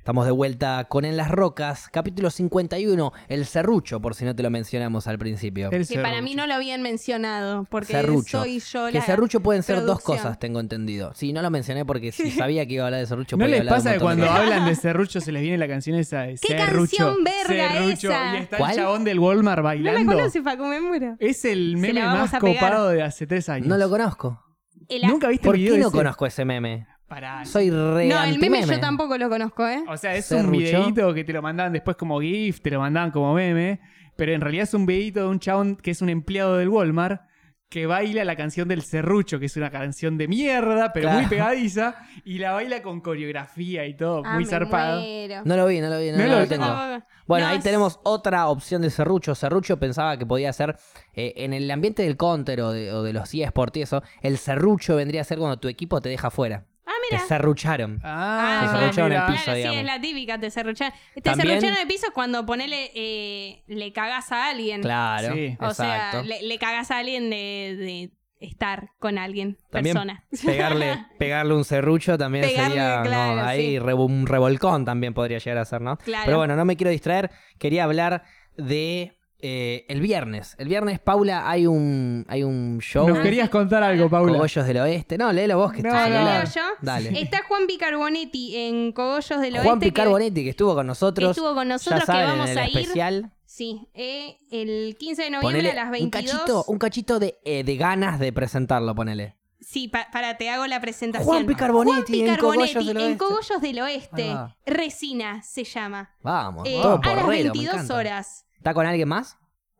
Speaker 1: Estamos de vuelta con En las Rocas, capítulo 51, el serrucho, por si no te lo mencionamos al principio.
Speaker 2: El
Speaker 3: que para
Speaker 2: serrucho.
Speaker 3: mí no lo habían mencionado, porque
Speaker 1: Serrucho.
Speaker 3: soy yo la...
Speaker 1: Que serrucho pueden ser dos
Speaker 3: producción.
Speaker 1: cosas, tengo entendido. Sí, no lo mencioné porque si sabía que iba a hablar de serrucho,
Speaker 2: ¿No
Speaker 1: podía
Speaker 2: les
Speaker 1: hablar de un
Speaker 2: pasa que
Speaker 1: montón de
Speaker 2: cuando
Speaker 1: cosas.
Speaker 2: hablan de serrucho se les viene la canción esa de
Speaker 3: ¿Qué
Speaker 2: serrucho?
Speaker 3: canción verga
Speaker 2: serrucho?
Speaker 3: esa?
Speaker 2: Y está
Speaker 1: ¿Cuál?
Speaker 2: el chabón del Walmart
Speaker 3: No la
Speaker 2: bailando.
Speaker 3: conoce Facu, me muero.
Speaker 2: es el
Speaker 3: Se
Speaker 2: meme
Speaker 3: la vamos
Speaker 2: más
Speaker 3: a pegar.
Speaker 2: copado de hace tres años.
Speaker 1: No lo conozco.
Speaker 3: El-
Speaker 2: ¿Nunca viste
Speaker 1: ¿Por
Speaker 2: el video
Speaker 1: qué no
Speaker 2: ese?
Speaker 1: conozco ese meme?
Speaker 2: Pará.
Speaker 1: Soy re
Speaker 3: No, el meme
Speaker 1: anti-meme.
Speaker 3: yo tampoco lo conozco, ¿eh?
Speaker 2: O sea, es
Speaker 1: Serrucho.
Speaker 2: un videíto que te lo mandaban después como GIF, te lo mandaban como meme, pero en realidad es un videíto de un chabón que es un empleado del Walmart que baila la canción del serrucho, que es una canción de mierda, pero
Speaker 1: Claro.
Speaker 2: muy pegadiza, y la baila con coreografía y todo,
Speaker 3: Ah,
Speaker 2: Oh, muy
Speaker 3: me
Speaker 2: zarpado.
Speaker 3: muero.
Speaker 1: No lo vi, no lo vi, no,
Speaker 2: No
Speaker 1: no lo
Speaker 2: lo-
Speaker 1: tengo.
Speaker 3: Tampoco.
Speaker 1: Bueno,
Speaker 3: No,
Speaker 1: ahí
Speaker 3: es-
Speaker 1: tenemos otra opción de serrucho. Serrucho pensaba que podía ser eh, en el ambiente del counter o de, o de los eSports y eso. El serrucho vendría a ser cuando tu equipo te deja fuera.
Speaker 3: Ah,
Speaker 1: Te
Speaker 3: mira.
Speaker 1: serrucharon.
Speaker 2: Ah,
Speaker 3: Se serrucharon
Speaker 1: en el
Speaker 2: mira.
Speaker 1: piso,
Speaker 3: Claro, sí,
Speaker 1: digamos.
Speaker 3: es la típica, te serruchan. Te
Speaker 1: También-
Speaker 3: serruchan en el piso es cuando ponele, eh, le cagás a alguien.
Speaker 1: Claro,
Speaker 2: Sí.
Speaker 3: o
Speaker 1: exacto.
Speaker 3: sea, le, le cagás a alguien de, de estar con alguien,
Speaker 1: También
Speaker 3: persona.
Speaker 1: Pegarle, pegarle un serrucho también
Speaker 3: Pegarle,
Speaker 1: sería. no,
Speaker 3: claro,
Speaker 1: ahí
Speaker 3: sí.
Speaker 1: revo- un revolcón también podría llegar a ser, ¿no?
Speaker 3: Claro.
Speaker 1: Pero bueno, no me quiero distraer. Quería hablar de eh, el viernes. El viernes, Paula, hay un, hay un show.
Speaker 2: Nos querías contar algo, Paula.
Speaker 1: Cogollos del Oeste. No, léelo vos que
Speaker 2: No,
Speaker 1: está
Speaker 3: Ah,
Speaker 2: no,
Speaker 3: ¿lo
Speaker 2: no.
Speaker 3: leo yo?
Speaker 1: Dale.
Speaker 3: Está Juan Picarbonetti en Cogollos del
Speaker 1: Juan
Speaker 3: Oeste. que-
Speaker 1: Picarbonetti, que estuvo con
Speaker 3: que
Speaker 1: nosotros.
Speaker 3: estuvo con
Speaker 1: ya
Speaker 3: nosotros, que
Speaker 1: saben,
Speaker 3: vamos
Speaker 1: en el
Speaker 3: a ir.
Speaker 1: especial.
Speaker 3: Sí, eh, el 15 de noviembre
Speaker 1: Ponele
Speaker 3: a las
Speaker 1: un
Speaker 3: 22.
Speaker 1: cachito, un cachito de, eh, de ganas de presentarlo, ponele.
Speaker 3: Sí, pa- para te hago la presentación.
Speaker 1: Juan Picarbonetti
Speaker 3: Juan
Speaker 1: en Cogollos del
Speaker 3: en
Speaker 1: Oeste.
Speaker 3: Cogollos del Oeste.
Speaker 1: Ahí va.
Speaker 3: Resina se llama.
Speaker 1: Vamos,
Speaker 3: Eh,
Speaker 1: todo
Speaker 3: a las
Speaker 1: porrero, me
Speaker 3: 22
Speaker 1: encanta.
Speaker 3: horas.
Speaker 1: ¿Está con alguien más?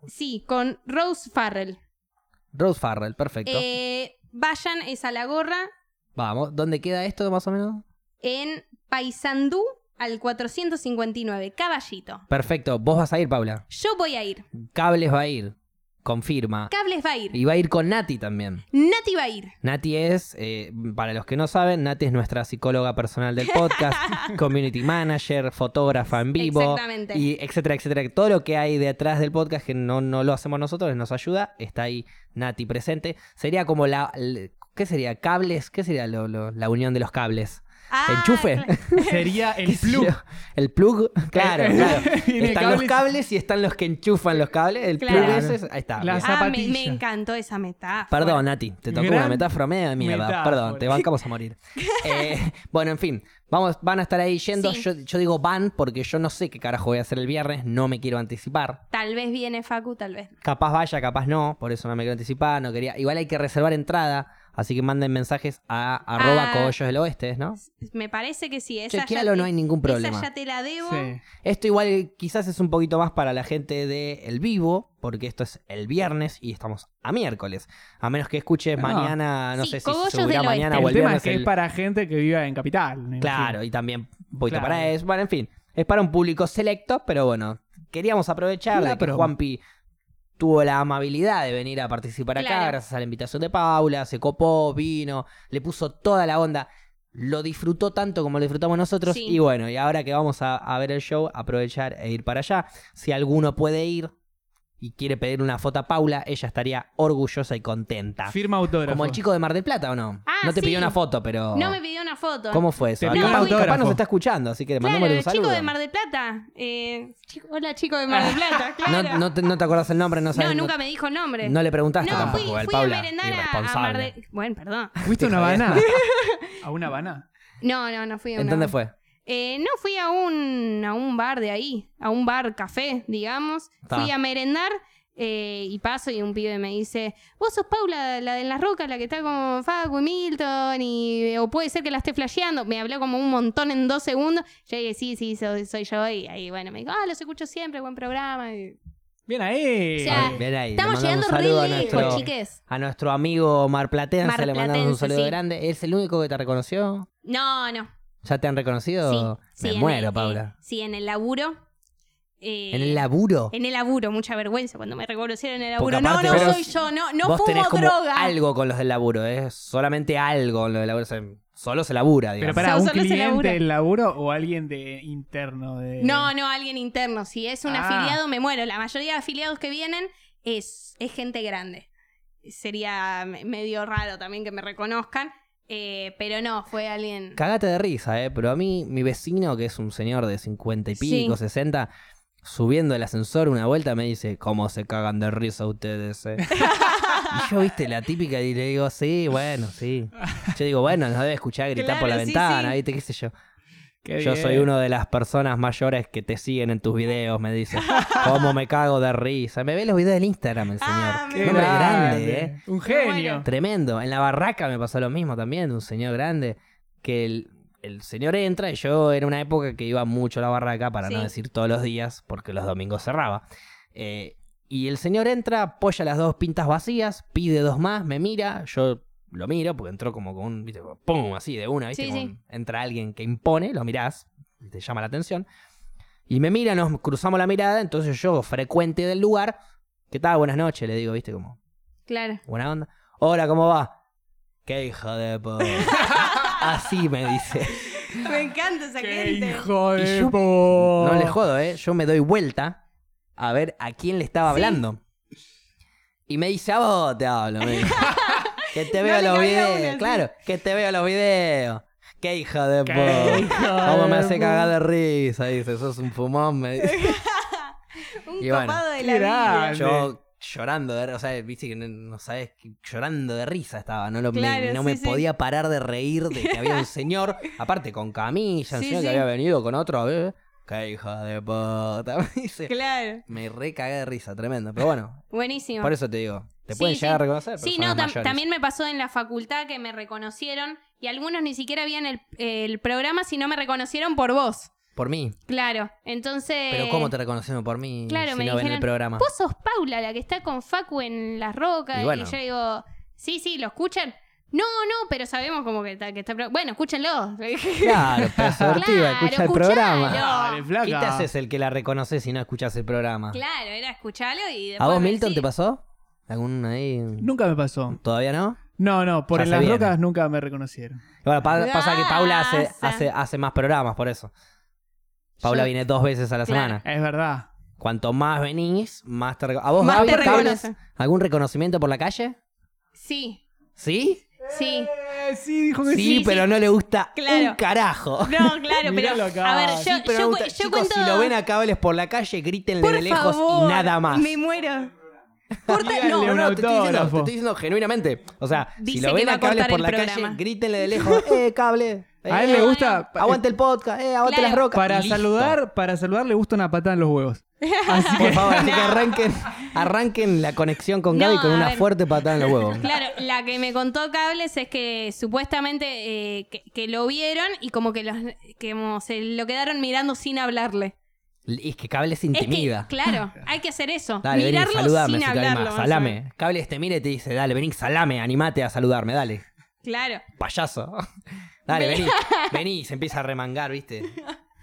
Speaker 3: Sí, con Rose Farrell.
Speaker 1: Rose Farrell, perfecto.
Speaker 3: Eh, vayan, es a la gorra,
Speaker 1: Vamos, ¿dónde queda esto más o menos?
Speaker 3: en Paysandú, al 459, caballito.
Speaker 1: Perfecto, vos vas a ir, Paula.
Speaker 3: Yo voy a ir.
Speaker 1: Cables va a ir. Confirma.
Speaker 3: Cables va a ir.
Speaker 1: Y va a ir con Nati también.
Speaker 3: Nati va a ir.
Speaker 1: Nati es, eh, para los que no saben, Nati es nuestra psicóloga personal del podcast, community manager, fotógrafa en vivo,
Speaker 3: Exactamente.
Speaker 1: y etcétera, etcétera. Todo lo que hay detrás del podcast que no, no lo hacemos nosotros, nos ayuda, está ahí Nati presente. Sería como la... l- ¿Qué sería? ¿Cables? ¿Qué sería lo- lo- la unión de los cables?
Speaker 3: Ah,
Speaker 1: ¿Enchufe?
Speaker 3: cla-
Speaker 2: Sería el
Speaker 1: ¿Qué sé yo?
Speaker 2: plug.
Speaker 1: ¿El plug? Claro, claro.
Speaker 2: Tiene
Speaker 1: están los cables y están los que enchufan los cables. El plug
Speaker 3: Claro.
Speaker 1: ese es- ahí está.
Speaker 2: La
Speaker 1: bien.
Speaker 3: Ah, me- me,
Speaker 2: zapatilla.
Speaker 3: encantó esa metáfora.
Speaker 1: Perdón, Nati, te tocó una
Speaker 2: Gran
Speaker 1: metáfora media de mierda.
Speaker 2: metáfora.
Speaker 1: Perdón, te bancamos a morir. Eh, bueno, en fin, vamos, van a estar ahí yendo.
Speaker 3: Sí.
Speaker 1: Yo, yo digo van porque yo no sé qué carajo voy a hacer el viernes, no me quiero anticipar.
Speaker 3: Tal vez viene Facu, tal vez.
Speaker 1: Capaz vaya, capaz no, por eso no me quiero anticipar, no quería. Igual hay que reservar entrada, así que manden mensajes a arroba
Speaker 3: Ah.
Speaker 1: cogollos del oeste, ¿no?
Speaker 3: Me parece que sí. Esa
Speaker 1: Chequealo,
Speaker 3: ya te-
Speaker 1: no hay ningún problema.
Speaker 3: Esa ya te la debo.
Speaker 2: Sí.
Speaker 1: Esto igual quizás es un poquito más para la gente de El Vivo, porque esto es el viernes y estamos a miércoles. A menos que escuches
Speaker 2: Ah.
Speaker 1: mañana, no
Speaker 3: Sí,
Speaker 1: sé si se
Speaker 3: Cogollos
Speaker 1: subirá
Speaker 3: del
Speaker 1: mañana
Speaker 3: Oeste.
Speaker 1: o
Speaker 2: El
Speaker 1: el
Speaker 2: tema
Speaker 1: viernes.
Speaker 2: es que
Speaker 1: el-
Speaker 2: es para gente que viva en capital. me imagino.
Speaker 1: Claro, y también un poquito
Speaker 2: Claro.
Speaker 1: para eso. Bueno, en fin, es para un público selecto, pero bueno, queríamos aprovechar
Speaker 2: Una
Speaker 1: de que
Speaker 2: promo.
Speaker 1: Juanpi tuvo la amabilidad de venir a participar acá,
Speaker 3: Claro.
Speaker 1: gracias a la invitación de Paula, se copó, vino, le puso toda la onda. Lo disfrutó tanto como lo disfrutamos nosotros.
Speaker 3: Sí.
Speaker 1: Y bueno, y ahora que vamos a, a ver el show, aprovechar e ir para allá. Si alguno puede ir y quiere pedir una foto a Paula, ella estaría orgullosa y contenta.
Speaker 2: Firma autógrafo.
Speaker 1: Como el chico de Mar del Plata, ¿o no?
Speaker 3: Ah,
Speaker 1: no te
Speaker 3: sí.
Speaker 1: pidió una foto, pero.
Speaker 3: No me pidió una foto.
Speaker 1: ¿Cómo fue eso?
Speaker 2: Te
Speaker 1: Acá
Speaker 3: pidió un
Speaker 1: capaz- capaz
Speaker 2: autógrafo.
Speaker 1: nos está escuchando, así que le
Speaker 3: Claro,
Speaker 1: mandémosle un
Speaker 3: el
Speaker 1: saludo.
Speaker 3: chico de Mar del Plata. Eh, chico- hola, chico de Mar del Plata, claro.
Speaker 1: no, no te, no te acordás el nombre, no
Speaker 3: No,
Speaker 1: sabes.
Speaker 3: nunca me dijo nombre.
Speaker 1: no le preguntaste
Speaker 3: No,
Speaker 1: tampoco
Speaker 3: fui,
Speaker 1: al
Speaker 3: fui a
Speaker 1: Paula.
Speaker 3: merendar a- a,
Speaker 1: irresponsable.
Speaker 3: Mar del... Bueno, perdón.
Speaker 2: ¿Fuiste a una
Speaker 1: Está bien.
Speaker 2: habana? ¿A una habana?
Speaker 3: No, no, no fui a
Speaker 1: ¿En
Speaker 3: una-
Speaker 1: dónde fue?
Speaker 3: Eh, no, fui a un, a un bar de ahí, a un bar café, digamos.
Speaker 1: Ta.
Speaker 3: Fui a merendar eh, y paso y un pibe me dice, vos sos Paula, la de las rocas, la que está con Facu y Milton, y, o puede ser que la esté flasheando. Me habló como un montón en dos segundos. Yo dije, sí, sí, soy, soy yo. Y ahí, bueno, me dijo, ah, los escucho siempre, buen programa. y-
Speaker 2: Bien ahí.
Speaker 3: O sea,
Speaker 1: Ay, bien ahí, le
Speaker 3: Estamos
Speaker 1: mandamos
Speaker 3: llegando
Speaker 1: un
Speaker 3: re
Speaker 1: saludo a
Speaker 3: lejos,
Speaker 1: nuestro-
Speaker 3: chiques.
Speaker 1: A nuestro amigo marplatense le mandamos un
Speaker 3: Marplatense,
Speaker 1: saludo
Speaker 3: sí.
Speaker 1: grande. ¿Es el único que te reconoció?
Speaker 3: No, no.
Speaker 1: ¿Ya te han reconocido?
Speaker 3: Sí, sí,
Speaker 1: me
Speaker 3: en
Speaker 1: muero,
Speaker 3: el-
Speaker 1: Paula.
Speaker 3: eh, sí, en el laburo. eh,
Speaker 1: ¿En el laburo?
Speaker 3: En el laburo, mucha vergüenza cuando me reconocieron en el
Speaker 1: Porque
Speaker 3: laburo. No,
Speaker 1: aparte
Speaker 3: no
Speaker 1: vos-
Speaker 3: soy yo, no, no
Speaker 1: Vos tenés
Speaker 3: fumo
Speaker 1: como
Speaker 3: droga.
Speaker 1: algo con los del laburo, ¿eh? Solamente algo con los del laburo. se- Solo se labura,
Speaker 2: Pero
Speaker 1: digamos.
Speaker 2: para,
Speaker 3: Solo-
Speaker 2: ¿un
Speaker 3: solo se
Speaker 2: cliente
Speaker 3: labura.
Speaker 2: del laburo o alguien de interno? De...
Speaker 3: No, no, alguien interno. Si es un
Speaker 2: Ah.
Speaker 3: afiliado, me muero. La mayoría de afiliados que vienen es, es gente grande. Sería me- medio raro también que me reconozcan. eh, pero no, fue alguien.
Speaker 1: Cagate de risa, ¿eh? Pero a mí, mi vecino, que es un señor de 50 y
Speaker 3: Sí.
Speaker 1: pico, 60, subiendo el ascensor una vuelta me dice, ¿cómo se cagan de risa ustedes, eh?" y yo, viste, la típica, y le digo, sí, bueno, sí. Yo digo, bueno, nos debe escuchar gritar por la
Speaker 3: Claro, sí,
Speaker 1: ventana,
Speaker 3: sí.
Speaker 1: viste, qué sé yo.
Speaker 2: Qué
Speaker 1: Yo
Speaker 2: bien.
Speaker 1: soy una de las personas mayores que te siguen en tus videos, me dice. ¿Cómo me cago de risa? Me ve los videos del Instagram, el señor.
Speaker 3: Ah,
Speaker 2: Qué
Speaker 1: Un hombre grande, ¿eh?
Speaker 2: grande. Un
Speaker 3: Bueno.
Speaker 2: genio.
Speaker 1: Tremendo. En la barraca me pasó lo mismo también, de un señor grande, que el, el señor entra y yo era una época que iba mucho a la barraca, para no
Speaker 3: Sí.
Speaker 1: decir todos los días, porque los domingos cerraba. Eh, y el señor entra, apoya las dos pintas vacías, pide dos más, me mira, yo lo miro, porque entró como con un, viste, como pum, así de una, viste,
Speaker 3: Sí,
Speaker 1: como
Speaker 3: sí.
Speaker 1: entra alguien que impone, lo mirás, y te llama la atención. Y me mira, nos cruzamos la mirada, entonces yo, frecuente del lugar, ¿qué tal? Buenas noches, le digo, viste, como
Speaker 3: Claro.
Speaker 1: buena onda. Hola, ¿cómo va? Qué hijo de puta. Así me dice.
Speaker 3: Me encanta esa
Speaker 2: Qué
Speaker 3: gente.
Speaker 2: hijo
Speaker 1: Y
Speaker 2: de
Speaker 1: yo-
Speaker 3: Oh.
Speaker 2: po-
Speaker 1: No le jodo, ¿eh? Yo me doy vuelta a ver a quién le estaba
Speaker 3: Sí.
Speaker 1: hablando. Y me dice, a vos te hablo, me dice. Que te
Speaker 3: No
Speaker 1: veo
Speaker 3: le
Speaker 1: los
Speaker 3: cabía una,
Speaker 1: videos.
Speaker 3: sí.
Speaker 1: Claro, que te veo los videos. Qué hijo de
Speaker 2: Qué
Speaker 1: puta.
Speaker 2: hijo
Speaker 1: ¿Cómo me
Speaker 2: de
Speaker 1: hace
Speaker 2: po-
Speaker 1: cagar de risa? Dice, sos un fumón, me dice.
Speaker 3: Un
Speaker 1: Y bueno,
Speaker 3: copado de
Speaker 2: qué
Speaker 3: la vida.
Speaker 2: grande.
Speaker 1: Yo llorando, de, o sea, viste que no, no sabes, que- llorando de risa estaba, no, lo, me-
Speaker 3: Claro,
Speaker 1: no
Speaker 3: sí,
Speaker 1: me
Speaker 3: sí.
Speaker 1: podía parar de reír de que había un señor, aparte con camilla, un
Speaker 3: Sí,
Speaker 1: señor
Speaker 3: sí.
Speaker 1: que había venido con otro, ¿eh? qué hijo de puta, me dice.
Speaker 3: Claro.
Speaker 1: Me recagué de risa, tremendo, pero bueno,
Speaker 3: Buenísimo.
Speaker 1: por eso te digo, te
Speaker 3: Sí,
Speaker 1: pueden
Speaker 3: sí.
Speaker 1: llegar a reconocer.
Speaker 3: Sí,
Speaker 1: personas
Speaker 3: no, tam-
Speaker 1: mayores.
Speaker 3: también me pasó en la facultad que me reconocieron y algunos ni siquiera habían el, el programa si no me reconocieron por vos.
Speaker 1: Por mí,
Speaker 3: Claro, entonces...
Speaker 1: pero ¿cómo te reconocieron por mí
Speaker 3: eh, claro,
Speaker 1: si
Speaker 3: me
Speaker 1: no ven el
Speaker 3: dijeron,
Speaker 1: programa?
Speaker 3: Vos sos Paula, la que está con Facu en Las Rocas
Speaker 1: Y
Speaker 3: y,
Speaker 1: bueno.
Speaker 3: yo digo, sí, sí, ¿lo escuchan? No, no, pero sabemos como que está. Que está pro- bueno, escúchenlo.
Speaker 1: Claro, pero es divertido,
Speaker 3: Claro,
Speaker 1: escucha el
Speaker 3: escuchalo.
Speaker 1: programa.
Speaker 2: Dale, flaca.
Speaker 1: ¿Y te haces el que la reconoces si no escuchas el programa?
Speaker 3: claro, era escucharlo y después.
Speaker 1: ¿A vos,
Speaker 3: ver
Speaker 1: Milton,
Speaker 3: si-
Speaker 1: te pasó? ¿Algún ahí?
Speaker 2: Nunca me pasó.
Speaker 1: ¿Todavía no?
Speaker 2: No, no, por
Speaker 1: Ya
Speaker 2: en
Speaker 1: se
Speaker 2: las
Speaker 1: viene.
Speaker 2: rocas nunca me reconocieron.
Speaker 1: Bueno, pa-
Speaker 3: Ah,
Speaker 1: pasa que Paula hace,
Speaker 3: Pasa.
Speaker 1: hace, hace más programas, por eso. Paula
Speaker 3: Yo-
Speaker 1: viene dos veces a la
Speaker 3: Claro.
Speaker 1: semana.
Speaker 2: Es verdad.
Speaker 1: Cuanto más venís, más te reco- ¿A vos,
Speaker 3: Más
Speaker 1: Gaby,
Speaker 3: te
Speaker 1: Gaby,
Speaker 3: reconocen.
Speaker 1: ¿Algún reconocimiento por la calle?
Speaker 3: Sí,
Speaker 1: ¿Sí?
Speaker 3: sí.
Speaker 2: Eh, sí, dijo que
Speaker 1: Sí,
Speaker 2: sí.
Speaker 3: sí.
Speaker 1: pero no le gusta
Speaker 3: Claro.
Speaker 1: un carajo.
Speaker 3: No, claro,
Speaker 2: Míralo
Speaker 3: pero.
Speaker 2: acá.
Speaker 3: A ver, yo,
Speaker 1: Sí, pero
Speaker 3: yo
Speaker 1: me
Speaker 3: cu-
Speaker 1: gusta.
Speaker 3: yo
Speaker 1: Chicos,
Speaker 3: cuento.
Speaker 1: si lo ven a cables por la calle, grítenle
Speaker 3: por
Speaker 1: de lejos
Speaker 3: favor,
Speaker 1: y nada más.
Speaker 3: Me muero. Corta-
Speaker 2: Díganle
Speaker 3: no,
Speaker 2: un
Speaker 1: No, no, te estoy, diciendo,
Speaker 2: autógrafo.
Speaker 1: te estoy diciendo genuinamente. O sea, si
Speaker 3: Dice
Speaker 1: lo
Speaker 3: que
Speaker 1: ven
Speaker 3: va
Speaker 1: a
Speaker 3: a
Speaker 1: cables
Speaker 3: cortar
Speaker 1: por
Speaker 3: el
Speaker 1: la calle,
Speaker 3: programa.
Speaker 1: grítenle de lejos, eh, cable.
Speaker 2: A él
Speaker 1: eh,
Speaker 2: le gusta. pa-
Speaker 1: Aguante el podcast, eh, aguante
Speaker 3: Claro.
Speaker 1: las rocas.
Speaker 2: Para
Speaker 1: Y listo.
Speaker 2: saludar, para saludar le gusta una patada en los huevos. Así
Speaker 1: Por
Speaker 2: que
Speaker 1: favor, así que arranquen, arranquen la conexión con
Speaker 3: No,
Speaker 1: Gaby con
Speaker 3: a
Speaker 1: una
Speaker 3: ver.
Speaker 1: fuerte patada en los huevos.
Speaker 3: Claro, la que me contó Cables es que supuestamente eh, que, que lo vieron y como que, los, que como se lo quedaron mirando sin hablarle.
Speaker 1: Y es que Cable se
Speaker 3: Es que,
Speaker 1: intimida.
Speaker 3: claro, hay que hacer eso.
Speaker 1: Dale, vení,
Speaker 3: mirarlo
Speaker 1: saludame,
Speaker 3: sin
Speaker 1: si te
Speaker 3: hablarlo.
Speaker 1: animás,
Speaker 3: más o menos.
Speaker 1: salame. Cable te mira y te dice, dale, vení, salame, animate a saludarme, dale.
Speaker 3: Claro.
Speaker 1: Payaso. Dale, vení, vení, y se empieza a remangar, ¿viste?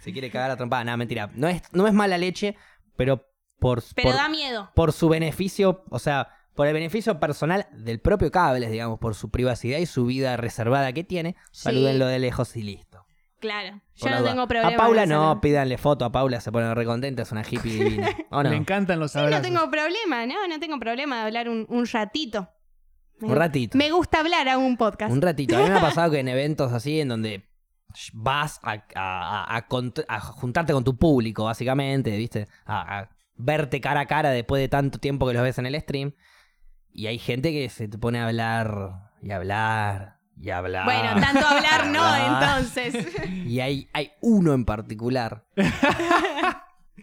Speaker 1: Se quiere cagar la trompada. Nada, mentira. No es, no es mala leche, pero por,
Speaker 3: Pero
Speaker 1: por,
Speaker 3: da miedo.
Speaker 1: por su beneficio, o sea, por el beneficio personal del propio Cables, digamos, por su privacidad y su vida reservada que tiene,
Speaker 3: Sí.
Speaker 1: salúdenlo de lejos y listo.
Speaker 3: Claro. Yo
Speaker 1: Por la
Speaker 3: no
Speaker 1: duda.
Speaker 3: tengo problema.
Speaker 1: A Paula
Speaker 3: en
Speaker 1: no,
Speaker 3: hacerlo.
Speaker 1: pídanle foto a Paula, se pone recontenta, es una hippie divina. ¿O no?
Speaker 2: le encantan los
Speaker 3: Yo
Speaker 2: abrazos.
Speaker 3: no tengo problema, no, no tengo problema de hablar un, un ratito. Me-
Speaker 1: Un ratito.
Speaker 3: Me gusta hablar a un podcast.
Speaker 1: Un ratito. A mí me ha pasado que en eventos así, en donde vas a, a- a- a cont- a juntarte con tu público, básicamente, ¿viste? A, a verte cara a cara después de tanto tiempo que los ves en el stream. Y hay gente que se te pone a hablar y hablar y hablar.
Speaker 3: Bueno, tanto hablar
Speaker 1: Ah.
Speaker 3: no, entonces.
Speaker 1: Y hay, hay uno en particular.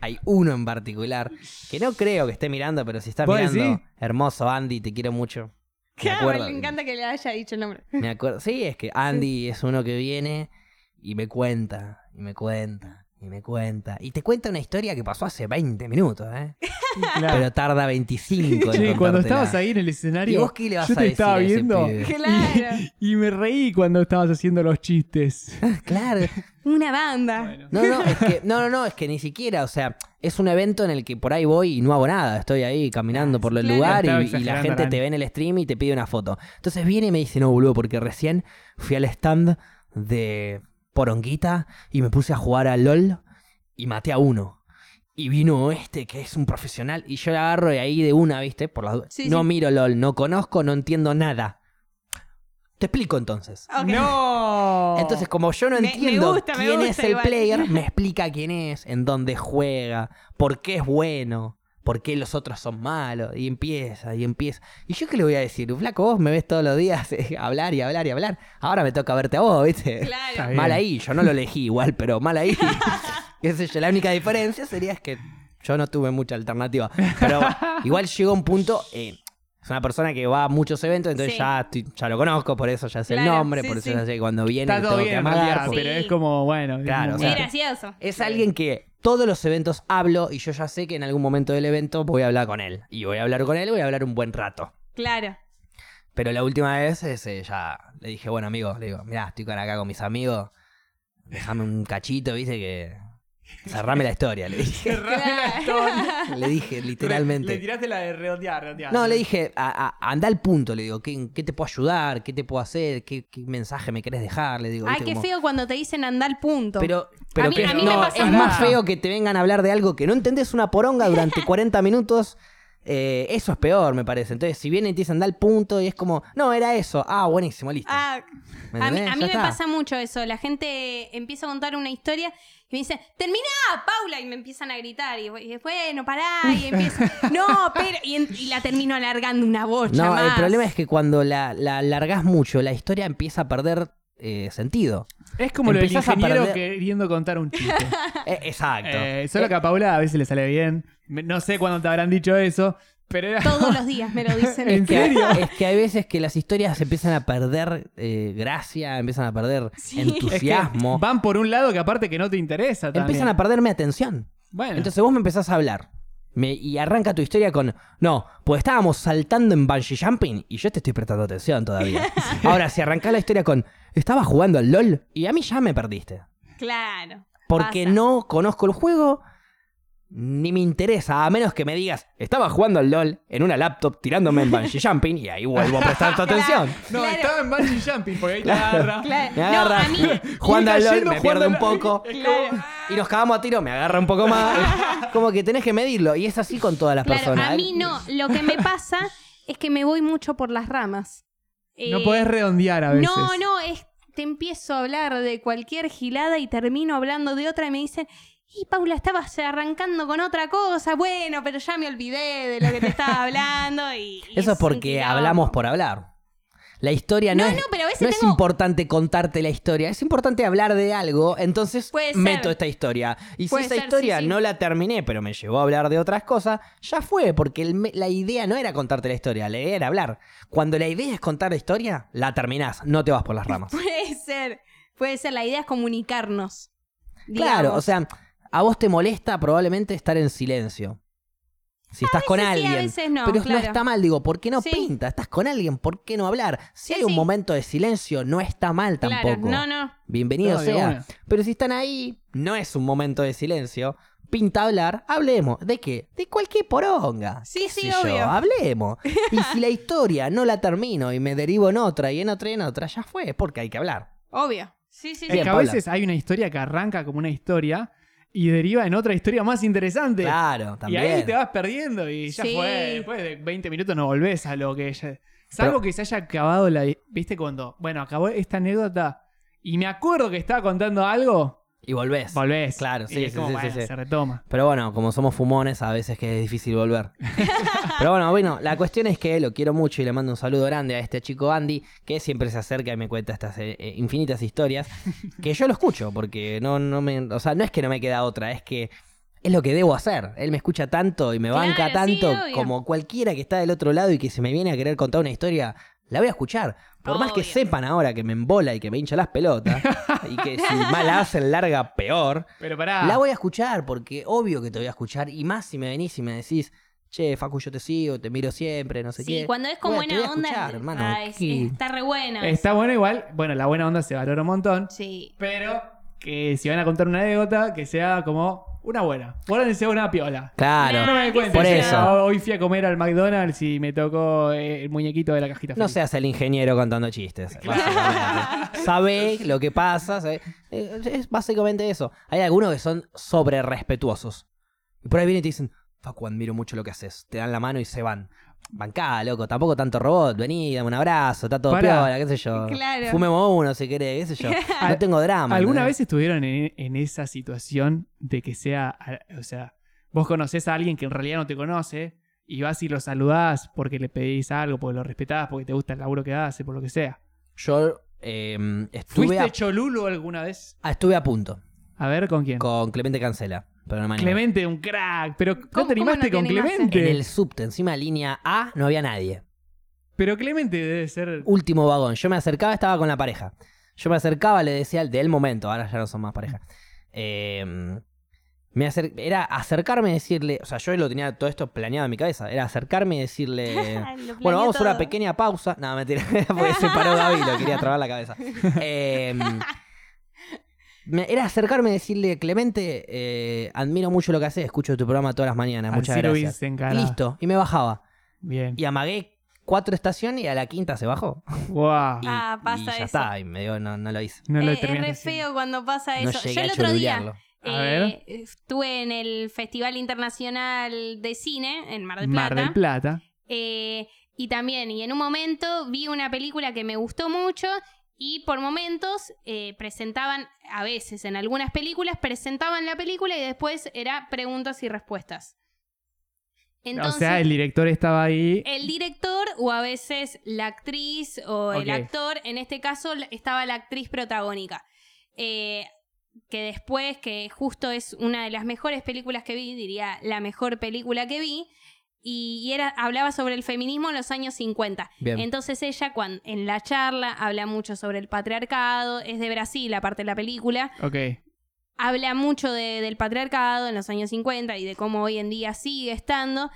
Speaker 1: hay uno en particular que no creo que esté mirando, pero si está
Speaker 2: ¿Vos
Speaker 1: mirando,
Speaker 2: decís?
Speaker 1: hermoso Andy, te quiero mucho. Me
Speaker 3: Claro,
Speaker 1: acuerdo.
Speaker 3: me encanta que le haya dicho el nombre.
Speaker 1: Me acuerdo. Sí, es que Andy es uno que viene y me cuenta, y me cuenta, y me cuenta. Y te cuenta una historia que pasó hace 20 minutos, ¿eh.
Speaker 2: Claro.
Speaker 1: Pero tarda 25 en
Speaker 2: Che, cuando
Speaker 1: contártela.
Speaker 2: estabas ahí en el escenario,
Speaker 1: ¿Y vos qué le vas
Speaker 2: yo
Speaker 1: a
Speaker 2: te
Speaker 1: decir
Speaker 2: estaba
Speaker 1: a ese
Speaker 2: viendo
Speaker 1: pibe?
Speaker 3: Claro.
Speaker 2: y, y me reí cuando estabas haciendo los chistes.
Speaker 1: Claro.
Speaker 3: Una banda.
Speaker 1: No, no, es que, no, no, no, es que ni siquiera, o sea, es un evento en el que por ahí voy y no hago nada, estoy ahí caminando por el
Speaker 3: Claro.
Speaker 1: lugar y,
Speaker 2: Estaba
Speaker 1: y la
Speaker 2: exagerando,
Speaker 1: gente
Speaker 2: Alan.
Speaker 1: te ve en el stream y te pide una foto. Entonces viene y me dice, no, boludo, porque recién fui al stand de Poronguita y me puse a jugar a LOL y maté a uno. Y vino este que es un profesional y yo la agarro de ahí de una, ¿viste? Por las dudas.
Speaker 3: Sí,
Speaker 1: no
Speaker 3: sí.
Speaker 1: miro LOL, no conozco, no entiendo nada. Te explico entonces.
Speaker 3: Ok.
Speaker 2: ¡No!
Speaker 1: Entonces, como yo no
Speaker 3: Me- me
Speaker 1: entiendo
Speaker 3: gusta, me
Speaker 1: quién
Speaker 3: gusta
Speaker 1: es el
Speaker 3: igual.
Speaker 1: player, me explica quién es, en dónde juega, por qué es bueno, por qué los otros son malos, y empieza, y empieza. ¿Y yo qué le voy a decir? Flaco, vos me ves todos los días eh, hablar y hablar y hablar. Ahora me toca verte a vos, ¿viste?
Speaker 2: Está
Speaker 3: Claro.
Speaker 2: bien.
Speaker 1: Mal ahí, yo no lo elegí igual, pero mal ahí. Qué sé yo, la única diferencia sería es que yo no tuve mucha alternativa. Pero igual llegó un punto. eh, es una persona que va a muchos eventos, entonces
Speaker 3: Sí.
Speaker 1: ya, estoy- ya lo conozco, por eso ya sé el
Speaker 3: Claro,
Speaker 1: nombre,
Speaker 3: sí,
Speaker 1: por eso
Speaker 3: sí.
Speaker 1: ya sé que cuando viene
Speaker 2: Está
Speaker 1: lo
Speaker 2: todo
Speaker 1: tengo
Speaker 2: bien,
Speaker 1: que
Speaker 2: en
Speaker 1: amagar,
Speaker 2: realidad,
Speaker 1: porque
Speaker 2: pero
Speaker 3: Sí.
Speaker 2: es como, bueno. es
Speaker 1: Claro, o
Speaker 2: un-
Speaker 1: sea,
Speaker 3: Es gracioso.
Speaker 1: Es alguien que todos los eventos hablo y yo ya sé que en algún momento del evento voy a hablar con él. Y voy a hablar con él, voy a hablar un buen rato.
Speaker 3: Claro.
Speaker 1: Pero la última vez ese, ya le dije, bueno, amigo, le digo, mirá, estoy con acá con mis amigos, déjame un cachito, viste que... Cerrame la historia, le dije. Le dije,
Speaker 2: Le
Speaker 1: literalmente.
Speaker 2: tiraste la de redondear, redondear.
Speaker 1: No, le dije, a- a- anda al punto, le digo, ¿qué, qué te puedo ayudar? ¿Qué te puedo hacer? ¿Qué, qué mensaje me querés dejar? Le digo,
Speaker 3: Ay,
Speaker 1: viste,
Speaker 3: qué
Speaker 1: como-
Speaker 3: feo cuando te dicen andar al punto.
Speaker 1: Pero, pero
Speaker 3: A mí-
Speaker 1: que-
Speaker 3: a mí
Speaker 1: no,
Speaker 3: me pasa
Speaker 1: es más
Speaker 2: nada.
Speaker 1: feo que te vengan a hablar de algo que no entendés una poronga durante 40 minutos. eh, eso es peor, me parece. Entonces, si vienen y te dicen, da el punto y es como, no, era eso. Ah, buenísimo, listo.
Speaker 3: Ah,
Speaker 1: ¿Me
Speaker 3: a mí,
Speaker 1: entendés?
Speaker 3: a mí
Speaker 1: Ya
Speaker 3: me
Speaker 1: está.
Speaker 3: pasa mucho eso. La gente empieza a contar una historia y me dice, termina, Paula, y me empiezan a gritar. Y, y después, no, pará, y empieza, no, pero, y, en- y la termino alargando una bocha
Speaker 1: No,
Speaker 3: más.
Speaker 1: el problema es que cuando la, la largás mucho, la historia empieza a perder eh, sentido.
Speaker 2: Es como lo del
Speaker 1: Empezás a
Speaker 2: ingeniero
Speaker 1: perder-
Speaker 2: queriendo contar un chiste.
Speaker 1: Eh, exacto.
Speaker 2: Eh, solo que a Paula a veces le sale bien. Me- No sé cuándo te habrán dicho eso, pero era...
Speaker 3: Todos los días me lo dicen.
Speaker 1: Es
Speaker 2: ¿En
Speaker 1: que-
Speaker 2: serio?
Speaker 1: Es que hay veces que las historias empiezan a perder eh, gracia, empiezan a perder
Speaker 3: Sí.
Speaker 2: es que
Speaker 1: entusiasmo,
Speaker 2: van por un lado que aparte que no te interesa también.
Speaker 1: empiezan a perderme atención.
Speaker 2: Bueno,
Speaker 1: Entonces vos me empezás a hablar. Me- y arranca tu historia con, no, pues estábamos saltando en bungee jumping y yo te estoy prestando atención todavía. Ahora, si arrancás la historia con, estaba jugando al LOL y a mí ya me perdiste.
Speaker 3: Claro.
Speaker 1: Porque
Speaker 3: Pasa.
Speaker 1: no conozco el juego, ni me interesa, a menos que me digas, estaba jugando al LOL en una laptop tirándome en bungee jumping y ahí vuelvo a prestar tu atención.
Speaker 2: No,
Speaker 3: Claro.
Speaker 2: estaba en bungee jumping, porque ahí te agarra.
Speaker 3: Claro.
Speaker 1: Me
Speaker 3: No,
Speaker 1: agarra,
Speaker 3: a mí.
Speaker 1: jugando al LOL,
Speaker 2: cayendo,
Speaker 1: me pierde un
Speaker 2: jugando al-
Speaker 1: poco.
Speaker 3: Claro.
Speaker 1: Y nos cagamos a tiro, me agarra un poco más. Como que tenés que medirlo. Y es así con todas las
Speaker 3: Claro,
Speaker 1: personas.
Speaker 3: a mí no. Lo que me pasa es que me voy mucho por las ramas.
Speaker 2: No
Speaker 3: Eh,
Speaker 2: podés redondear a veces.
Speaker 3: No, no, es, te empiezo a hablar de cualquier gilada y termino hablando de otra y me dicen, y Paula, estabas arrancando con otra cosa, bueno, pero ya me olvidé de lo que te estaba hablando. Y, y
Speaker 1: Eso es
Speaker 3: un
Speaker 1: porque
Speaker 3: quilombo.
Speaker 1: hablamos por hablar. La historia no,
Speaker 3: No,
Speaker 1: es,
Speaker 3: no, pero a veces
Speaker 1: no es
Speaker 3: tengo-
Speaker 1: importante contarte la historia, es importante hablar de algo, entonces
Speaker 3: Puede ser.
Speaker 1: meto esta historia. Y si
Speaker 3: Puede
Speaker 1: esa
Speaker 3: ser,
Speaker 1: historia
Speaker 3: sí, sí.
Speaker 1: no la terminé, pero me llevó a hablar de otras cosas, ya fue, porque el me- la idea no era contarte la historia, la idea era hablar. Cuando la idea es contar la historia, la terminás, no te vas por las ramas.
Speaker 3: Puede ser, puede ser, la idea es comunicarnos.
Speaker 1: Claro,
Speaker 3: digamos.
Speaker 1: o sea, a vos te molesta probablemente estar en silencio. Si estás con
Speaker 3: veces Ah, sí, a
Speaker 1: alguien.
Speaker 3: veces no,
Speaker 1: pero
Speaker 3: claro.
Speaker 1: está mal, digo, ¿por qué no
Speaker 3: Sí.
Speaker 1: pinta? Estás con alguien, ¿por qué no hablar? Si
Speaker 3: Sí,
Speaker 1: hay un
Speaker 3: sí.
Speaker 1: momento de silencio, no está mal
Speaker 3: Claro,
Speaker 1: tampoco.
Speaker 3: no, no.
Speaker 1: Bienvenido
Speaker 2: No, de
Speaker 1: sea.
Speaker 2: una.
Speaker 1: Pero si están ahí, no es un momento de silencio. Pinta hablar, hablemos. ¿De qué? De cualquier poronga.
Speaker 3: Sí,
Speaker 1: ¿Qué
Speaker 3: sí,
Speaker 1: sé yo?
Speaker 3: obvio.
Speaker 1: Hablemos. Y si la historia no la termino y me derivo en otra y en otra y en otra, ya fue, porque hay que hablar.
Speaker 3: Obvio. Sí, sí,
Speaker 2: Es
Speaker 3: sí.
Speaker 1: Bien,
Speaker 2: que a
Speaker 1: Paula.
Speaker 2: veces hay una historia que arranca como una historia y deriva en otra historia más interesante.
Speaker 1: Claro,
Speaker 2: y
Speaker 1: también.
Speaker 2: ahí te vas perdiendo y ya
Speaker 3: Sí.
Speaker 2: fue. Después de 20 minutos no volvés a lo que ya. Salvo que se haya acabado la. ¿Viste cuando? Bueno, acabó esta anécdota y me acuerdo que estaba contando algo.
Speaker 1: Y volvés.
Speaker 2: Volvés.
Speaker 1: Claro, sí,
Speaker 2: Y es
Speaker 1: sí,
Speaker 2: como,
Speaker 1: sí,
Speaker 2: bueno,
Speaker 1: sí, sí.
Speaker 2: Se retoma.
Speaker 1: Pero bueno, como somos fumones, a veces que es difícil volver. Pero bueno, bueno, la cuestión es que lo quiero mucho y le mando un saludo grande a este chico Andy, que siempre se acerca y me cuenta estas eh, eh, infinitas historias, que yo lo escucho, porque no, no me, o sea, no es que no me queda otra, es que es lo que debo hacer. Él me escucha tanto y me
Speaker 3: Claro,
Speaker 1: banca
Speaker 3: sí,
Speaker 1: tanto
Speaker 3: obvio.
Speaker 1: como cualquiera que está del otro lado y que se me viene a querer contar una historia. La voy a escuchar. Por más que
Speaker 3: Obvio.
Speaker 1: sepan ahora que me embola y que me hincha las pelotas y que si mal la hacen larga, peor.
Speaker 2: Pero pará.
Speaker 1: La voy a escuchar porque obvio que te voy a escuchar. Y más si me venís y me decís, che, Facu, yo te sigo, te miro siempre, no sé
Speaker 3: Sí,
Speaker 1: qué.
Speaker 3: cuando es con
Speaker 1: Bueno, te
Speaker 3: buena
Speaker 1: voy a
Speaker 3: onda,
Speaker 1: escuchar, hermano.
Speaker 3: ah, es-
Speaker 1: ¿Qué?
Speaker 3: está re buena.
Speaker 2: Está bueno igual. Bueno, la buena onda se valora un montón.
Speaker 3: Sí.
Speaker 2: Pero que si van a contar una anécdota, que sea como una buena. Guárdense una piola.
Speaker 1: Claro.
Speaker 2: No me cuentes,
Speaker 1: Por
Speaker 2: ya,
Speaker 1: eso.
Speaker 2: Hoy fui a comer al McDonald's y me tocó eh, el muñequito de la cajita.
Speaker 1: No
Speaker 2: feliz.
Speaker 1: seas el ingeniero contando chistes. básicamente. Sabé lo que pasa. sabé- eh, Es básicamente eso. Hay algunos que son sobre respetuosos. Y por ahí vienen y te dicen, Facu, admiro mucho lo que haces. Te dan la mano y se van. Bancá, loco, tampoco tanto robot. Vení, dame un abrazo, está todo
Speaker 2: Pará.
Speaker 1: piola, qué sé yo.
Speaker 3: Claro.
Speaker 1: Fumemos uno si querés, qué sé yo. No tengo drama.
Speaker 2: ¿Alguna
Speaker 1: ¿entendés?
Speaker 2: vez estuvieron en, en esa situación de que sea, a- o sea, vos conoces a alguien que en realidad no te conoce y vas y lo saludás porque le pedís algo, porque lo respetás, porque te gusta el laburo que hace, por lo que sea?
Speaker 1: Yo eh, estuve,
Speaker 2: ¿Fuiste
Speaker 1: a,
Speaker 2: Cholulo alguna vez?
Speaker 1: ah, estuve a punto
Speaker 2: A ver, ¿con quién?
Speaker 1: con Clemente Cancela, pero no me animé.
Speaker 2: Clemente, un crack. Pero ¿no
Speaker 3: ¿Cómo-
Speaker 2: te animaste
Speaker 3: cómo no
Speaker 2: con
Speaker 3: te animaste?
Speaker 2: Clemente?
Speaker 1: En el subte, encima línea A, no había nadie.
Speaker 2: Pero Clemente debe ser...
Speaker 1: Último vagón. Yo me acercaba, estaba con la pareja. Yo me acercaba, le decía al del momento, ahora ya no son más pareja. Eh, me acer- era acercarme y decirle, o sea, yo lo tenía todo esto planeado en mi cabeza, era acercarme y decirle...
Speaker 3: Lo planeó
Speaker 1: Bueno, vamos a una
Speaker 3: todo.
Speaker 1: pequeña pausa. No, mentira, porque se paró Gaby y lo quería trabar la cabeza. Eh, me- era acercarme y decirle, Clemente, eh, admiro mucho lo que haces, escucho tu programa todas las mañanas, muchas
Speaker 2: Así lo
Speaker 1: gracias.
Speaker 2: hubiese encarado.
Speaker 1: Listo, y me bajaba.
Speaker 2: Bien.
Speaker 1: Y amagué cuatro estaciones y a la quinta se bajó.
Speaker 2: Guau.
Speaker 1: Y,
Speaker 3: Ah, pasa
Speaker 1: y ya
Speaker 3: eso.
Speaker 1: está, y me digo, no, no lo hice.
Speaker 2: No lo
Speaker 3: Eh, es
Speaker 2: terminaste
Speaker 3: re
Speaker 2: haciendo.
Speaker 3: feo cuando pasa eso.
Speaker 1: No llegué
Speaker 3: Yo el
Speaker 1: a
Speaker 3: otro día
Speaker 1: churulearlo.
Speaker 2: A
Speaker 3: eh, estuve en el Festival Internacional de Cine en Mar del Plata.
Speaker 2: Mar del Plata.
Speaker 3: Eh, y también, y en un momento vi una película que me gustó mucho y por momentos eh, presentaban, a veces en algunas películas, presentaban la película y después era preguntas y respuestas. Entonces,
Speaker 2: o sea, el director estaba ahí.
Speaker 3: el director o a veces la actriz o el
Speaker 2: Ok.
Speaker 3: actor, en este caso la- estaba la actriz protagónica. Eh, que después, que justo es una de las mejores películas que vi, diría la mejor película que vi, y, y era, hablaba sobre el feminismo en los años 50.
Speaker 1: Bien.
Speaker 3: Entonces ella cuan- en la charla habla mucho sobre el patriarcado, es de Brasil aparte de la película,
Speaker 2: Ok.
Speaker 3: habla mucho de- del patriarcado en los años 50 y de cómo hoy en día sigue estando.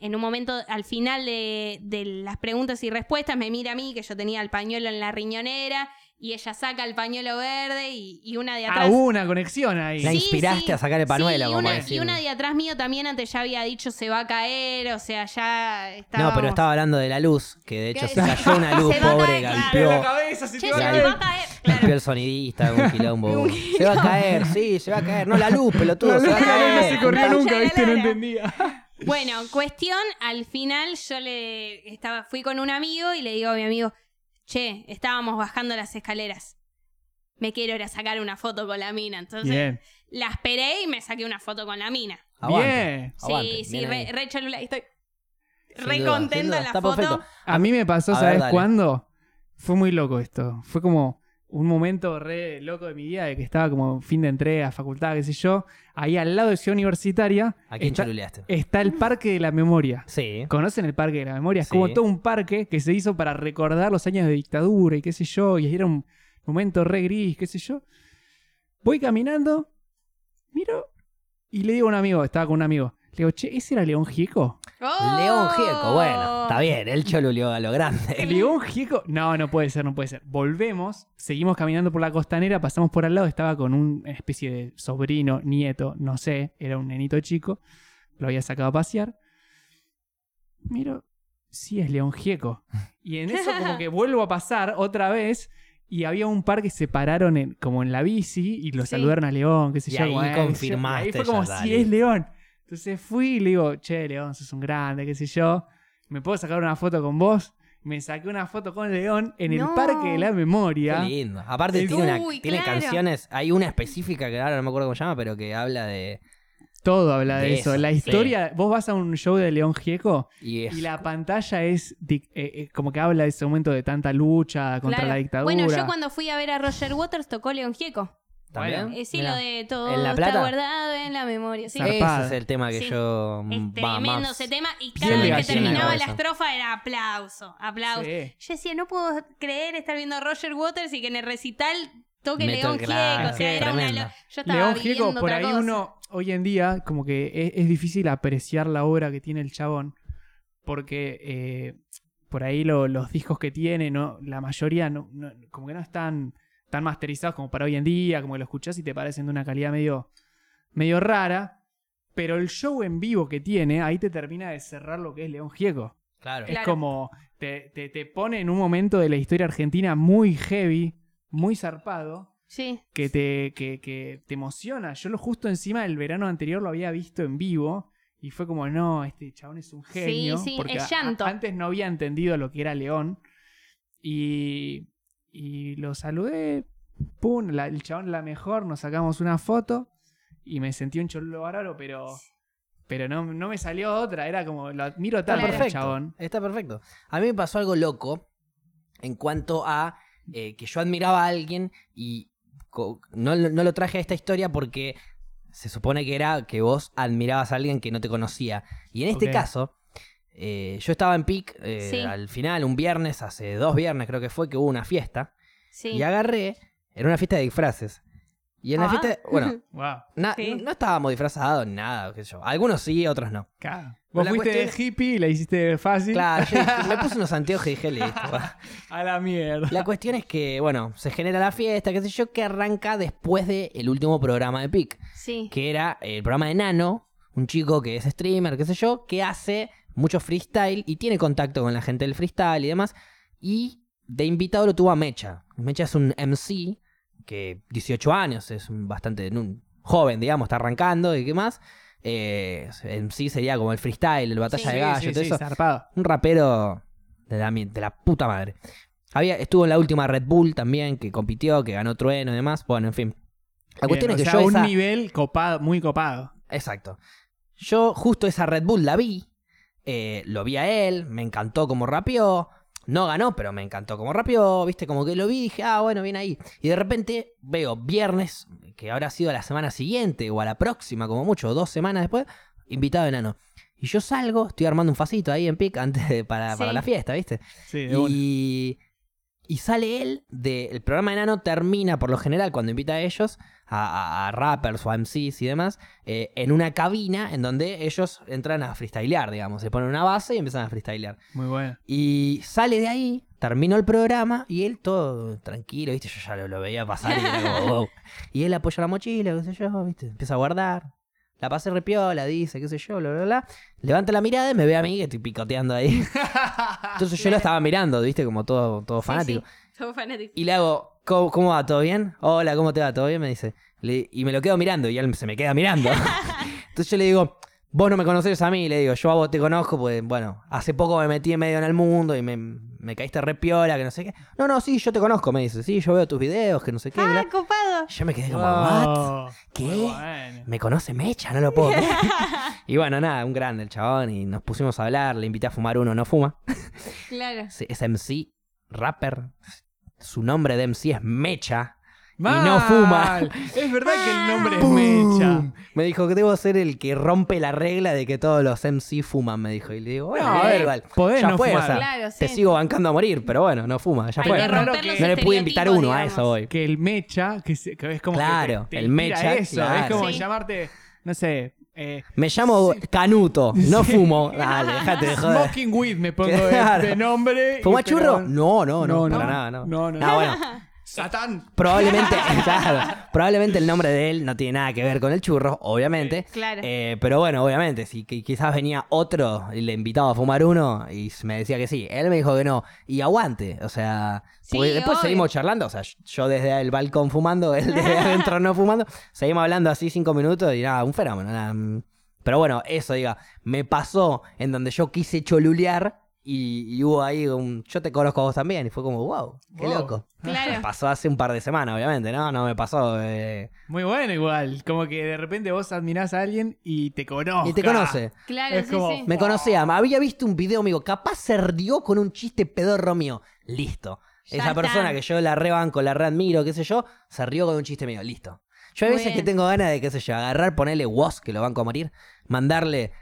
Speaker 3: En un momento, al final de, de las preguntas y respuestas, me mira a mí, que yo tenía el pañuelo en la riñonera, y ella saca el pañuelo verde y, y una de
Speaker 2: Ah,
Speaker 3: atrás.
Speaker 2: hubo una conexión ahí.
Speaker 1: La
Speaker 3: Sí,
Speaker 1: inspiraste
Speaker 3: sí.
Speaker 1: a sacar el panuelo,
Speaker 3: Sí, y
Speaker 1: como
Speaker 3: una,
Speaker 1: decir.
Speaker 3: y una de atrás mío también antes ya había dicho se va a caer, o sea, ya estaba.
Speaker 1: No, pero estaba hablando de la luz, que de hecho
Speaker 3: Que-
Speaker 1: se cayó una luz,
Speaker 3: Se va a
Speaker 1: pobre,
Speaker 3: caer, claro.
Speaker 1: galpeó,
Speaker 2: la cabeza, se
Speaker 3: Che,
Speaker 2: te
Speaker 3: se
Speaker 2: va a
Speaker 1: la-
Speaker 3: nos
Speaker 2: caer.
Speaker 3: va a caer. Claro.
Speaker 1: galpeó el sonidista, un quilombo.
Speaker 3: Un
Speaker 1: Se va a caer, sí, se va a caer. No, la luz, pelotudo, se va a
Speaker 3: luz,
Speaker 1: caer.
Speaker 2: no se corrió
Speaker 3: Concha
Speaker 2: nunca,
Speaker 3: de
Speaker 2: viste, no
Speaker 3: Lara.
Speaker 2: entendía.
Speaker 3: Bueno, cuestión, al final yo le estaba, fui con un amigo y le digo a mi amigo, che, estábamos bajando las escaleras. Me quiero ir a sacar una foto con la mina. Entonces
Speaker 2: Bien,
Speaker 3: la esperé y me saqué una foto con la mina.
Speaker 1: Aguante,
Speaker 2: bien.
Speaker 1: aguante,
Speaker 3: sí, sí,
Speaker 1: bien ahí.
Speaker 3: re, re cholula. Estoy
Speaker 1: Sin
Speaker 3: re
Speaker 1: duda, sin
Speaker 3: contenta
Speaker 1: duda,
Speaker 3: en la
Speaker 1: está
Speaker 3: foto.
Speaker 1: perfecto.
Speaker 2: A mí me pasó,
Speaker 1: A ver,
Speaker 2: ¿sabes
Speaker 1: dale.
Speaker 2: cuándo? Fue muy loco esto. Fue como un momento re loco de mi vida, de que estaba como fin de entrega, facultad, qué sé yo. Ahí al lado de Ciudad Universitaria
Speaker 1: ¿A quién
Speaker 2: está,
Speaker 1: choluleaste?
Speaker 2: está el Parque de la Memoria.
Speaker 1: Sí.
Speaker 2: ¿Conocen el Parque de la Memoria? Es
Speaker 1: Sí.
Speaker 2: como todo un parque que se hizo para recordar los años de dictadura y qué sé yo, y era un momento re gris, qué sé yo. Voy caminando, miro y le digo a un amigo, estaba con un amigo, le digo, che, ¿ese era León Gieco?
Speaker 3: ¡Oh!
Speaker 1: León Gieco, bueno, está bien, él choluleó a lo grande.
Speaker 2: León Gieco, no, no puede ser, no puede ser. Volvemos, seguimos caminando por la costanera, pasamos por al lado, estaba con una especie de sobrino, nieto, no sé, era un nenito chico, lo había sacado a pasear. Miro, sí es León Gieco. Y en eso como que vuelvo a pasar otra vez y había un par que se pararon en- como en la bici y lo
Speaker 3: Sí.
Speaker 2: saludaron a León, qué sé
Speaker 1: Y
Speaker 2: yo.
Speaker 1: ahí
Speaker 2: como, "Eh", qué sé yo.
Speaker 1: confirmaste
Speaker 2: Ahí fue
Speaker 1: ya,
Speaker 2: como, sí
Speaker 1: dale.
Speaker 2: es León. Entonces fui y le digo, che, León, sos un grande, qué sé yo. ¿Me puedo sacar una foto con vos? Me saqué una foto con León en
Speaker 3: No.
Speaker 2: el Parque de la
Speaker 1: Qué
Speaker 2: Memoria.
Speaker 1: lindo. Aparte
Speaker 2: Uy,
Speaker 1: tiene, una-
Speaker 3: claro.
Speaker 1: tiene canciones, hay una específica que ahora no me acuerdo cómo se llama, pero que habla de...
Speaker 2: Todo habla de,
Speaker 1: De
Speaker 2: eso.
Speaker 1: eso,
Speaker 2: La
Speaker 1: sí.
Speaker 2: historia, vos vas a un show de León Gieco
Speaker 1: Y es
Speaker 2: y la pantalla es dic- eh, eh, como que habla de ese momento de tanta lucha contra
Speaker 3: Claro.
Speaker 2: la dictadura.
Speaker 3: Bueno, yo cuando fui a ver a Roger Waters tocó León Gieco.
Speaker 1: también...
Speaker 2: Bueno,
Speaker 3: Eh, sí,
Speaker 2: Mirá.
Speaker 3: lo de todo
Speaker 1: ¿En La
Speaker 3: está
Speaker 1: Plata?
Speaker 3: guardado en la memoria. Sí.
Speaker 1: Ese
Speaker 2: Zarpado.
Speaker 1: es el tema que
Speaker 3: Sí.
Speaker 1: yo...
Speaker 3: Es
Speaker 1: mm, va,
Speaker 3: tremendo
Speaker 1: más-
Speaker 3: ese tema. Y
Speaker 2: piel
Speaker 3: cada
Speaker 2: de
Speaker 3: vez que
Speaker 2: gallina en la
Speaker 3: terminaba la
Speaker 1: cabeza.
Speaker 3: estrofa era aplauso, aplauso.
Speaker 2: Sí.
Speaker 3: Yo decía, no puedo creer estar viendo a Roger Waters y que en el recital toque
Speaker 1: Me
Speaker 3: León
Speaker 1: toque,
Speaker 3: Gieco.
Speaker 1: claro,
Speaker 3: O sea,
Speaker 2: sí,
Speaker 3: era una
Speaker 1: tremendo.
Speaker 3: lo- Yo estaba
Speaker 2: León
Speaker 3: viviendo
Speaker 2: Gieco, por
Speaker 3: otra
Speaker 2: ahí
Speaker 3: cosa.
Speaker 2: uno hoy en día como que es, es difícil apreciar la obra que tiene el chabón porque eh, por ahí lo- los discos que tiene, no, la mayoría no, no- como que no están tan masterizados como para hoy en día, como que lo escuchás y te parecen de una calidad medio, medio rara, pero el show en vivo que tiene ahí te termina de cerrar lo que es León Gieco.
Speaker 1: Claro.
Speaker 3: Claro.
Speaker 2: Es como te, te- te pone en un momento de la historia argentina muy heavy, muy zarpado
Speaker 3: Sí.
Speaker 2: que te, que, que te emociona. Yo lo justo encima del verano anterior lo había visto en vivo y fue como, no, este chabón es un genio.
Speaker 3: sí,
Speaker 2: porque
Speaker 3: es
Speaker 2: a-
Speaker 3: llanto.
Speaker 2: antes no había entendido lo que era León. Y, y lo saludé, pum, la- el chabón la mejor, nos sacamos una foto y me sentí un cholulo bárbaro, pero... Pero no, no me salió otra, era como, lo admiro
Speaker 1: Está
Speaker 2: tanto al
Speaker 1: perfecto.
Speaker 2: chabón.
Speaker 1: Está perfecto. A mí me pasó algo loco en cuanto a eh, que yo admiraba a alguien y co- no, lo- no lo traje a esta historia porque se supone que era que vos admirabas a alguien que no te conocía. Y en este
Speaker 2: Ok.
Speaker 1: caso, eh, yo estaba en PIC eh,
Speaker 3: Sí.
Speaker 1: al final, un viernes, hace dos viernes creo que fue, que hubo una fiesta.
Speaker 3: Sí.
Speaker 1: Y agarré, era una fiesta de disfraces. Y en la
Speaker 3: Ah.
Speaker 1: fiesta, bueno,
Speaker 2: Wow.
Speaker 1: na-
Speaker 3: Sí.
Speaker 1: no, no estábamos disfrazados ni nada, qué sé yo. Algunos sí, otros no.
Speaker 2: Vos
Speaker 1: La
Speaker 2: fuiste
Speaker 1: cuestión-
Speaker 2: de hippie y la hiciste fácil
Speaker 1: Claro, yo me puse unos anteojos y dije, listo, va.
Speaker 2: a la mierda.
Speaker 1: La cuestión es que, bueno, se genera la fiesta, qué sé yo, que arranca después del último programa de PIC,
Speaker 3: Sí.
Speaker 1: que era el programa de Nano, un chico que es streamer, qué sé yo, que hace mucho freestyle y tiene contacto con la gente del freestyle y demás. Y de invitado lo tuvo a Mecha. Mecha es un MC que 18 años, es un bastante un joven, digamos, está arrancando y qué más. Eh, MC sería como el freestyle, el batalla
Speaker 3: Sí,
Speaker 1: de gallo, todo eso.
Speaker 2: zarpado.
Speaker 1: Un rapero de la, mi- de la puta madre. Había, estuvo en la última Red Bull también, que compitió, que ganó Trueno y demás. Bueno, en fin. La cuestión
Speaker 2: Bien,
Speaker 1: es
Speaker 2: o
Speaker 1: que
Speaker 2: sea,
Speaker 1: yo
Speaker 2: un
Speaker 1: esa...
Speaker 2: nivel copado, muy copado.
Speaker 1: Exacto. Yo justo esa Red Bull la vi. eh, lo vi a él, me encantó como rapeó. No ganó, pero me encantó como rapeó. Viste, como que lo vi y dije, ah, bueno, bien ahí. Y de repente veo viernes, que habrá sido a la semana siguiente o a la próxima, como mucho, dos semanas después, invitado enano. Y yo salgo, estoy armando un facito ahí en PIC antes de- para, para
Speaker 3: Sí.
Speaker 1: la fiesta, ¿viste?
Speaker 2: Sí, de una.
Speaker 1: Y, Y sale él del programa enano, termina por lo general cuando invita a ellos, a, a- a rappers o a MCs y demás, eh, en una cabina en donde ellos entran a freestylear, digamos. Se ponen una base y empiezan a freestylear.
Speaker 2: Muy bueno.
Speaker 1: Y sale de ahí, terminó el programa y él todo tranquilo, ¿viste? Yo ya lo, lo veía pasar y era como, wow. Y él apoya la mochila, qué sé yo, ¿viste? Empieza a guardar. La pasé repiola, dice, qué sé yo, bla, bla, bla. Levanta la mirada y me ve a mí que estoy picoteando ahí. Entonces yo lo
Speaker 3: Claro.
Speaker 1: estaba mirando, ¿viste? Como todo, todo fanático.
Speaker 3: Sí, sí, somos fanáticos.
Speaker 1: Y le hago, ¿cómo, cómo va? ¿Todo bien? Hola, ¿cómo te va? ¿Todo bien? Me dice. Le- y me lo quedo mirando y él se me queda mirando. Entonces yo le digo, vos no me conocés a mí. Le digo, yo a vos te conozco, pues bueno, hace poco me metí en medio en el mundo y me, me caíste re piola, que no sé qué. No, no, sí, yo te conozco, me dice. Sí, yo veo tus videos, que no sé qué.
Speaker 3: Ah,
Speaker 1: bla".
Speaker 3: copado.
Speaker 1: Yo me quedé como, ¿what?
Speaker 2: Wow.
Speaker 1: ¿Qué?
Speaker 2: Oh, Muy bueno.
Speaker 1: Me conoce Mecha, no lo puedo creer. y bueno, nada, un grande el chabón y nos pusimos a hablar, le invité a fumar uno, no fuma.
Speaker 3: Claro.
Speaker 1: Es- Es MC, rapper. Su nombre de MC es Mecha.
Speaker 2: Mal.
Speaker 1: no fuma.
Speaker 2: Es verdad que el nombre es
Speaker 1: ¡Pum!
Speaker 2: Mecha.
Speaker 1: Me dijo que debo ser el que rompe la regla de que todos los MC fuman, me dijo. Y le digo, bueno,
Speaker 2: No,
Speaker 1: a
Speaker 2: eh,
Speaker 1: ver, igual.
Speaker 2: podés
Speaker 1: ya
Speaker 2: no
Speaker 1: fue,
Speaker 2: fumar.
Speaker 1: o sea,
Speaker 3: Claro, sí.
Speaker 1: te sigo bancando a morir, pero bueno, no fuma, ya
Speaker 3: Hay
Speaker 1: fue.
Speaker 3: que
Speaker 2: raro
Speaker 3: romper
Speaker 2: que-
Speaker 3: los
Speaker 1: No le pude invitar uno, a
Speaker 3: estereotipos,
Speaker 1: eso voy.
Speaker 2: Que el Mecha, que, se- que es como. que
Speaker 1: Claro,
Speaker 2: te- te
Speaker 1: el
Speaker 2: inspira
Speaker 1: Mecha,
Speaker 2: Eso. Es
Speaker 1: claro.
Speaker 2: como
Speaker 3: Sí.
Speaker 2: llamarte, no sé. Eh,
Speaker 1: Me llamo Canuto, no
Speaker 2: Sí.
Speaker 1: fumo. Dale, déjate de joder.
Speaker 2: Smoking Weed me pongo
Speaker 1: Claro.
Speaker 2: de, de nombre. y-
Speaker 1: ¿Fumás
Speaker 2: pero-
Speaker 1: churro? No, no, no,
Speaker 2: No,
Speaker 1: para
Speaker 2: no.
Speaker 1: nada, no. Ah,
Speaker 2: No, no.
Speaker 1: bueno,
Speaker 2: Satán.
Speaker 1: probablemente, claro, probablemente el nombre de él no tiene nada que ver con el churro, obviamente.
Speaker 3: Claro.
Speaker 1: Eh, pero bueno, obviamente, si qui- quizás venía otro y le invitaba a fumar uno y s- me decía que sí. Él me dijo que no. Y aguante, o sea,
Speaker 3: Sí,
Speaker 1: porque después
Speaker 3: obvio.
Speaker 1: seguimos charlando. O sea, yo- yo desde el balcón fumando, él desde adentro no fumando. Seguimos hablando así cinco minutos y nada, un fenómeno. nada, mm. Pero bueno, eso, diga, me pasó en donde yo quise cholulear y, y hubo ahí un yo te conozco a vos también. Y fue como, wow, qué
Speaker 2: Wow.
Speaker 1: loco.
Speaker 3: Claro.
Speaker 1: Pasó hace un par de semanas, obviamente, ¿no? No me pasó. eh,
Speaker 2: Muy bueno, igual. Como que de repente vos admirás a alguien y te conoce.
Speaker 1: y te conoce.
Speaker 3: Claro,
Speaker 2: Es
Speaker 3: sí,
Speaker 2: como-
Speaker 3: sí.
Speaker 1: Me conocía, me había visto un video, amigo, capaz se rió con un chiste pedorro mío. Listo.
Speaker 3: Ya
Speaker 1: Esa
Speaker 3: está.
Speaker 1: persona que yo la rebanco, la readmiro, qué sé yo, se rió con un chiste mío. Listo. Yo hay
Speaker 3: Muy
Speaker 1: veces que
Speaker 3: bien.
Speaker 1: tengo ganas de, qué sé yo, agarrar, ponerle vos, que lo banco a morir, mandarle,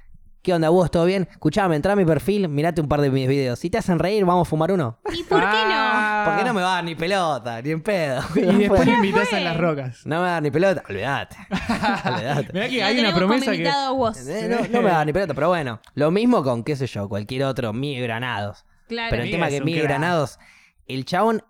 Speaker 1: ¿qué onda vos? ¿Todo bien? Escuchame, entrá a mi perfil, mirate un par de mis videos. Si te hacen reír, vamos a fumar uno.
Speaker 3: ¿Y por qué no?
Speaker 2: Ah.
Speaker 1: Porque no me va a dar ni pelota, ni en pedo.
Speaker 2: Y después lo invitas
Speaker 3: fue.
Speaker 2: a las rocas.
Speaker 1: No me va a dar ni pelota. Olvídate. Olvídate.
Speaker 2: Mirá que
Speaker 3: Lo
Speaker 2: hay una
Speaker 3: tenemos como
Speaker 2: promesa que.
Speaker 3: invitado vos.
Speaker 1: Eh, No, no me va a dar ni pelota, pero bueno. Lo mismo con, qué sé yo, cualquier otro, mi granados.
Speaker 3: Claro.
Speaker 1: Pero el
Speaker 2: Miguel
Speaker 1: tema
Speaker 2: es
Speaker 1: que
Speaker 2: un
Speaker 1: Miguel
Speaker 2: crack.
Speaker 1: Granados, el chabón,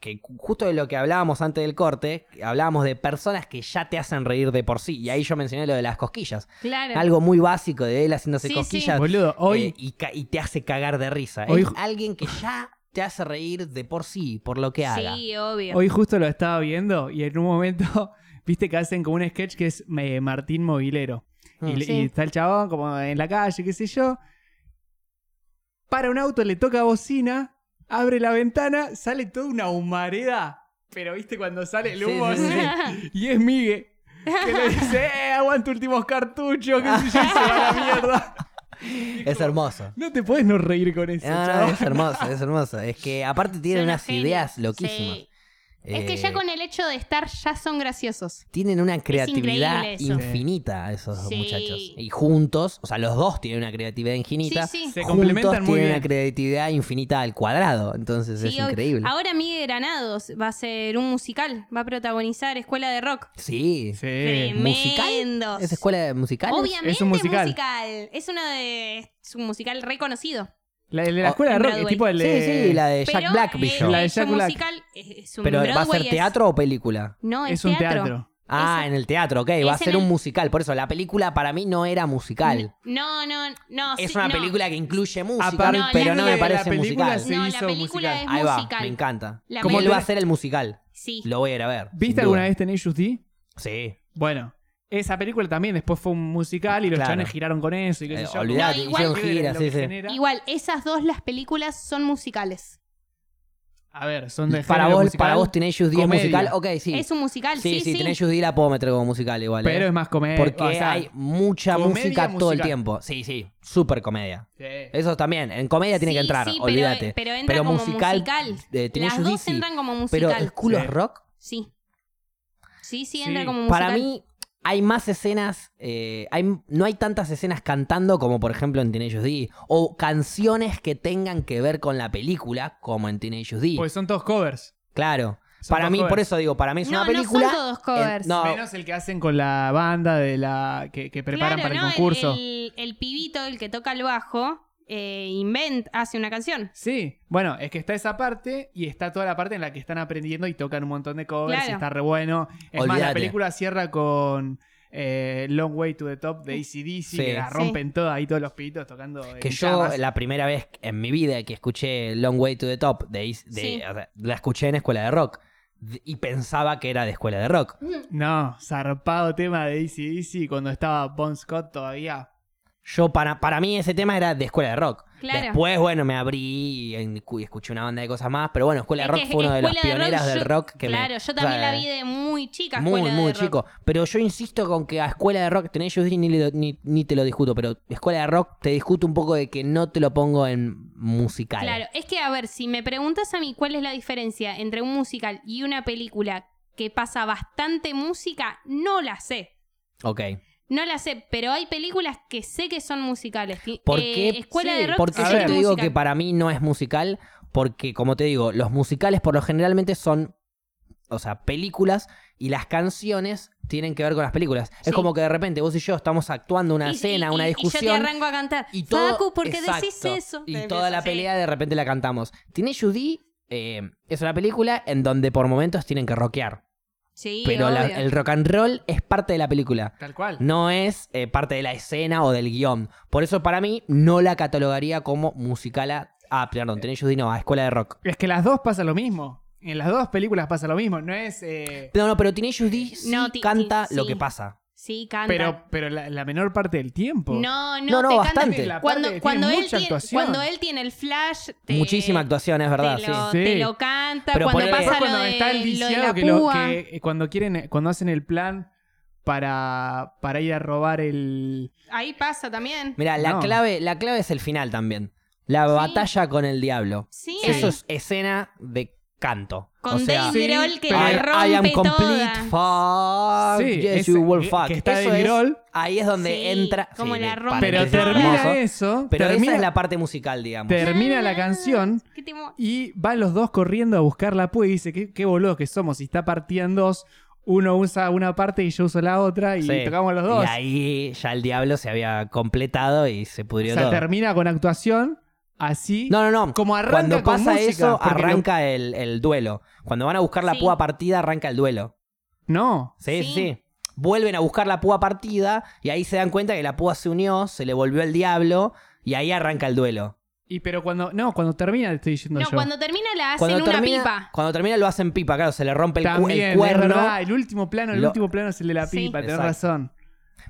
Speaker 1: que cu- justo de lo que hablábamos antes del corte, que hablábamos de personas que ya te hacen reír de por sí. Y ahí yo mencioné lo de las cosquillas.
Speaker 3: claro.
Speaker 1: Algo muy básico de él haciéndose
Speaker 3: Sí, sí.
Speaker 1: cosquillas.
Speaker 2: Boludo, hoy.
Speaker 1: eh, y, ca- y te hace cagar de risa.
Speaker 2: Hoy
Speaker 1: es
Speaker 2: ju-
Speaker 1: alguien que ya te hace reír de por sí, por lo que haga.
Speaker 3: Sí,
Speaker 1: Eh,
Speaker 3: obvio.
Speaker 2: Hoy justo lo estaba viendo y en un momento, viste que hacen como un sketch que es eh, Martín Movilero. Y,
Speaker 1: Mm.
Speaker 2: le-
Speaker 3: Sí.
Speaker 2: y está el chabón como en la calle, qué sé yo. Para un auto, le toca bocina, abre la ventana, sale toda una humareda. Pero viste cuando sale el
Speaker 1: Sí,
Speaker 2: humo
Speaker 1: sí,
Speaker 2: así, y es Migue. Que le dice, eh, aguanta últimos cartuchos, qué sé yo, y se va a la mierda.
Speaker 1: Es hermoso.
Speaker 2: No te puedes no reír con eso,
Speaker 1: No, no,
Speaker 2: chabón.
Speaker 1: es hermoso, es hermoso. Es que aparte tiene
Speaker 3: Son
Speaker 1: unas
Speaker 3: genios.
Speaker 1: ideas
Speaker 3: Sí.
Speaker 1: loquísimas.
Speaker 3: Es que ya
Speaker 1: Eh,
Speaker 3: con el hecho de estar ya son graciosos.
Speaker 1: tienen una creatividad
Speaker 3: increíble eso.
Speaker 1: infinita esos
Speaker 3: Sí.
Speaker 1: muchachos. Y juntos, o sea, los dos tienen una creatividad infinita.
Speaker 3: Sí,
Speaker 2: Se
Speaker 3: sí.
Speaker 1: Juntos
Speaker 2: complementan muy
Speaker 1: tienen una
Speaker 2: bien.
Speaker 1: creatividad infinita al cuadrado. Entonces es
Speaker 3: Sí, ah, obvio.
Speaker 1: increíble.
Speaker 3: Ahora Miguel Granados va a ser un musical, va a protagonizar Escuela de Rock.
Speaker 1: Sí.
Speaker 2: Sí.
Speaker 1: ¿Musical?
Speaker 3: Tremendos.
Speaker 1: ¿Es escuela musical?
Speaker 3: Obviamente
Speaker 2: Es un musical.
Speaker 3: Es una de es un musical reconocido.
Speaker 2: La, la escuela de
Speaker 3: en
Speaker 2: rock, es
Speaker 3: Broadway.
Speaker 2: tipo el
Speaker 1: Sí,
Speaker 2: de...
Speaker 1: sí, la de Jack
Speaker 3: Pero
Speaker 1: Black
Speaker 3: eh,
Speaker 1: Bishop.
Speaker 2: La de
Speaker 3: es
Speaker 2: Jack
Speaker 3: un
Speaker 2: Black.
Speaker 3: musical, es, es un
Speaker 1: Pero ¿va a
Speaker 3: Broadway,
Speaker 1: ser
Speaker 3: es-
Speaker 1: teatro o película?
Speaker 3: No, es,
Speaker 2: Es un teatro.
Speaker 1: Ah, en el teatro, ok. Va a
Speaker 3: es
Speaker 1: ser
Speaker 3: en
Speaker 1: un
Speaker 3: el-
Speaker 1: musical. Por eso la película para mí no era musical.
Speaker 3: No, no, no.
Speaker 1: Es
Speaker 3: sí,
Speaker 1: una
Speaker 3: no.
Speaker 1: película que incluye música,
Speaker 2: Aparte
Speaker 3: No,
Speaker 1: pero
Speaker 3: la-
Speaker 1: no
Speaker 3: la-
Speaker 1: me
Speaker 3: la
Speaker 1: parece
Speaker 2: película
Speaker 1: musical.
Speaker 2: se
Speaker 3: No, la
Speaker 2: hizo
Speaker 3: película
Speaker 2: musical.
Speaker 3: es
Speaker 1: Ahí va,
Speaker 3: musical.
Speaker 1: me encanta.
Speaker 3: La
Speaker 1: ¿Cómo él
Speaker 2: película-
Speaker 1: va a ser el musical?
Speaker 3: Sí.
Speaker 1: Lo voy a ir a ver. sin
Speaker 2: ¿Viste
Speaker 1: duda.
Speaker 2: alguna vez Tenés D?
Speaker 1: Sí.
Speaker 2: Bueno, esa película también después fue un musical y los
Speaker 1: Claro.
Speaker 2: chanes giraron con eso y qué sé
Speaker 1: Eh,
Speaker 2: yo.
Speaker 1: olvidate,
Speaker 2: Como-
Speaker 3: hicieron
Speaker 2: Igual,
Speaker 1: giras,
Speaker 2: lo que
Speaker 1: sí, sí.
Speaker 2: genera-
Speaker 3: Igual, esas dos las películas son musicales.
Speaker 2: A ver, son de
Speaker 1: Para
Speaker 2: género
Speaker 1: vos,
Speaker 2: musical,
Speaker 1: para vos Teenage Youth D es
Speaker 2: comedia.
Speaker 1: musical, ok, sí.
Speaker 3: Es un musical,
Speaker 1: sí,
Speaker 3: sí,
Speaker 1: sí,
Speaker 3: sí.
Speaker 1: Teenage Youth D la puedo meter como musical igual.
Speaker 2: Pero
Speaker 1: eh.
Speaker 2: es más comedia.
Speaker 1: Porque
Speaker 2: o sea,
Speaker 1: hay mucha
Speaker 2: comedia
Speaker 1: música todo el
Speaker 2: musical.
Speaker 1: tiempo. Sí, sí, super comedia.
Speaker 2: sí.
Speaker 1: Eso también, en comedia tiene
Speaker 3: Sí,
Speaker 1: que entrar,
Speaker 3: sí, pero-
Speaker 1: olvídate.
Speaker 3: Pero, entra
Speaker 1: Pero
Speaker 3: como
Speaker 1: musical,
Speaker 3: musical.
Speaker 1: eh, Teenage
Speaker 3: Las
Speaker 1: D,
Speaker 3: dos
Speaker 1: sí.
Speaker 3: entran como
Speaker 1: Pero
Speaker 3: musical.
Speaker 1: el culo
Speaker 2: Sí.
Speaker 1: es rock,
Speaker 3: Sí. Sí, sí, entra
Speaker 2: Sí.
Speaker 3: como musical.
Speaker 1: para mí, hay más escenas, eh, hay- no hay tantas escenas cantando como por ejemplo en Teenage D, o canciones que tengan que ver con la película como en Teenage D.
Speaker 2: Pues son todos covers.
Speaker 1: claro.
Speaker 2: Son
Speaker 1: Para
Speaker 2: todos
Speaker 1: mí,
Speaker 2: covers.
Speaker 1: por eso digo, para mí es
Speaker 3: no,
Speaker 1: una película.
Speaker 3: no son todos covers.
Speaker 1: en- no,
Speaker 2: Menos el que hacen con la banda de la que, que preparan
Speaker 3: Claro,
Speaker 2: para el
Speaker 3: ¿no?
Speaker 2: concurso.
Speaker 3: El, el pibito, el que toca el bajo, eh, invent, hace una canción.
Speaker 2: Sí, bueno, es que está esa parte y está toda la parte en la que están aprendiendo y tocan un montón de covers
Speaker 3: Claro.
Speaker 2: y está re bueno. Es más, la
Speaker 1: Olvídate.
Speaker 2: película cierra con eh, Long Way to the Top de ACDC,
Speaker 1: Sí.
Speaker 2: que la
Speaker 3: Sí.
Speaker 2: rompen toda ahí todos los pitos tocando. eh,
Speaker 1: Que yo,
Speaker 2: guitarras.
Speaker 1: la primera vez en mi vida que escuché Long Way to the Top, de, Is- de-
Speaker 3: Sí.
Speaker 1: o sea, la escuché en escuela de rock. d- Y pensaba que era de escuela de rock.
Speaker 2: No, zarpado tema de ACDC cuando estaba Bon Scott todavía.
Speaker 1: Yo, para, para mí, ese tema era de escuela de rock.
Speaker 3: Claro.
Speaker 1: Después, bueno, me abrí y en- y escuché una banda de cosas más. Pero bueno, escuela de
Speaker 3: Es
Speaker 1: rock
Speaker 3: que
Speaker 1: fue uno de los
Speaker 3: Escuela de
Speaker 1: pioneros
Speaker 3: Rock,
Speaker 1: del
Speaker 3: yo-
Speaker 1: rock. Que me-
Speaker 3: claro, yo
Speaker 1: o sea,
Speaker 3: también la vi de muy chica.
Speaker 1: Muy,
Speaker 3: Escuela de
Speaker 1: muy
Speaker 3: Rock.
Speaker 1: chico. Pero yo insisto con que a escuela de rock, tenés yo ni, le- ni, ni te lo discuto, pero escuela de rock te discuto un poco de que no te lo pongo en musical.
Speaker 3: Claro, es que a ver, si me preguntas a mí cuál es la diferencia entre un musical y una película que pasa bastante música, no la sé.
Speaker 1: Ok.
Speaker 3: No la sé, pero hay películas que sé que son musicales. Ti-
Speaker 1: ¿Por
Speaker 3: eh,
Speaker 1: qué?
Speaker 3: Escuela
Speaker 1: Sí,
Speaker 3: de rock.
Speaker 1: porque
Speaker 3: sí
Speaker 1: yo
Speaker 2: A ver.
Speaker 3: es
Speaker 1: te digo
Speaker 3: musical.
Speaker 1: que para mí no es musical, porque como te digo, los musicales por lo generalmente son, o sea, películas y las canciones tienen que ver con las películas.
Speaker 3: Sí.
Speaker 1: Es como que de repente vos y yo estamos actuando una
Speaker 3: Y-
Speaker 1: escena,
Speaker 3: y-
Speaker 1: una
Speaker 3: y- Y yo
Speaker 1: discusión.
Speaker 3: te arranco a cantar.
Speaker 1: y todo,
Speaker 3: Facu, ¿por qué
Speaker 1: exacto,
Speaker 3: decís eso?
Speaker 1: Y
Speaker 3: Te
Speaker 1: toda
Speaker 3: empiezo,
Speaker 1: la
Speaker 3: sí.
Speaker 1: pelea de repente la cantamos. Tiene Judy eh, es una película en donde por momentos tienen que rockear,
Speaker 3: Sí,
Speaker 1: pero la-
Speaker 3: obvio.
Speaker 1: el rock and roll es parte de la película
Speaker 2: Tal cual.
Speaker 1: no es eh, parte de la escena o del guión. Por eso para mí no la catalogaría como musical a... Ah, perdón, tenés Judy, no, a escuela de rock.
Speaker 2: Es que las dos pasa lo mismo. En las dos películas pasa lo mismo. No es. eh,
Speaker 1: No, no, pero Teenage Judy sí
Speaker 3: No, ti-
Speaker 1: canta
Speaker 3: ti-
Speaker 1: lo
Speaker 3: sí.
Speaker 1: que pasa.
Speaker 3: Sí, canta.
Speaker 2: pero pero la, la menor parte del tiempo.
Speaker 3: no, no,
Speaker 1: No, no,
Speaker 3: te canta.
Speaker 1: bastante.
Speaker 2: La parte
Speaker 3: Cuando,
Speaker 2: tiene
Speaker 3: cuando, él
Speaker 2: mucha
Speaker 3: tiene,
Speaker 2: actuación.
Speaker 3: cuando él tiene el flash, te,
Speaker 1: Muchísima actuación, es verdad,
Speaker 3: te,
Speaker 1: sí.
Speaker 3: lo,
Speaker 2: sí.
Speaker 3: te
Speaker 2: Sí.
Speaker 3: lo canta.
Speaker 1: Pero
Speaker 3: cuando
Speaker 1: ponele-
Speaker 3: pasa
Speaker 2: Después
Speaker 3: lo,
Speaker 2: cuando
Speaker 3: de,
Speaker 2: está el
Speaker 3: lo de
Speaker 2: viciado
Speaker 3: la
Speaker 2: que, lo-
Speaker 3: púa.
Speaker 2: que, eh, cuando quieren cuando hacen el plan para, para ir a robar el
Speaker 3: Ahí pasa también.
Speaker 1: Mira, la,
Speaker 2: No.
Speaker 1: clave, la clave es el final también. La
Speaker 3: Sí.
Speaker 1: batalla con el diablo.
Speaker 3: Sí,
Speaker 1: Eso
Speaker 3: ahí.
Speaker 1: es escena de canto.
Speaker 3: Con
Speaker 1: o sea,
Speaker 3: Dave
Speaker 2: Sí,
Speaker 3: Grohl que
Speaker 2: pero
Speaker 3: la
Speaker 1: I,
Speaker 3: rompe
Speaker 1: I am complete
Speaker 3: toda.
Speaker 1: fuck.
Speaker 2: Sí,
Speaker 1: Ah, yes,
Speaker 2: ese-
Speaker 1: you will
Speaker 2: que-
Speaker 1: fuck.
Speaker 2: que está
Speaker 1: Eso
Speaker 2: Dave
Speaker 1: es-
Speaker 2: Grohl.
Speaker 1: ahí es donde
Speaker 3: Sí,
Speaker 1: entra.
Speaker 3: como la
Speaker 1: de-
Speaker 3: rompe
Speaker 1: para
Speaker 2: pero
Speaker 1: mí es
Speaker 3: toda.
Speaker 2: termina
Speaker 1: hermoso,
Speaker 2: eso
Speaker 1: Pero
Speaker 2: termina,
Speaker 1: esa es la parte musical, digamos.
Speaker 2: termina la canción
Speaker 3: Qué timo-
Speaker 2: y van los dos corriendo a buscar la púa y dice qué, qué boludo que somos y está partida en dos uno usa una parte y yo uso la otra y
Speaker 1: Sí.
Speaker 2: tocamos los dos
Speaker 1: Y ahí ya el diablo se había completado y se
Speaker 2: o
Speaker 1: pudrió
Speaker 2: sea
Speaker 1: todo.
Speaker 2: termina con actuación así
Speaker 1: No, no, no.
Speaker 2: como arranca
Speaker 1: Cuando
Speaker 2: con
Speaker 1: pasa
Speaker 2: música,
Speaker 1: eso,
Speaker 2: porque lo-
Speaker 1: arranca el, el duelo. Cuando van a buscar la
Speaker 3: Sí.
Speaker 1: púa partida, arranca el duelo.
Speaker 2: no
Speaker 1: Sí, sí,
Speaker 3: Sí.
Speaker 1: sí. Vuelven a buscar la púa partida y ahí se dan cuenta que la púa se unió, se le volvió el diablo y ahí arranca el duelo.
Speaker 2: y pero cuando no cuando termina te estoy diciendo
Speaker 3: No,
Speaker 2: yo
Speaker 3: cuando termina la hacen
Speaker 1: Cuando
Speaker 3: una
Speaker 1: termina,
Speaker 3: pipa.
Speaker 1: cuando termina lo hacen pipa, claro, se le rompe el, cu- el
Speaker 2: También, es
Speaker 1: cuerno.
Speaker 2: verdad, el último plano, el
Speaker 1: Lo-
Speaker 2: último plano es el de la
Speaker 3: Sí.
Speaker 2: pipa, tenés
Speaker 1: Exacto.
Speaker 2: razón.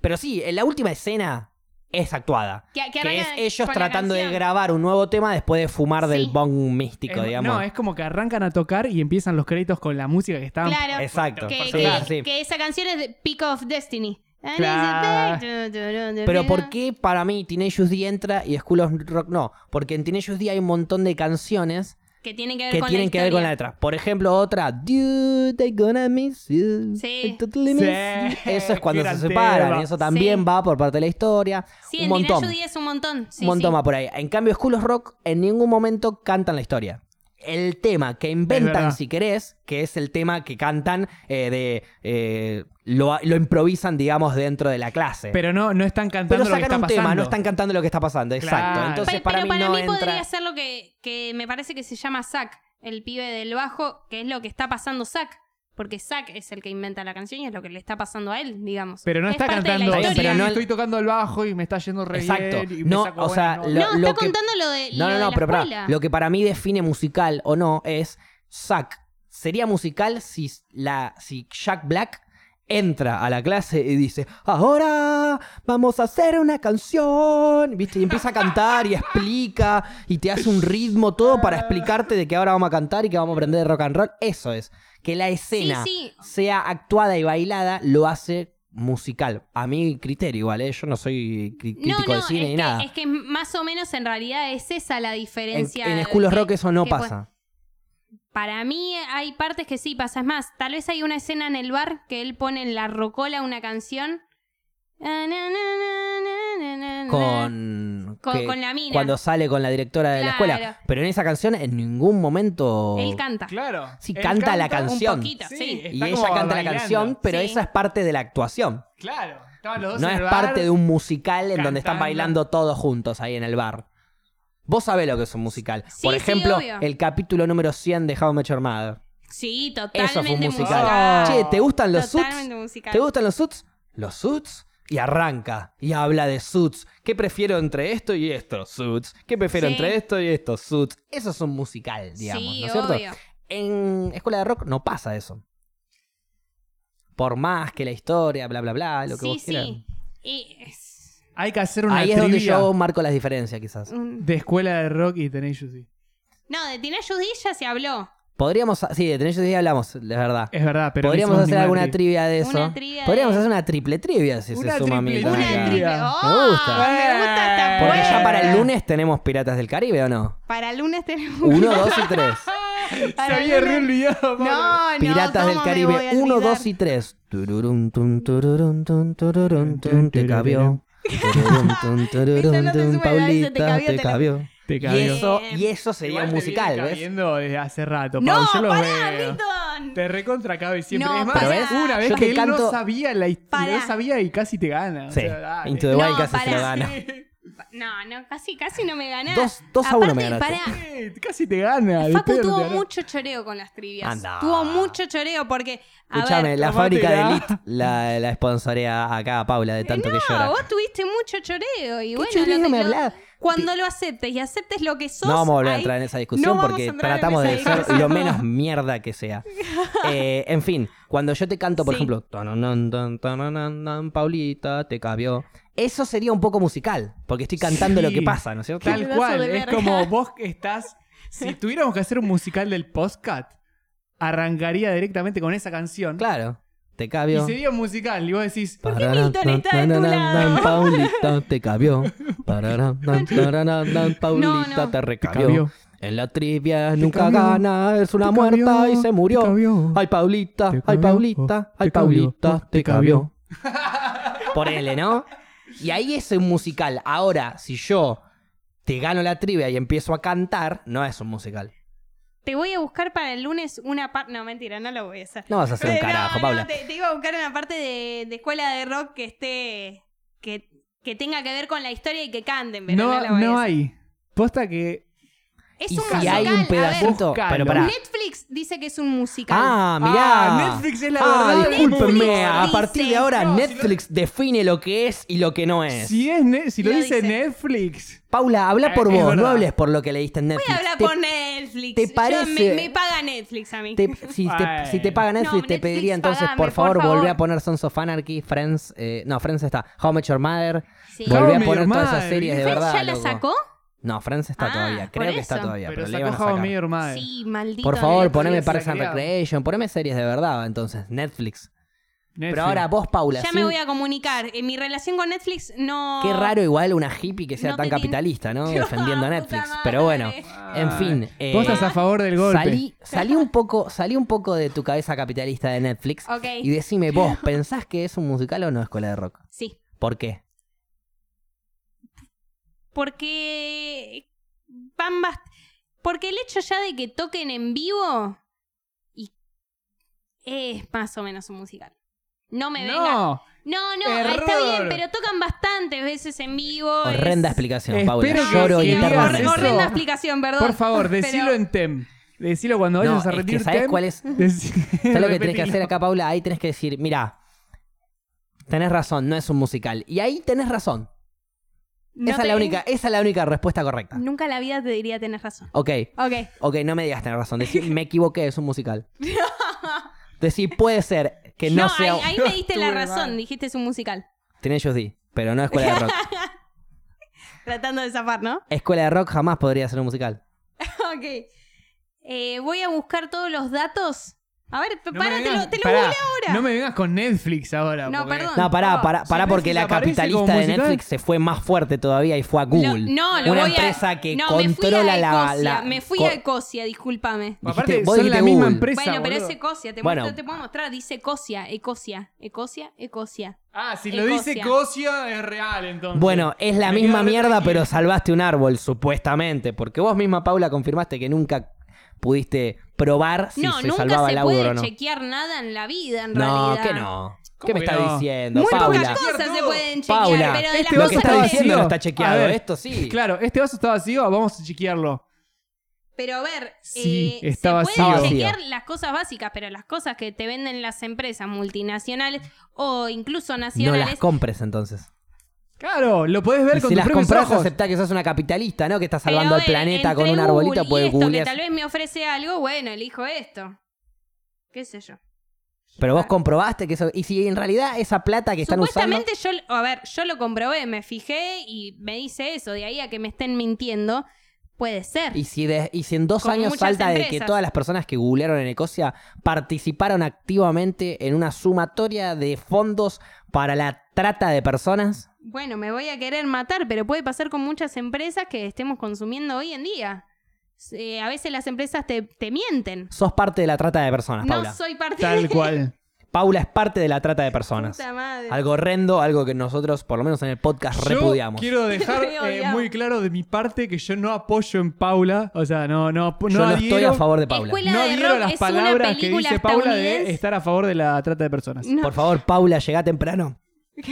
Speaker 1: Pero sí, en la última escena es actuada.
Speaker 3: Que, que
Speaker 1: Que es
Speaker 3: arrancan
Speaker 1: ellos
Speaker 3: con la
Speaker 1: tratando de
Speaker 3: canción.
Speaker 1: grabar un nuevo tema después de fumar del
Speaker 3: Sí.
Speaker 1: bong místico,
Speaker 2: Es-
Speaker 1: digamos.
Speaker 2: no, es como que arrancan a tocar y empiezan los créditos con la música que estaban.
Speaker 3: Claro.
Speaker 1: Exacto.
Speaker 3: que,
Speaker 1: Sí,
Speaker 3: que-
Speaker 1: sí.
Speaker 3: que esa canción es de Peak of Destiny.
Speaker 2: Claro.
Speaker 1: Pero ¿por qué para mí Teenage D entra y School of Rock no? Porque en Teenage D hay un montón de canciones
Speaker 3: Que tienen que ver,
Speaker 1: que
Speaker 3: con,
Speaker 1: tienen
Speaker 3: la
Speaker 1: que ver con la
Speaker 3: historia.
Speaker 1: letra. Por ejemplo, otra, Dude, they gonna miss you.
Speaker 3: Sí.
Speaker 1: I totally miss you.
Speaker 2: Sí,
Speaker 1: Eso es cuando
Speaker 2: gran
Speaker 1: se separan.
Speaker 2: tema.
Speaker 1: y Eso también
Speaker 3: Sí.
Speaker 1: va por parte de la historia.
Speaker 3: Sí,
Speaker 1: un
Speaker 3: en
Speaker 1: montón.
Speaker 3: Dinero es un montón. Sí,
Speaker 1: un montón
Speaker 3: sí.
Speaker 1: va por ahí. En cambio, School of Rock en ningún momento cantan la historia. El tema que
Speaker 2: verdad.
Speaker 1: inventan, si querés, que es el tema que cantan eh, de. eh, lo, lo improvisan, digamos, dentro de la clase.
Speaker 2: Pero no, no están
Speaker 1: Pero
Speaker 2: cantando lo que está
Speaker 1: sacan un
Speaker 2: pasando.
Speaker 1: tema, no están cantando lo que está pasando. Exacto.
Speaker 2: Claro.
Speaker 1: Entonces,
Speaker 3: Pero,
Speaker 1: para
Speaker 3: pero
Speaker 1: mí no entra.
Speaker 3: podría ser lo que, que me parece que se llama Zack, el pibe del bajo, que es lo que está pasando Zack. Porque Zack es el que inventa la canción y es lo que le está pasando a él, digamos.
Speaker 2: Pero no
Speaker 3: Es
Speaker 2: está
Speaker 3: parte de la
Speaker 2: cantando.
Speaker 3: historia.
Speaker 1: Pero no-
Speaker 2: estoy tocando el bajo y me está yendo re
Speaker 1: Exacto.
Speaker 2: bien. y me
Speaker 1: No,
Speaker 2: saco
Speaker 1: o
Speaker 2: buenas
Speaker 1: sea,
Speaker 2: notas.
Speaker 1: lo-
Speaker 3: no, está
Speaker 1: que-
Speaker 3: contando lo de,
Speaker 1: No,
Speaker 3: lo
Speaker 1: no,
Speaker 3: de
Speaker 1: no,
Speaker 3: la
Speaker 1: pero pará.
Speaker 3: escuela.
Speaker 1: Lo que para mí define musical o no es Zack. Sería musical si, la, si Jack Black entra a la clase y dice, ahora vamos a hacer una canción, ¿viste? Y empieza a cantar y explica y te hace un ritmo todo
Speaker 3: Ah.
Speaker 1: para explicarte de que ahora vamos a cantar y que vamos a aprender de rock and roll. Eso es. Que la
Speaker 3: sí,
Speaker 1: escena
Speaker 3: sí.
Speaker 1: sea actuada y bailada, lo hace musical. A mi criterio, igual, ¿eh? Yo no soy cri-
Speaker 3: No,
Speaker 1: crítico
Speaker 3: no,
Speaker 1: de cine
Speaker 3: es,
Speaker 1: ni
Speaker 3: que,
Speaker 1: nada.
Speaker 3: es que más o menos en realidad es esa la
Speaker 1: en,
Speaker 3: diferencia.
Speaker 1: en School of
Speaker 3: que-
Speaker 1: Rock eso no
Speaker 3: que
Speaker 1: pasa.
Speaker 3: Para mí hay partes que sí pasa. Es más, tal vez hay una escena en el bar que él pone en la rocola una canción. Na, na, na, na, na, na, na.
Speaker 1: Con,
Speaker 3: Con-
Speaker 1: que-
Speaker 3: con la mina.
Speaker 1: Cuando sale con la directora de la
Speaker 3: Claro.
Speaker 1: escuela. Pero en esa canción en ningún momento...
Speaker 3: Él canta.
Speaker 2: Claro.
Speaker 1: Sí,
Speaker 2: Él
Speaker 1: canta la
Speaker 3: Un
Speaker 1: canción.
Speaker 3: poquito, sí.
Speaker 2: Sí.
Speaker 1: Y
Speaker 2: Está
Speaker 1: ella
Speaker 2: como
Speaker 1: canta la
Speaker 2: bailando.
Speaker 1: canción, pero
Speaker 3: Sí.
Speaker 1: esa es parte de la actuación.
Speaker 2: Claro. Estaban los dos
Speaker 1: No
Speaker 2: en
Speaker 1: es
Speaker 2: el bar.
Speaker 1: parte de un musical en donde están
Speaker 2: cantando.
Speaker 1: bailando todos juntos ahí en el bar. Vos sabés lo que es un musical.
Speaker 3: Sí,
Speaker 1: Por
Speaker 3: sí,
Speaker 1: ejemplo,
Speaker 3: obvio.
Speaker 1: el capítulo número 100 de How I Met Your Mother.
Speaker 3: Sí, totalmente
Speaker 1: Eso fue un musical.
Speaker 2: musical.
Speaker 1: Che, ¿te gustan los
Speaker 3: Totalmente
Speaker 1: suits?
Speaker 3: musical.
Speaker 1: ¿Te gustan los suits? ¿Los suits? Y arranca y habla de suits. ¿Qué prefiero entre esto y esto? Suits. ¿Qué prefiero
Speaker 3: Sí.
Speaker 1: entre esto y esto? Suits. Eso es un musical, digamos,
Speaker 3: sí,
Speaker 1: ¿no es cierto?
Speaker 3: obvio.
Speaker 1: En Escuela de Rock no pasa eso. Por más que la historia, bla, bla, bla, lo que
Speaker 3: sí,
Speaker 1: vos quieras.
Speaker 3: sí. Y es
Speaker 2: Hay que hacer una
Speaker 1: Ahí es donde
Speaker 2: trivia
Speaker 1: yo marco las diferencias, quizás.
Speaker 3: un-
Speaker 2: de escuela de rock y Tenacious D.
Speaker 3: No, de Tina Judy ya se habló.
Speaker 1: Podríamos, sí, de Tenacious D hablamos, es verdad.
Speaker 2: Es verdad, pero no
Speaker 1: Podríamos
Speaker 2: hicimos
Speaker 1: hacer
Speaker 2: ninguna
Speaker 1: alguna
Speaker 2: trivia.
Speaker 1: trivia de eso.
Speaker 3: Una trivia
Speaker 1: Podríamos
Speaker 3: de-
Speaker 1: hacer una triple trivia si
Speaker 2: Una
Speaker 1: se suma a mi.
Speaker 2: triple
Speaker 3: Una
Speaker 2: trivia.
Speaker 1: amiga.
Speaker 3: triple. ¡Oh!
Speaker 1: Me gusta.
Speaker 3: Me gusta esta
Speaker 1: Porque ya
Speaker 3: puerta.
Speaker 1: para el lunes tenemos Piratas del Caribe, ¿o no?
Speaker 3: Para el lunes tenemos.
Speaker 1: Uno, dos y tres.
Speaker 3: Para
Speaker 2: Se
Speaker 3: el
Speaker 2: había
Speaker 3: lunes-
Speaker 2: re olvidado, Pablo.
Speaker 3: No, no.
Speaker 1: Piratas del
Speaker 3: ¿cómo me voy
Speaker 1: Caribe,
Speaker 3: a
Speaker 1: uno,
Speaker 3: olvidar?
Speaker 1: dos y tres. Tururun, tun, tururun, tun, tururun, tun, te cabió. Tururun, tun,
Speaker 3: Esta no
Speaker 1: tururun, tun,
Speaker 3: te sube la vez, te
Speaker 1: Paulita,
Speaker 3: cabió,
Speaker 1: te
Speaker 3: te la-
Speaker 1: cabió.
Speaker 2: Te
Speaker 1: Y
Speaker 2: cabió.
Speaker 1: eso, y eso sería
Speaker 2: Igual
Speaker 1: un
Speaker 2: te
Speaker 1: musical,
Speaker 2: viene
Speaker 1: ¿ves?
Speaker 2: cayendo desde hace rato,
Speaker 3: No,
Speaker 2: Pablo. yo los
Speaker 3: pará,
Speaker 2: veo.
Speaker 3: Milton.
Speaker 2: Te recontra cabe siempre.
Speaker 3: No,
Speaker 2: es más,
Speaker 1: Pero ves,
Speaker 2: una vez
Speaker 1: yo
Speaker 2: que
Speaker 1: te
Speaker 2: él
Speaker 1: canto-
Speaker 2: no sabía la historia,
Speaker 3: Pará.
Speaker 2: no sabía y casi te gana. o
Speaker 1: Sí,
Speaker 2: sea, dale.
Speaker 1: Into the Wild
Speaker 3: No,
Speaker 1: casi se
Speaker 3: pará.
Speaker 1: lo gana.
Speaker 3: No, no, casi, casi no me gané.
Speaker 1: Dos- dos a uno me ganaste.
Speaker 3: Para,
Speaker 2: Eh, Casi te
Speaker 1: Ah,
Speaker 2: gana.
Speaker 3: Facu
Speaker 2: despérate,
Speaker 3: tuvo
Speaker 2: ahora.
Speaker 3: mucho choreo con las trivias.
Speaker 1: Anda.
Speaker 3: Tuvo mucho choreo porque. A
Speaker 1: Escúchame,
Speaker 3: ver,
Speaker 1: la
Speaker 2: tomátela.
Speaker 1: fábrica de Elite la, la sponsorea acá a Paula de tanto
Speaker 3: Eh, no,
Speaker 1: que llora.
Speaker 3: vos tuviste mucho choreo. Y bueno,
Speaker 1: choreo
Speaker 3: lo-
Speaker 1: me
Speaker 3: lo-
Speaker 1: hablás?
Speaker 3: cuando lo aceptes y aceptes lo que sos.
Speaker 1: No vamos a volver a
Speaker 3: ahí-
Speaker 1: entrar en esa discusión
Speaker 3: vamos a
Speaker 1: porque
Speaker 3: entrar en
Speaker 1: tratamos de
Speaker 3: esa
Speaker 1: ser
Speaker 3: discusión.
Speaker 1: lo menos mierda que sea. Eh, en fin, cuando yo te canto, por
Speaker 3: Sí.
Speaker 1: ejemplo, "Tananán, tan, tananán, tan, Paulita, te cabió. Eso sería un poco musical, porque estoy cantando
Speaker 2: Sí.
Speaker 1: lo que pasa, ¿no es cierto?
Speaker 2: Tal
Speaker 3: Pedazo
Speaker 2: cual,
Speaker 3: de
Speaker 2: es
Speaker 3: verga.
Speaker 2: como vos que estás. Si tuviéramos que hacer un musical del postcat, arrancaría directamente con esa canción.
Speaker 1: Claro, te
Speaker 2: Y
Speaker 1: cabió.
Speaker 2: sería un musical. Y vos decís,
Speaker 3: qué Milton está de tu
Speaker 1: Pararán,
Speaker 3: lado?
Speaker 1: Paulita, te cabió. Pararán, tararán, Paulita,
Speaker 3: No, no.
Speaker 1: te
Speaker 2: te
Speaker 1: recabió.
Speaker 2: cabió.
Speaker 1: En la trivia nunca
Speaker 2: cabió,
Speaker 1: gana, es una
Speaker 2: te
Speaker 1: muerta
Speaker 2: cabió,
Speaker 1: y se
Speaker 2: te
Speaker 1: murió.
Speaker 2: cabió.
Speaker 1: Ay, Paulita,
Speaker 2: Te
Speaker 1: ay,
Speaker 2: cabió,
Speaker 1: Paulita,
Speaker 2: oh,
Speaker 1: ay,
Speaker 2: te cabió,
Speaker 1: Paulita,
Speaker 2: oh,
Speaker 1: te
Speaker 2: te
Speaker 1: cabió. Ponele, ¿no? Y ahí es un musical. Ahora, si yo te gano la trivia y empiezo a cantar, no es un musical.
Speaker 3: Te voy a buscar para el lunes una parte. No, mentira, no lo voy a hacer.
Speaker 1: No vas a hacer un
Speaker 3: Eh, no,
Speaker 1: carajo,
Speaker 3: no,
Speaker 1: Paula.
Speaker 3: te, te iba a buscar una parte de, de escuela de rock que esté. Que, que tenga que ver con la historia y que canten, pero no,
Speaker 2: No,
Speaker 3: la
Speaker 2: no,
Speaker 3: voy a hacer.
Speaker 2: hay. Posta que.
Speaker 3: Es
Speaker 1: Y
Speaker 3: un
Speaker 1: si
Speaker 3: musical.
Speaker 1: hay un
Speaker 3: a ver,
Speaker 1: pedacito.
Speaker 2: Buscalo.
Speaker 1: Pero pará.
Speaker 3: Netflix dice que es un musical.
Speaker 1: Ah, mirá.
Speaker 2: Ah, Netflix es la
Speaker 1: Ah,
Speaker 2: verdad.
Speaker 1: discúlpenme. A
Speaker 3: Netflix
Speaker 1: partir de
Speaker 3: dice.
Speaker 1: ahora,
Speaker 2: No, si no-
Speaker 1: Netflix define lo que es y lo que no es.
Speaker 2: Si, es ne- si lo,
Speaker 3: Lo
Speaker 2: dice,
Speaker 3: dice.
Speaker 2: Netflix.
Speaker 1: Paula, habla
Speaker 2: Eh,
Speaker 1: por
Speaker 2: es
Speaker 1: vos, no
Speaker 2: verdad.
Speaker 1: hables por lo que leíste en Netflix.
Speaker 3: Voy a hablar
Speaker 1: Te-
Speaker 3: por Netflix.
Speaker 1: te
Speaker 3: Yo-
Speaker 1: parece-
Speaker 3: me, me paga Netflix a mí.
Speaker 1: Te- si, te,
Speaker 2: Bueno.
Speaker 1: si te paga Netflix,
Speaker 3: No,
Speaker 1: te
Speaker 3: Netflix,
Speaker 1: pediría entonces,
Speaker 3: pagame,
Speaker 1: por
Speaker 3: por
Speaker 1: favor,
Speaker 3: favor.
Speaker 1: volví a poner Sons of Anarchy, Friends. eh, no, Friends está. How I Met Your Mother.
Speaker 3: Sí.
Speaker 2: How
Speaker 1: Volví
Speaker 2: I
Speaker 1: a
Speaker 2: Met
Speaker 1: poner
Speaker 2: Your
Speaker 1: todas esas
Speaker 2: Mother.
Speaker 1: series de
Speaker 3: ¿Friends
Speaker 1: verdad.
Speaker 3: ya la
Speaker 1: loco.
Speaker 3: sacó?
Speaker 1: No, Friends está
Speaker 3: Ah,
Speaker 1: todavía.
Speaker 3: por
Speaker 1: Creo que está
Speaker 3: eso.
Speaker 1: todavía. Pero,
Speaker 2: Pero
Speaker 1: la iban a
Speaker 2: sacó How I
Speaker 1: sacar.
Speaker 2: Met Your Mother.
Speaker 3: Sí, maldito.
Speaker 1: Por favor,
Speaker 3: Netflix.
Speaker 1: poneme
Speaker 2: Netflix
Speaker 1: Parks
Speaker 2: la
Speaker 1: and
Speaker 2: crearon.
Speaker 1: Recreation. Poneme series de verdad, entonces. Netflix.
Speaker 2: Netflix.
Speaker 1: Pero ahora vos, Paula.
Speaker 3: Ya
Speaker 1: sin-
Speaker 3: me voy a comunicar. En mi relación con Netflix no.
Speaker 1: Qué raro igual una hippie que sea
Speaker 3: No
Speaker 1: tan
Speaker 3: te tin-
Speaker 1: capitalista, ¿no? Defendiendo a
Speaker 3: Puta
Speaker 1: Netflix.
Speaker 3: madre.
Speaker 1: Pero bueno, en
Speaker 2: Ay.
Speaker 1: fin. eh,
Speaker 2: Ah. Vos estás a favor del golpe.
Speaker 1: Salí, salí un poco, salí un poco de tu cabeza capitalista de Netflix
Speaker 3: Ok.
Speaker 1: y decime vos, ¿pensás que es un musical o no escuela de rock?
Speaker 3: Sí.
Speaker 1: ¿Por qué?
Speaker 3: Porque. Van bast- Porque el hecho ya de que toquen en vivo. Y. Es más o menos un musical. No me vengan.
Speaker 2: No,
Speaker 3: No, no,
Speaker 2: Error.
Speaker 3: está bien, pero tocan bastantes veces en vivo. es-
Speaker 1: Horrenda explicación,
Speaker 2: Espero
Speaker 1: Paula.
Speaker 2: que-
Speaker 1: Lloro
Speaker 2: que
Speaker 3: Sí,
Speaker 2: digas
Speaker 1: eternamente.
Speaker 3: hor-
Speaker 2: eso.
Speaker 3: Horrenda explicación, perdón.
Speaker 2: por favor,
Speaker 3: Pero-
Speaker 2: decilo en TEM. Decilo cuando
Speaker 1: No, es
Speaker 2: vayas a E
Speaker 1: que
Speaker 2: retirar
Speaker 1: ¿sabés
Speaker 2: TEM.
Speaker 1: cuál es? ¿Sabes lo que tenés que hacer acá, Paula? Ahí tenés que decir, mira, tenés razón, no es un musical. Y ahí tenés razón.
Speaker 3: No
Speaker 1: esa, es
Speaker 3: te-
Speaker 1: la única, esa es la única respuesta correcta.
Speaker 3: Nunca en la vida te diría tenés razón.
Speaker 1: Ok,
Speaker 3: Ok.
Speaker 1: ok, no me digas tener razón. Decí, me equivoqué, es un musical. Decí, puede ser que no,
Speaker 3: no,
Speaker 1: sea...
Speaker 3: ahí, ahí
Speaker 2: no
Speaker 3: me diste la
Speaker 2: estuve
Speaker 3: razón,
Speaker 2: mal.
Speaker 3: dijiste es un musical.
Speaker 1: Tenés D, pero no escuela de rock.
Speaker 3: Tratando de zafar, ¿no?
Speaker 1: Escuela de rock jamás podría ser un musical.
Speaker 3: ok. Eh, voy a buscar todos los datos A ver,
Speaker 2: No me
Speaker 3: pará, te
Speaker 2: vengas-
Speaker 3: lo, te lo
Speaker 2: pará,
Speaker 3: googleo ahora.
Speaker 2: No me vengas con Netflix ahora.
Speaker 3: No,
Speaker 2: porque-
Speaker 3: perdón.
Speaker 1: No, pará,
Speaker 3: No,
Speaker 1: pará,
Speaker 2: si
Speaker 1: pará, porque
Speaker 2: Netflix
Speaker 1: la
Speaker 2: aparece
Speaker 1: capitalista
Speaker 2: como
Speaker 1: de
Speaker 2: musical.
Speaker 1: Netflix se fue más fuerte todavía y fue a Google.
Speaker 3: Lo- no, lo
Speaker 1: una
Speaker 3: voy a-
Speaker 1: empresa que
Speaker 3: no,
Speaker 1: controla
Speaker 3: me fui a
Speaker 1: la,
Speaker 3: Ecosia,
Speaker 1: la-
Speaker 3: Me fui
Speaker 1: co-
Speaker 3: a Ecosia, discúlpame.
Speaker 2: Aparte,
Speaker 1: Dijiste- vos
Speaker 2: son la
Speaker 1: dijiste
Speaker 2: misma
Speaker 1: Google.
Speaker 2: empresa.
Speaker 3: bueno, pero
Speaker 2: boludo.
Speaker 3: es Ecosia, te,
Speaker 1: Bueno.
Speaker 3: muestro- te puedo mostrar, dice Ecosia, Ecosia, Ecosia, Ecosia.
Speaker 2: Ah, si lo
Speaker 3: Ecosia.
Speaker 2: dice Cosia, es real entonces.
Speaker 1: Bueno, es la
Speaker 2: Me
Speaker 1: misma
Speaker 2: quedo re
Speaker 1: mierda,
Speaker 2: tranquilo.
Speaker 1: pero salvaste un árbol, supuestamente. Porque vos misma, Paula, confirmaste que nunca pudiste probar si
Speaker 3: no,
Speaker 1: se
Speaker 3: nunca
Speaker 1: salvaba
Speaker 3: se
Speaker 1: el
Speaker 3: puede
Speaker 1: árbol o no.
Speaker 3: chequear nada en la vida, en
Speaker 1: No,
Speaker 3: realidad.
Speaker 1: que no. ¿Qué
Speaker 2: ¿Cómo
Speaker 1: me
Speaker 2: que
Speaker 1: estás
Speaker 2: no?
Speaker 1: diciendo,
Speaker 3: Muy
Speaker 1: Paula?
Speaker 3: pocas cosas se
Speaker 2: Todo.
Speaker 3: pueden chequear,
Speaker 1: Paula,
Speaker 3: pero de
Speaker 2: este
Speaker 1: lo
Speaker 3: las
Speaker 1: que
Speaker 3: cosas
Speaker 1: estás
Speaker 2: está
Speaker 3: que-
Speaker 1: diciendo no
Speaker 2: vacío.
Speaker 1: está chequeado.
Speaker 2: A ver.
Speaker 1: Esto sí.
Speaker 2: Claro, este vaso está vacío, vamos a chequearlo.
Speaker 3: Pero a ver,
Speaker 2: Sí,
Speaker 3: eh,
Speaker 2: está
Speaker 3: se pueden
Speaker 1: vacío.
Speaker 3: chequear las cosas básicas, pero las cosas que te venden las empresas multinacionales o incluso
Speaker 1: No
Speaker 3: nacionales.
Speaker 1: las compres entonces.
Speaker 2: Claro, lo podés ver
Speaker 1: Y
Speaker 2: con
Speaker 1: si
Speaker 2: tus
Speaker 1: las
Speaker 2: propios
Speaker 1: compras,
Speaker 2: ojos.
Speaker 1: aceptá que sos una capitalista, ¿no? Que estás
Speaker 3: Pero,
Speaker 1: salvando al
Speaker 3: eh,
Speaker 1: planeta
Speaker 3: entre
Speaker 1: con un
Speaker 3: Google
Speaker 1: arbolito, pues,
Speaker 3: y
Speaker 1: puedes
Speaker 3: esto,
Speaker 1: googlear.
Speaker 3: que tal vez me ofrece algo, bueno, elijo esto. ¿Qué sé yo?
Speaker 1: Pero vos comprobaste que eso. Y si en realidad esa plata que están usando.
Speaker 3: Supuestamente yo, a ver, yo lo comprobé, me fijé y me dice eso, de ahí a que me estén mintiendo, puede ser.
Speaker 1: Y si, de- y si en dos
Speaker 3: Con
Speaker 1: años
Speaker 3: muchas
Speaker 1: salta de que
Speaker 3: empresas.
Speaker 1: todas las personas que googlearon en Ecosia participaron activamente en una sumatoria de fondos para la trata de personas.
Speaker 3: Bueno, me voy a querer matar, pero puede pasar con muchas empresas que estemos consumiendo hoy en día. Eh, a veces las empresas te, te mienten.
Speaker 1: Sos parte de la trata de personas, Paula.
Speaker 3: No soy parte de
Speaker 2: Tal cual.
Speaker 1: Paula es parte de la trata de personas.
Speaker 3: puta madre.
Speaker 1: Algo horrendo, algo que nosotros, por lo menos en el podcast,
Speaker 2: Yo
Speaker 1: repudiamos.
Speaker 2: quiero dejar eh,
Speaker 3: Repudiamos.
Speaker 2: muy claro de mi parte que yo no apoyo en Paula. O sea, no, no, no,
Speaker 1: Yo no estoy
Speaker 2: adhiero-
Speaker 1: a favor de Paula.
Speaker 3: Escuela-
Speaker 2: No
Speaker 3: de
Speaker 2: adhiero
Speaker 3: Rock
Speaker 2: a las
Speaker 3: es una
Speaker 2: palabras que
Speaker 3: película
Speaker 2: dice Paula de
Speaker 3: estadounidense. Mm.
Speaker 2: estar a favor de la trata de personas.
Speaker 3: No.
Speaker 1: Por favor, Paula, llegá temprano.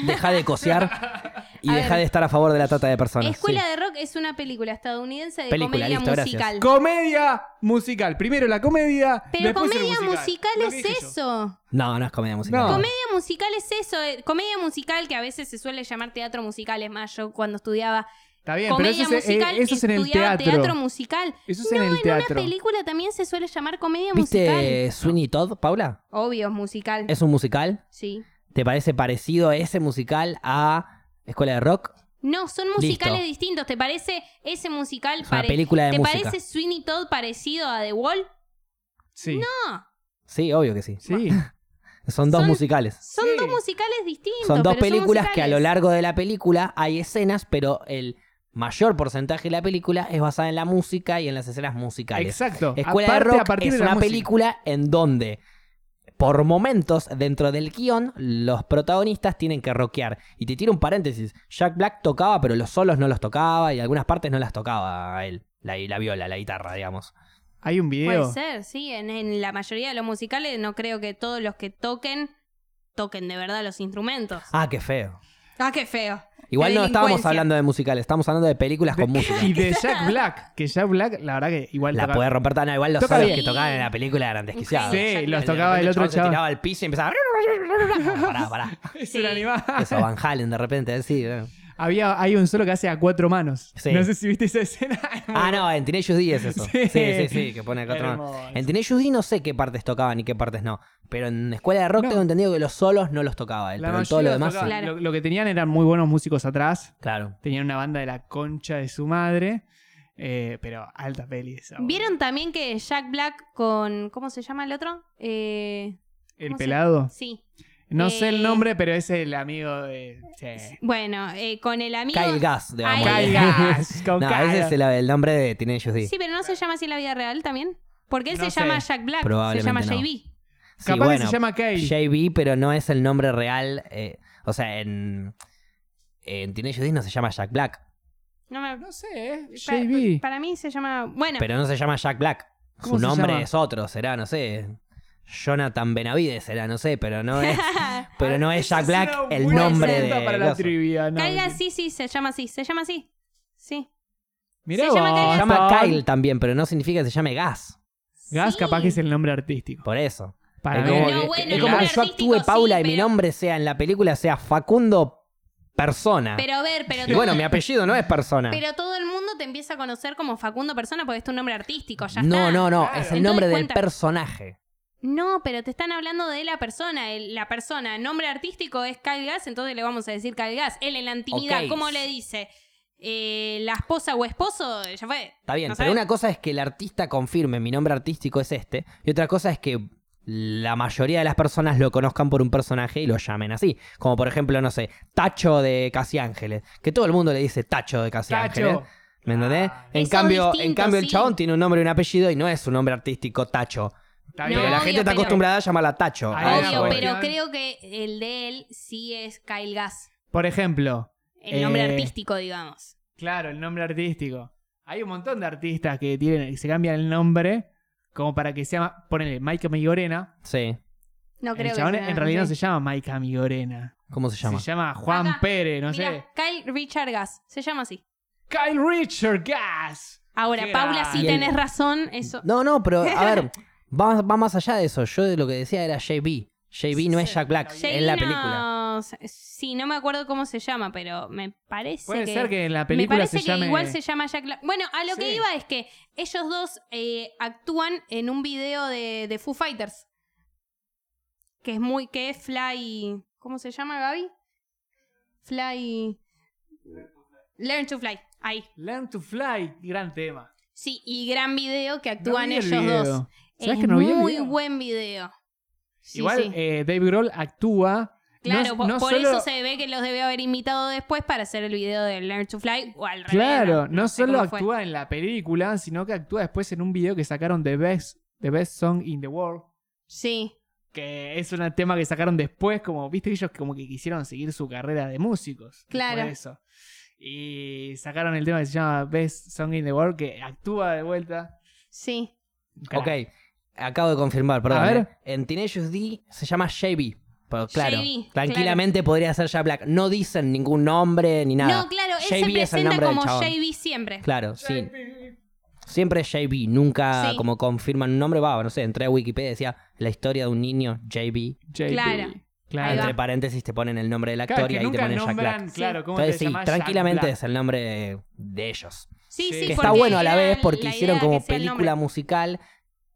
Speaker 1: Deja de cosear y
Speaker 3: A
Speaker 1: deja
Speaker 3: ver.
Speaker 1: de estar a favor de la trata de personas.
Speaker 3: Escuela
Speaker 1: Sí.
Speaker 3: de Rock es una película estadounidense de
Speaker 1: Película,
Speaker 3: comedia
Speaker 1: listo, gracias.
Speaker 3: musical.
Speaker 2: Comedia musical. Primero la comedia.
Speaker 3: Pero
Speaker 2: después el
Speaker 3: comedia musical,
Speaker 2: Lo que
Speaker 3: es
Speaker 2: dije yo.
Speaker 3: eso.
Speaker 1: No, no es comedia musical.
Speaker 2: No.
Speaker 3: Comedia musical es eso. eh, Comedia musical que a veces se suele llamar teatro musical. Es más, yo cuando estudiaba
Speaker 2: Está bien, pero
Speaker 3: comedia
Speaker 2: eso es, eh,
Speaker 3: musical,
Speaker 2: eso es en el
Speaker 3: estudiaba
Speaker 2: teatro.
Speaker 3: musical.
Speaker 2: Eso es en el
Speaker 3: En
Speaker 2: teatro.
Speaker 3: una película también se suele llamar comedia musical.
Speaker 1: ¿Viste Sweeney Todd, Paula?
Speaker 3: Obvio, es musical.
Speaker 1: ¿Es un musical?
Speaker 3: Sí.
Speaker 1: ¿Te parece parecido ese musical a Escuela de Rock?
Speaker 3: No, son musicales
Speaker 1: Listo.
Speaker 3: distintos. ¿Te parece ese musical
Speaker 1: Es una
Speaker 3: pare-
Speaker 1: película de
Speaker 3: ¿Te
Speaker 1: música.
Speaker 3: parece Sweeney Todd parecido a The Wall?
Speaker 2: Sí.
Speaker 3: No.
Speaker 1: Sí, obvio que sí.
Speaker 2: Sí.
Speaker 1: Son dos
Speaker 3: Son-
Speaker 1: musicales.
Speaker 3: Son
Speaker 2: Sí.
Speaker 3: dos musicales distintos.
Speaker 1: Son dos
Speaker 3: pero
Speaker 1: películas que a lo
Speaker 3: musicales.
Speaker 1: largo de la película hay escenas, pero el mayor porcentaje de la película es basada en la música y en las escenas musicales.
Speaker 2: Exacto.
Speaker 1: Escuela
Speaker 2: Aparte,
Speaker 1: de
Speaker 2: a
Speaker 1: Rock
Speaker 2: partir
Speaker 1: es
Speaker 2: de la
Speaker 1: una
Speaker 2: música.
Speaker 1: película en donde, por momentos, dentro del guión, los protagonistas tienen que rockear. Y te tiro un paréntesis. Jack Black tocaba, pero los solos no los tocaba y algunas partes no las tocaba a él. La, la viola, la guitarra, digamos.
Speaker 2: Hay un video.
Speaker 3: Puede ser, sí. En, en la mayoría de los musicales no creo que todos los que toquen toquen de verdad los instrumentos.
Speaker 1: Ah, qué feo.
Speaker 3: Ah, qué feo.
Speaker 1: Igual
Speaker 3: La
Speaker 1: no estábamos
Speaker 3: delincuencia.
Speaker 1: hablando de musicales, estamos hablando de películas con
Speaker 2: De-
Speaker 1: música.
Speaker 2: Y de Jack Black. Que Jack Black, la verdad que igual.
Speaker 1: La
Speaker 2: toca-
Speaker 1: puede romper tan igual los
Speaker 2: Toca
Speaker 1: solos
Speaker 2: bien.
Speaker 1: que tocaban en la película eran desquiciados.
Speaker 3: Sí,
Speaker 2: Sí, los
Speaker 1: de
Speaker 2: tocaba
Speaker 1: repente
Speaker 2: el otro
Speaker 1: chabón se
Speaker 2: chaval.
Speaker 1: tiraba al piso y empezaba. pará, pará.
Speaker 2: Es
Speaker 3: Sí.
Speaker 2: un animal.
Speaker 1: Eso, Van Halen de repente, eh, así. ¿no?
Speaker 2: Había, hay un solo que hace a cuatro manos.
Speaker 1: Sí.
Speaker 2: No sé si viste esa escena.
Speaker 1: Ah, no, en Teenage D es eso. Sí,
Speaker 2: Sí.
Speaker 1: sí, sí, que pone acá otro.
Speaker 2: Hermoso.
Speaker 1: En Teenage D no sé qué partes tocaban y qué partes no. Pero en Escuela de Rock
Speaker 2: No.
Speaker 1: tengo entendido que los solos no los tocaba él.
Speaker 2: La
Speaker 1: pero en
Speaker 2: mayoría
Speaker 1: todo lo demás
Speaker 2: tocaba-
Speaker 1: sí.
Speaker 3: Claro.
Speaker 2: lo, lo que tenían eran muy buenos músicos atrás.
Speaker 1: Claro.
Speaker 2: Tenían una banda de la concha de su madre. eh, pero alta peli esa. boludo.
Speaker 3: ¿Vieron también que Jack Black con. ¿Cómo se llama el otro? Eh,
Speaker 2: El
Speaker 3: ¿cómo se-
Speaker 2: pelado.
Speaker 3: Sí.
Speaker 2: No sé el
Speaker 3: Eh,
Speaker 2: nombre, pero es el amigo de. sí.
Speaker 3: Bueno, eh, con el amigo.
Speaker 1: Kyle Gas, de
Speaker 3: Ay,
Speaker 1: Van Halen.
Speaker 2: Kyle Gas, con
Speaker 1: No,
Speaker 2: Kyle.
Speaker 1: ese es el, el nombre de Teenage D.
Speaker 3: Sí, pero no se llama así en la vida real también. Porque él
Speaker 2: No
Speaker 3: se
Speaker 2: sé.
Speaker 3: llama Jack Black, se
Speaker 1: Probablemente
Speaker 3: llama
Speaker 1: no.
Speaker 3: JB.
Speaker 1: Sí,
Speaker 2: Capaz que se llama Kyle.
Speaker 1: JB, pero no es el nombre real. eh, o sea, en, en Teenage D no se llama Jack Black,
Speaker 3: No me-
Speaker 2: No sé, ¿eh?
Speaker 3: pa-
Speaker 2: JB.
Speaker 3: Para mí se llama. Bueno,
Speaker 1: pero no se llama Jack Black.
Speaker 2: ¿Cómo
Speaker 1: Su
Speaker 2: se
Speaker 1: nombre
Speaker 2: llama?
Speaker 1: es otro, será, no sé. Jonathan Benavides será, no sé, pero no es, pero no es Jack
Speaker 2: Ah, Esa
Speaker 1: Black
Speaker 2: es una
Speaker 1: el
Speaker 2: buena
Speaker 1: nombre
Speaker 2: pregunta
Speaker 1: de.
Speaker 2: Para la
Speaker 1: coso.
Speaker 2: trivia, no.
Speaker 3: Kyle Gas, sí, sí, se llama así. Se llama así. Sí.
Speaker 2: Mirá
Speaker 3: se llama
Speaker 2: vos,
Speaker 3: Kyle
Speaker 1: Se llama
Speaker 2: Tom.
Speaker 1: Kyle también, pero no significa que se llame Gas.
Speaker 2: Gas,
Speaker 3: Sí.
Speaker 2: capaz que es el nombre artístico.
Speaker 1: Por eso.
Speaker 2: Para
Speaker 1: es
Speaker 2: mí,
Speaker 1: como,
Speaker 3: No,
Speaker 1: que, es como
Speaker 3: bueno, el
Speaker 1: que
Speaker 3: nombre
Speaker 1: yo
Speaker 3: artístico
Speaker 1: actúe Paula
Speaker 3: sí,
Speaker 1: y mi
Speaker 3: pero-
Speaker 1: nombre sea en la película sea Facundo Persona.
Speaker 3: Pero a ver, pero
Speaker 1: y
Speaker 3: todo,
Speaker 1: bueno, mi apellido no es Persona.
Speaker 3: pero todo el mundo te empieza a conocer como Facundo Persona porque es tu nombre artístico, ya
Speaker 1: no,
Speaker 3: está.
Speaker 1: no, no,
Speaker 2: Claro.
Speaker 1: es el nombre
Speaker 3: Entonces
Speaker 1: del
Speaker 3: cuenta.
Speaker 1: personaje.
Speaker 3: No, pero te están hablando de la persona. el- la persona, el nombre artístico es Kyle Gas, entonces le vamos a decir Kyle Gas. Él en la intimidad,
Speaker 1: Ok.
Speaker 3: ¿cómo le dice? Eh, la esposa o esposo, ya fue.
Speaker 1: Está bien,
Speaker 3: No
Speaker 1: pero
Speaker 3: sabe.
Speaker 1: una cosa es que el artista confirme mi nombre artístico es este, y otra cosa es que la mayoría de las personas lo conozcan por un personaje y lo llamen así. Como por ejemplo, no sé, Tacho de Casi Ángeles. Que todo el mundo le dice Tacho de Casi Ángeles.
Speaker 2: Cacho.
Speaker 1: ¿Me entendés?
Speaker 2: Ah.
Speaker 1: en,
Speaker 3: Son
Speaker 1: cambio, en
Speaker 3: distintos,
Speaker 1: cambio, el
Speaker 3: sí.
Speaker 1: chabón tiene un nombre y un apellido y no es un nombre artístico Tacho.
Speaker 2: Está
Speaker 3: No,
Speaker 2: bien.
Speaker 1: pero la gente está
Speaker 3: pero-
Speaker 1: acostumbrada a llamarla Tacho.
Speaker 2: Ahí
Speaker 1: A eso
Speaker 3: Obvio,
Speaker 1: voy.
Speaker 3: pero
Speaker 2: Bueno.
Speaker 3: creo que el de él sí es Kyle Gas.
Speaker 2: Por ejemplo,
Speaker 3: El nombre
Speaker 2: Eh,
Speaker 3: artístico, digamos.
Speaker 2: claro, el nombre artístico. Hay un montón de artistas que tienen, se cambian el nombre como para que se llama, ponele, Maika Migorena.
Speaker 1: Sí.
Speaker 3: No creo
Speaker 2: el chabón
Speaker 3: que sea,
Speaker 2: en realidad no
Speaker 3: sé.
Speaker 2: se llama Maika Migorena.
Speaker 1: ¿Cómo se llama?
Speaker 2: Se llama Juan
Speaker 3: Acá,
Speaker 2: Pérez, no sé.
Speaker 3: Mirá, Kyle Richard Gas. Se llama así.
Speaker 2: Kyle Richard Gas.
Speaker 3: Ahora,
Speaker 2: Qué
Speaker 3: Paula, sí
Speaker 1: grande.
Speaker 3: tenés razón. Eso.
Speaker 1: No, no, pero a ver, va, va más allá de eso. Yo de lo que decía era JB. JB no es
Speaker 2: Sí,
Speaker 1: Jack Black
Speaker 2: sí,
Speaker 1: en
Speaker 3: Jane
Speaker 1: la
Speaker 3: no-
Speaker 1: película.
Speaker 3: Sí, no me acuerdo cómo se llama, pero me parece
Speaker 2: Puede
Speaker 3: que...
Speaker 2: ser que en la película
Speaker 3: me parece
Speaker 2: se
Speaker 3: que
Speaker 2: llame.
Speaker 3: igual se llama Jack La- Bueno, a lo que
Speaker 2: Sí.
Speaker 3: iba es que ellos dos eh, actúan en un video de, de Foo Fighters. Que es muy. que es Fly. ¿Cómo se llama, Gaby? Fly. Learn to Fly. Ahí.
Speaker 2: Learn to Fly, gran tema.
Speaker 3: Sí, y gran video que
Speaker 2: No
Speaker 3: actúan
Speaker 2: vi el
Speaker 3: ellos dos.
Speaker 2: video. ¿Sabés
Speaker 3: Es
Speaker 2: que no vi el
Speaker 3: muy
Speaker 2: video?
Speaker 3: buen video. Sí,
Speaker 2: Igual
Speaker 3: sí.
Speaker 2: eh, Dave Grohl actúa.
Speaker 3: Claro,
Speaker 2: no,
Speaker 3: po-
Speaker 2: no
Speaker 3: por
Speaker 2: solo-
Speaker 3: eso se ve que los debe haber imitado después para hacer el video de Learn to Fly o al revés.
Speaker 2: Claro, no,
Speaker 3: sé
Speaker 2: solo
Speaker 3: cómo fue.
Speaker 2: actúa en la película, sino que actúa después en un video que sacaron de Best, The Best Song in the World.
Speaker 3: Sí.
Speaker 2: Que es un tema que sacaron después, como viste, ellos como que quisieron seguir su carrera de músicos. después
Speaker 3: Claro.
Speaker 2: de eso. Y sacaron el tema que se llama Best Song in the World, que actúa de vuelta.
Speaker 3: Sí.
Speaker 1: Ok, acabo de confirmar, perdón.
Speaker 2: A ver.
Speaker 1: eh. En Teenage D se llama JB. Pero claro,
Speaker 3: JB,
Speaker 1: tranquilamente podría ser Jack Black. No dicen ningún nombre ni nada.
Speaker 3: No, claro, él
Speaker 1: JB
Speaker 3: se
Speaker 1: es el
Speaker 3: presenta
Speaker 1: nombre del
Speaker 3: como
Speaker 1: chabón.
Speaker 3: JB siempre.
Speaker 1: Claro, sí. Siempre es JB, nunca
Speaker 3: Sí.
Speaker 1: como confirman un nombre. Va, no sé, entré a Wikipedia y decía la historia de un niño, JB.
Speaker 2: JP.
Speaker 3: Claro. Ahí
Speaker 2: Claro.
Speaker 1: Entre
Speaker 3: va.
Speaker 1: paréntesis te ponen el nombre del actor
Speaker 2: Claro,
Speaker 1: y
Speaker 2: que
Speaker 1: ahí te
Speaker 2: nunca
Speaker 1: ponen Jack Black.
Speaker 2: nombran, claro, cómo
Speaker 1: Entonces
Speaker 2: te
Speaker 1: sí,
Speaker 2: llamás Jack
Speaker 1: tranquilamente
Speaker 2: Black.
Speaker 1: es el nombre de, de ellos.
Speaker 3: Sí,
Speaker 2: Que
Speaker 3: sí,
Speaker 1: que
Speaker 3: porque
Speaker 1: está bueno a la
Speaker 3: era
Speaker 1: vez porque
Speaker 3: la
Speaker 1: hicieron
Speaker 3: idea
Speaker 1: como
Speaker 3: que sea el
Speaker 1: película
Speaker 3: nombre.
Speaker 1: musical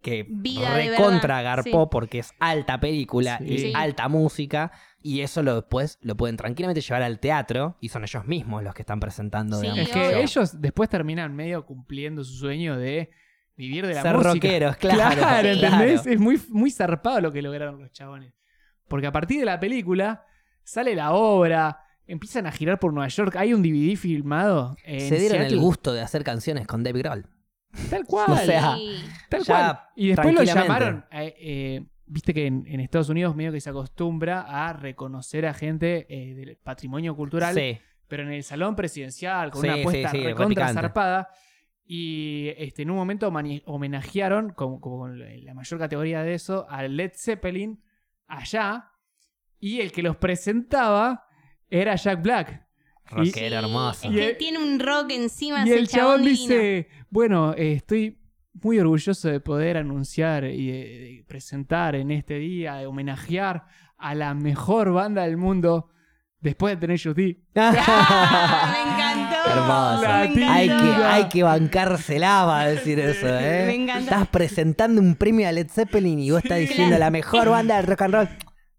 Speaker 1: que
Speaker 3: Vida de
Speaker 1: recontra
Speaker 3: verdad,
Speaker 1: garpó
Speaker 3: sí.
Speaker 1: porque es alta película y
Speaker 2: Sí.
Speaker 1: alta música y eso lo después lo pueden tranquilamente llevar al teatro y son ellos mismos los que están presentando
Speaker 3: Sí,
Speaker 1: digamos,
Speaker 2: Es
Speaker 1: el
Speaker 2: que
Speaker 1: show.
Speaker 3: obvio.
Speaker 2: ellos después terminan medio cumpliendo su sueño de vivir de la
Speaker 1: ser
Speaker 2: música.
Speaker 1: rockeros, claro.
Speaker 2: Claro,
Speaker 1: claro,
Speaker 2: ¿entendés? Es muy, muy zarpado lo que lograron los chabones. Porque a partir de la película sale la obra, empiezan a girar por Nueva York, hay un DVD filmado. en
Speaker 1: Se dieron el
Speaker 2: Seattle.
Speaker 1: gusto de hacer canciones con Dave Grohl.
Speaker 2: Tal cual.
Speaker 1: O sea,
Speaker 3: Sí.
Speaker 2: tal
Speaker 1: ya,
Speaker 2: cual. Y después lo
Speaker 1: tranquilamente.
Speaker 2: llamaron. eh, eh, Viste que en, en Estados Unidos medio que se acostumbra a reconocer a gente eh, del patrimonio cultural
Speaker 1: Sí.
Speaker 2: pero en el salón presidencial, con
Speaker 1: Sí,
Speaker 2: una apuesta
Speaker 1: sí, sí,
Speaker 2: recontra
Speaker 1: repicante.
Speaker 2: zarpada. Y este, en un momento mani- homenajearon, como, como con la mayor categoría de eso, a Led Zeppelin allá. Y el que los presentaba era Jack Black. Y-
Speaker 1: Rockero hermoso.
Speaker 3: Es que
Speaker 2: Y-
Speaker 3: tiene un rock encima
Speaker 2: Y
Speaker 3: ese
Speaker 2: el chabón
Speaker 3: divino.
Speaker 2: dice, bueno, eh, estoy muy orgulloso de poder anunciar y eh, de presentar en este día, de homenajear a la mejor banda del mundo después de tener D.
Speaker 3: ¡Ah! Me encantó.
Speaker 1: Hermoso.
Speaker 3: me encantó.
Speaker 1: Hay que,
Speaker 2: Latina.
Speaker 1: hay que bancársela, va a decir eso, ¿eh?
Speaker 3: Me encanta.
Speaker 1: Estás presentando un premio a Led Zeppelin y vos estás diciendo
Speaker 3: Claro.
Speaker 1: la mejor banda del rock and roll.